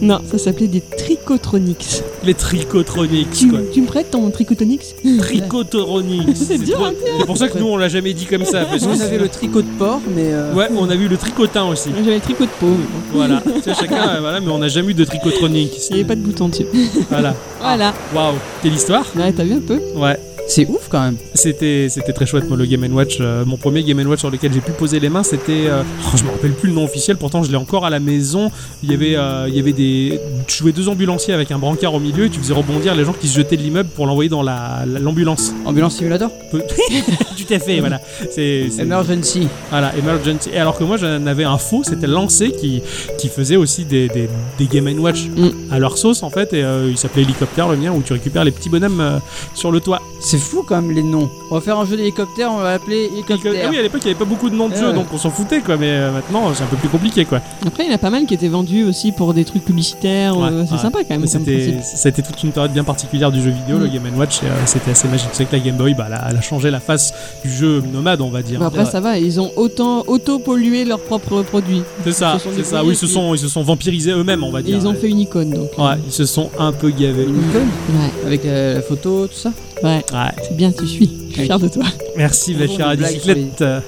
[SPEAKER 2] Non, ça s'appelait des Tricotronics.
[SPEAKER 1] Les tricotronix,
[SPEAKER 2] Tu,
[SPEAKER 1] quoi.
[SPEAKER 2] tu me prêtes ton Tricotronics
[SPEAKER 1] Tricotronics.
[SPEAKER 2] C'est dur,
[SPEAKER 1] pour...
[SPEAKER 2] hein,
[SPEAKER 1] c'est pour ça que nous on l'a jamais dit comme ça. Parce que
[SPEAKER 3] On avait le tricot de porc, mais. euh,
[SPEAKER 1] Ouais, on a vu le tricotin aussi.
[SPEAKER 2] J'avais le tricot de peau. mais bon.
[SPEAKER 1] Voilà.
[SPEAKER 2] [laughs]
[SPEAKER 1] Tu sais, chacun, euh, voilà, mais on n'a jamais eu de tricotronics.
[SPEAKER 2] Il n'y avait pas de bouton dessus.
[SPEAKER 1] Ah. Voilà.
[SPEAKER 2] Voilà.
[SPEAKER 1] Waouh. Quelle histoire.
[SPEAKER 2] Ouais, t'as vu un peu
[SPEAKER 1] Ouais.
[SPEAKER 3] C'est ouf quand même.
[SPEAKER 1] C'était, c'était très chouette, moi, le Game Watch. Euh, mon premier Game Watch sur lequel j'ai pu poser les mains, c'était. euh, oh, je me rappelle plus le nom officiel, pourtant je l'ai encore à la maison. Il y avait, euh, il y avait des. Tu jouais deux ambulanciers avec un brancard au milieu et tu faisais rebondir les gens qui se jetaient de l'immeuble pour l'envoyer dans la, la-
[SPEAKER 2] [laughs]
[SPEAKER 1] l'ambulance.
[SPEAKER 3] Ambulance simulator
[SPEAKER 1] Peu- [laughs] Tout à fait, voilà. C'est, c'est-
[SPEAKER 3] Emergency.
[SPEAKER 1] voilà, Emergency. Et alors que moi, j'en avais un faux, c'était Lancé qui, qui faisait aussi des, des, des Game Watch
[SPEAKER 2] Mm.
[SPEAKER 1] à leur sauce, en fait. Et euh, il s'appelait Hélicoptère, le mien, où tu récupères les petits bonhommes euh, sur le toit.
[SPEAKER 3] C'est fou quand même les noms. On va faire un jeu d'hélicoptère, on va l'appeler
[SPEAKER 1] Ah
[SPEAKER 3] hélicoptère.
[SPEAKER 1] oui, à l'époque, il n'y avait pas beaucoup de noms de
[SPEAKER 3] Eh
[SPEAKER 1] jeux,
[SPEAKER 3] ouais.
[SPEAKER 1] donc on s'en foutait, quoi. Mais euh, maintenant, c'est un peu plus compliqué, quoi.
[SPEAKER 2] Après, il y en a pas mal qui étaient vendus aussi pour des trucs publicitaires.
[SPEAKER 1] Ouais,
[SPEAKER 2] euh, c'est
[SPEAKER 1] ouais.
[SPEAKER 2] sympa quand même.
[SPEAKER 1] Mais
[SPEAKER 2] comme
[SPEAKER 1] c'était,
[SPEAKER 2] principe.
[SPEAKER 1] ça a été toute une période bien particulière du jeu vidéo,
[SPEAKER 3] Mm.
[SPEAKER 1] le Game Watch. et, euh, c'était assez magique. C'est que la Game Boy, bah, elle, a, elle a changé la face du jeu nomade, on va dire.
[SPEAKER 3] Bah,
[SPEAKER 2] Bon, après, ça va, ils ont autant auto-pollué leurs propres produits.
[SPEAKER 1] c'est ça,
[SPEAKER 2] ils se sont
[SPEAKER 1] c'est ça.
[SPEAKER 2] débrouillés,
[SPEAKER 1] Oui, ils se
[SPEAKER 2] puis-
[SPEAKER 1] sont, ils se sont vampirisés eux-mêmes, on va
[SPEAKER 2] Et
[SPEAKER 1] dire.
[SPEAKER 2] ils ont fait une icône donc.
[SPEAKER 1] Ouais, ils se sont un peu gavés.
[SPEAKER 3] Une icône
[SPEAKER 2] Ouais,
[SPEAKER 3] Avec la, la photo, tout ça.
[SPEAKER 2] ouais,
[SPEAKER 1] Ouais.
[SPEAKER 2] c'est bien, tu suis. Je suis Fier de toi.
[SPEAKER 1] Merci, la
[SPEAKER 3] Toujours
[SPEAKER 1] chère à
[SPEAKER 3] des blagues sur les-
[SPEAKER 1] bicyclette. Euh,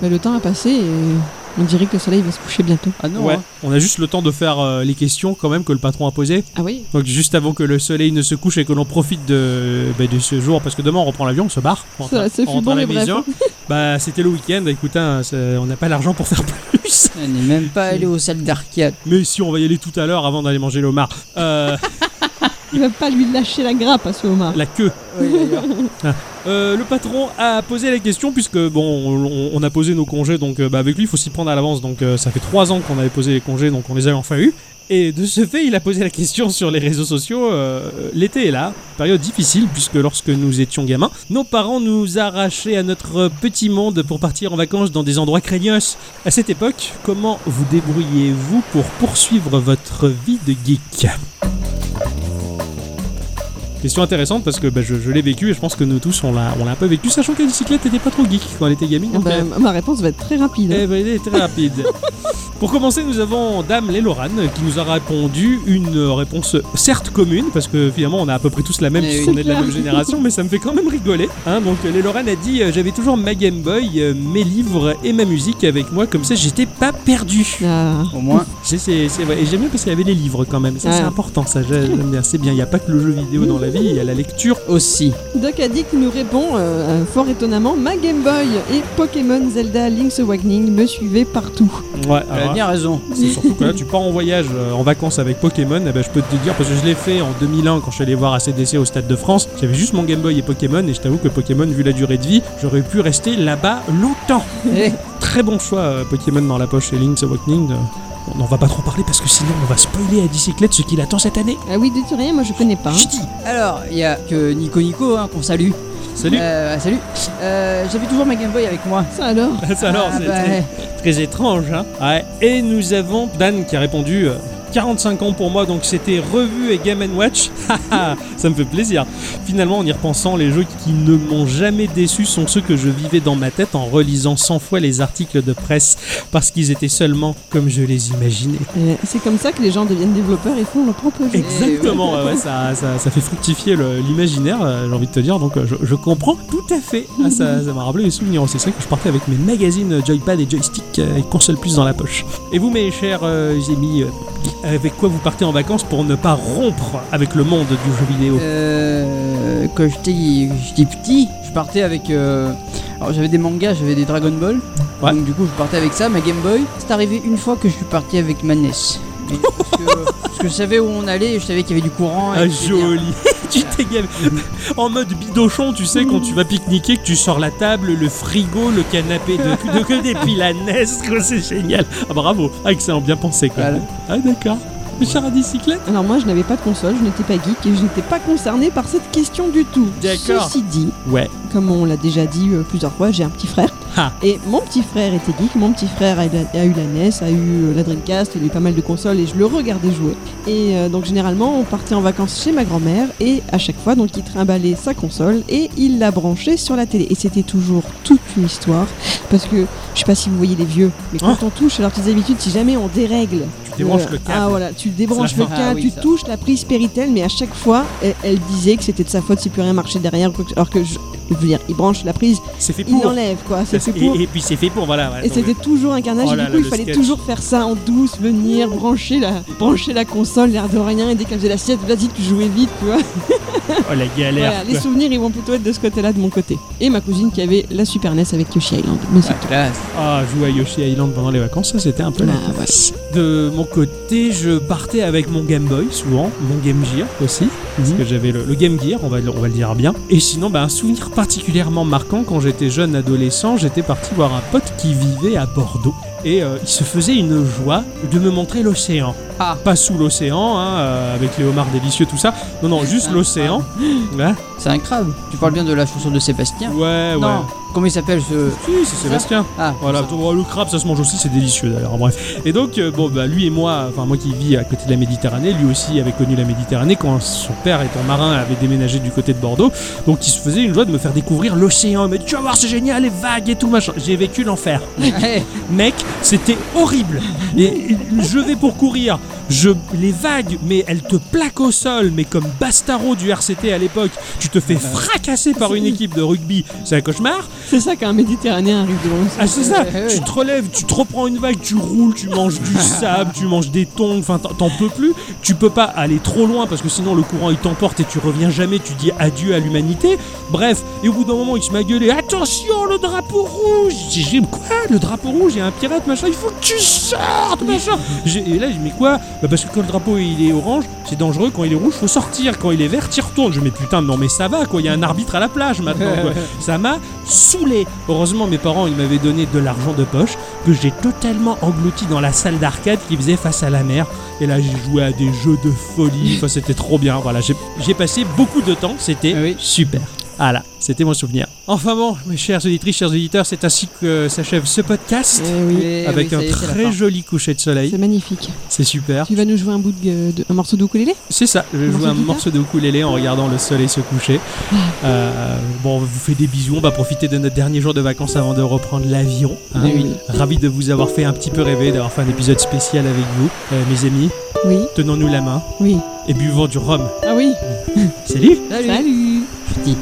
[SPEAKER 2] Mais le temps a passé et on dirait que le soleil va se coucher bientôt.
[SPEAKER 3] Ah non,
[SPEAKER 1] ouais.
[SPEAKER 3] hein.
[SPEAKER 1] On a juste le temps de faire euh, les questions, quand même, que le patron a posées.
[SPEAKER 2] Ah oui
[SPEAKER 1] Donc, juste avant que le soleil ne se couche et que l'on profite de, bah, de ce jour, parce que demain, on reprend l'avion, on se barre. On
[SPEAKER 2] Ça-
[SPEAKER 1] rentre-
[SPEAKER 2] ça
[SPEAKER 1] on
[SPEAKER 2] fut
[SPEAKER 1] rentre
[SPEAKER 2] bon, hein.
[SPEAKER 1] à la
[SPEAKER 2] mais bref.
[SPEAKER 1] maison.
[SPEAKER 2] [laughs]
[SPEAKER 1] Bah, c'était le week-end, écoute, hein, c'est- on n'a pas l'argent pour faire [laughs] plus.
[SPEAKER 3] On n'est même pas allé aux salles d'arcade.
[SPEAKER 1] Mais si, on va y aller tout à l'heure avant d'aller manger le homard. Euh,
[SPEAKER 2] Il va pas lui lâcher la grappe à ce homard.
[SPEAKER 1] la queue.
[SPEAKER 3] Oui, d'ailleurs.
[SPEAKER 1] [laughs] Euh, le patron a posé la question, puisque bon, on, on a posé nos congés, donc euh, bah, avec lui, il faut s'y prendre à l'avance. Donc euh, ça fait trois ans qu'on avait posé les congés, donc on les avait enfin eu. Et de ce fait, il a posé la question sur les réseaux sociaux. euh, L'été est là, période difficile, puisque lorsque nous étions gamins, nos parents nous arrachaient à notre petit monde pour partir en vacances dans des endroits craignos. À cette époque, comment vous débrouillez-vous pour poursuivre votre vie de geek Question intéressante parce que bah, je, je l'ai vécu et je pense que nous tous on l'a on l'a un peu vécu, sachant que la bicyclette n'était pas trop geek quand elle était gamine.
[SPEAKER 2] Ah
[SPEAKER 1] donc,
[SPEAKER 2] bah,
[SPEAKER 1] euh,
[SPEAKER 2] ma réponse va être très rapide.
[SPEAKER 1] eh ben, il est très rapide. Pour commencer, nous avons Dame Lélorane qui nous a répondu une réponse certes commune, parce que finalement on a à peu près tous la même,
[SPEAKER 3] Eh
[SPEAKER 1] puisqu'on
[SPEAKER 2] oui.
[SPEAKER 1] est de la même génération, mais ça me fait quand même rigoler. Hein, donc Lélorane a dit euh, J'avais toujours ma Game Boy, euh, mes livres et ma musique avec moi, comme ça j'étais pas perdu.
[SPEAKER 2] Ah,
[SPEAKER 3] Au moins,
[SPEAKER 1] C'est- C'est c'est vrai. Et j'aime bien parce qu'il y avait les livres quand même. Ça, c'est
[SPEAKER 2] Ouais.
[SPEAKER 1] important. Ça, j'a- j'aime bien. C'est bien. Il n'y a pas que le jeu vidéo dans la vie. Il y a la lecture.
[SPEAKER 3] aussi.
[SPEAKER 2] Doc Addict nous répond euh, fort étonnamment ma Game Boy et Pokémon Zelda Link's Awakening me suivaient partout.
[SPEAKER 1] Ah Ouais,
[SPEAKER 3] Elle a
[SPEAKER 1] alors,
[SPEAKER 3] bien raison.
[SPEAKER 1] C'est surtout que là, tu pars en voyage, euh, en vacances avec Pokémon. eh ben, je peux te dire, parce que je l'ai fait en 2001 quand je suis allé voir ACDC au Stade de France. J'avais juste mon Game Boy et Pokémon. Et je t'avoue que Pokémon, vu la durée de vie, j'aurais pu rester là-bas longtemps.
[SPEAKER 3] Eh,
[SPEAKER 1] Très bon choix, euh, Pokémon dans la poche et Link's Awakening. euh, On n'en va pas trop parler parce que sinon on va spoiler à bicyclette ce qu'il attend cette année.
[SPEAKER 2] Ah oui, dites rien, moi je connais pas.
[SPEAKER 1] Chut.
[SPEAKER 3] Alors, il y a que Nico Nico hein, qu'on salue.
[SPEAKER 1] Salut
[SPEAKER 3] Euh, ah, salut. Euh, J'avais toujours ma Game Boy avec moi.
[SPEAKER 2] Ça alors
[SPEAKER 1] [laughs] Ça alors,
[SPEAKER 3] Ah,
[SPEAKER 1] c'est
[SPEAKER 3] bah,
[SPEAKER 1] très- Très étrange, hein Ouais. Et nous avons Dan qui a répondu euh, 45 ans pour moi, donc c'était Revue et Game Watch. [laughs] Haha, Ça me fait plaisir. Finalement, en y repensant, les jeux qui ne m'ont jamais déçu sont ceux que je vivais dans ma tête en relisant 100 fois les articles de presse, parce qu'ils étaient seulement comme je les imaginais.
[SPEAKER 2] Euh, C'est comme ça que les gens deviennent développeurs et font leur propre jeu.
[SPEAKER 1] [laughs] Exactement, ouais, ouais, ça, ça, ça fait fructifier le- l'imaginaire, euh, j'ai envie de te dire, donc euh, je, je comprends tout à fait. Ah, ça ça m'a rappelé les souvenirs, c'est vrai que je partais avec mes magazines Joypad et Joystick euh, et console plus dans la poche. Et vous, mes chers euh, amis, euh, avec quoi vous partez en vacances pour ne pas rompre avec le monde du jeu vidéo
[SPEAKER 3] Euh, quand j'étais j'étais petit, je partais avec euh, Alors j'avais des mangas, j'avais des Dragon Ball.
[SPEAKER 1] Ouais.
[SPEAKER 3] Donc du coup je partais avec ça, ma Game Boy. C'est arrivé une fois que je suis parti avec ma NES.
[SPEAKER 1] [laughs]
[SPEAKER 3] Mais Parce que, parce que je savais où on allait et je savais qu'il y avait du courant. et
[SPEAKER 1] Ah,
[SPEAKER 3] que c'était bien.
[SPEAKER 1] joli [laughs] Tu t'es gavé. En mode bidochon, tu sais, quand tu vas pique-niquer, que tu sors la table, le frigo, le canapé de, de que des pilanes, quoi, c'est génial Ah bravo Ah, excellent, bien pensé, quoi.
[SPEAKER 3] Voilà.
[SPEAKER 1] Ah, d'accord. Le char à bicyclette
[SPEAKER 2] Alors moi, je n'avais pas de console, je n'étais pas geek et je n'étais pas concernée par cette question du tout.
[SPEAKER 1] D'accord.
[SPEAKER 2] Ceci dit,
[SPEAKER 1] Ouais.
[SPEAKER 2] comme on l'a déjà dit euh, plusieurs fois, j'ai un petit frère.
[SPEAKER 1] Ah.
[SPEAKER 2] Et mon petit frère était geek, mon petit frère a, a eu la NES, a eu euh, la Dreamcast, il a eu pas mal de consoles et je le regardais jouer. Et euh, donc généralement on partait en vacances chez ma grand-mère et à chaque fois donc il trimballait sa console et il la branchait sur la télé. Et c'était toujours toute une histoire parce que je sais pas si vous voyez les vieux, mais quand on touche à leurs petites habitudes, si jamais on dérègle
[SPEAKER 1] Tu débranches le câble.
[SPEAKER 2] ah voilà, tu débranches
[SPEAKER 1] C'est la
[SPEAKER 2] le
[SPEAKER 3] fin.
[SPEAKER 2] câble,
[SPEAKER 3] Ah oui,
[SPEAKER 2] tu
[SPEAKER 3] ça.
[SPEAKER 2] touches la prise Péritel, mais à chaque fois, elle, elle disait que c'était de sa faute si plus rien marchait derrière. ou quoi que- Alors que, je, je veux dire, il branche la prise,
[SPEAKER 1] C'est fait
[SPEAKER 2] il
[SPEAKER 1] pour
[SPEAKER 2] l'enlève, quoi. C'est
[SPEAKER 1] Ça,
[SPEAKER 2] fait
[SPEAKER 1] c'est-
[SPEAKER 2] pour.
[SPEAKER 1] et, et puis c'est fait pour, voilà. voilà.
[SPEAKER 2] Et c'était toujours un carnage,
[SPEAKER 1] Oh
[SPEAKER 2] et
[SPEAKER 1] là là,
[SPEAKER 2] du coup il
[SPEAKER 1] le
[SPEAKER 2] fallait
[SPEAKER 1] sketch.
[SPEAKER 2] toujours faire ça en douce, venir brancher la, brancher la console, l'air de rien, et dès qu'elle faisait l'assiette, vas-y, tu jouais vite, tu vois.
[SPEAKER 1] Oh la galère
[SPEAKER 2] Voilà, les
[SPEAKER 1] quoi.
[SPEAKER 2] souvenirs, ils vont plutôt être de ce côté-là, de mon côté. Et ma cousine qui avait la Super NES avec Yoshi Island. Mais c'est
[SPEAKER 3] Ah, classe.
[SPEAKER 1] Ah, jouer à Yoshi Island pendant les vacances, ça c'était un peu la
[SPEAKER 3] Ah,
[SPEAKER 2] Bah, ouais.
[SPEAKER 1] classe. De mon côté, je partais avec mon Game Boy souvent, mon Game Gear aussi, parce
[SPEAKER 3] Mhm.
[SPEAKER 1] que j'avais le, le Game Gear, on va, le- on va le dire bien. Et sinon, bah, un souvenir particulièrement marquant quand j'étais jeune adolescent, j'étais parti voir un pote qui vivait à Bordeaux. Et euh, il se faisait une joie de me montrer l'océan.
[SPEAKER 3] Ah.
[SPEAKER 1] Pas sous l'océan, hein, euh, avec les homards délicieux, tout ça. Non, non, juste
[SPEAKER 3] Ah,
[SPEAKER 1] l'océan.
[SPEAKER 3] [laughs]
[SPEAKER 1] Ouais,
[SPEAKER 3] C'est un crabe. Tu parles bien de la chanson de Sébastien
[SPEAKER 1] ouais, ouais.
[SPEAKER 3] Non. Comment il s'appelle
[SPEAKER 1] [laughs]
[SPEAKER 3] ce.
[SPEAKER 1] Si, c'est Sébastien.
[SPEAKER 3] Ah,
[SPEAKER 1] Voilà, oh, le crabe ça se mange aussi, c'est délicieux d'ailleurs. Bref. Et donc, euh, bon, bah, lui et moi, enfin moi qui vis à côté de la Méditerranée, lui aussi avait connu la Méditerranée quand son père étant marin avait déménagé du côté de Bordeaux. Donc il se faisait une joie de me faire découvrir l'océan. Mais tu vas voir, c'est génial, les vagues et tout machin. J'ai vécu l'enfer.
[SPEAKER 3] Eh,
[SPEAKER 1] Mec, c'était horrible. Et je vais pour courir. Je, les vagues, mais elles te plaquent au sol, mais comme Bastaro du RCT à l'époque, tu te fais fracasser par une équipe de rugby, c'est un cauchemar.
[SPEAKER 2] c'est ça qu'un Méditerranéen arrive devant nous.
[SPEAKER 1] Ah c'est ça,
[SPEAKER 3] Ouais, ouais.
[SPEAKER 1] tu te relèves, tu te reprends une vague, tu roules, tu manges du sable, tu manges des tongs, enfin t'en- t'en peux plus, tu peux pas aller trop loin parce que sinon le courant il t'emporte et tu reviens jamais, tu dis adieu à l'humanité. Bref, et au bout d'un moment il se m'a gueulé, attention le drapeau rouge J'ai j'ai- quoi Le drapeau rouge, il y a un pirate machin, il faut que tu sortes machin J'ai- Et là je dis mais quoi Bah, Parce que quand le drapeau il est orange, c'est dangereux, quand il est rouge faut sortir, quand il est vert t'y retournes. Je me dis mais putain non mais ça va quoi, il y a un arbitre à la plage maintenant
[SPEAKER 3] [laughs]
[SPEAKER 1] quoi. Ça m'a saoulé. Heureusement, mes parents, ils m'avaient donné de l'argent de poche que j'ai totalement englouti dans la salle d'arcade qui faisait face à la mer. Et là, j'ai joué à des jeux de folie. Enfin, c'était trop bien. Voilà, j'ai j'ai passé beaucoup de temps. C'était
[SPEAKER 3] Ah oui.
[SPEAKER 1] super. Voilà, c'était mon souvenir. Enfin bon, mes chères auditrices, chers auditeurs, c'est ainsi que s'achève ce podcast.
[SPEAKER 2] Eh oui,
[SPEAKER 3] eh,
[SPEAKER 1] Avec
[SPEAKER 3] oui,
[SPEAKER 1] un
[SPEAKER 3] ça y est, c'est la fin.
[SPEAKER 1] très joli coucher de soleil,
[SPEAKER 2] c'est magnifique.
[SPEAKER 1] c'est super.
[SPEAKER 2] Tu vas nous jouer un bout de, de- un morceau de ukulélé
[SPEAKER 1] C'est ça, je
[SPEAKER 2] Morceau
[SPEAKER 1] joue
[SPEAKER 2] de
[SPEAKER 1] un
[SPEAKER 2] guitare
[SPEAKER 1] morceau de ukulélé en regardant le soleil se coucher. Euh, bon, on vous fait des bisous, on va profiter de notre dernier jour de vacances avant de reprendre l'avion. hein.
[SPEAKER 3] Eh oui.
[SPEAKER 1] Ravi de vous avoir fait un petit peu rêver, d'avoir fait un épisode spécial avec vous. Euh, mes amis,
[SPEAKER 2] Oui,
[SPEAKER 1] tenons-nous la main
[SPEAKER 2] oui.
[SPEAKER 1] et buvons du rhum.
[SPEAKER 2] Ah oui
[SPEAKER 1] Salut
[SPEAKER 3] Salut.
[SPEAKER 2] Salut
[SPEAKER 3] Petit.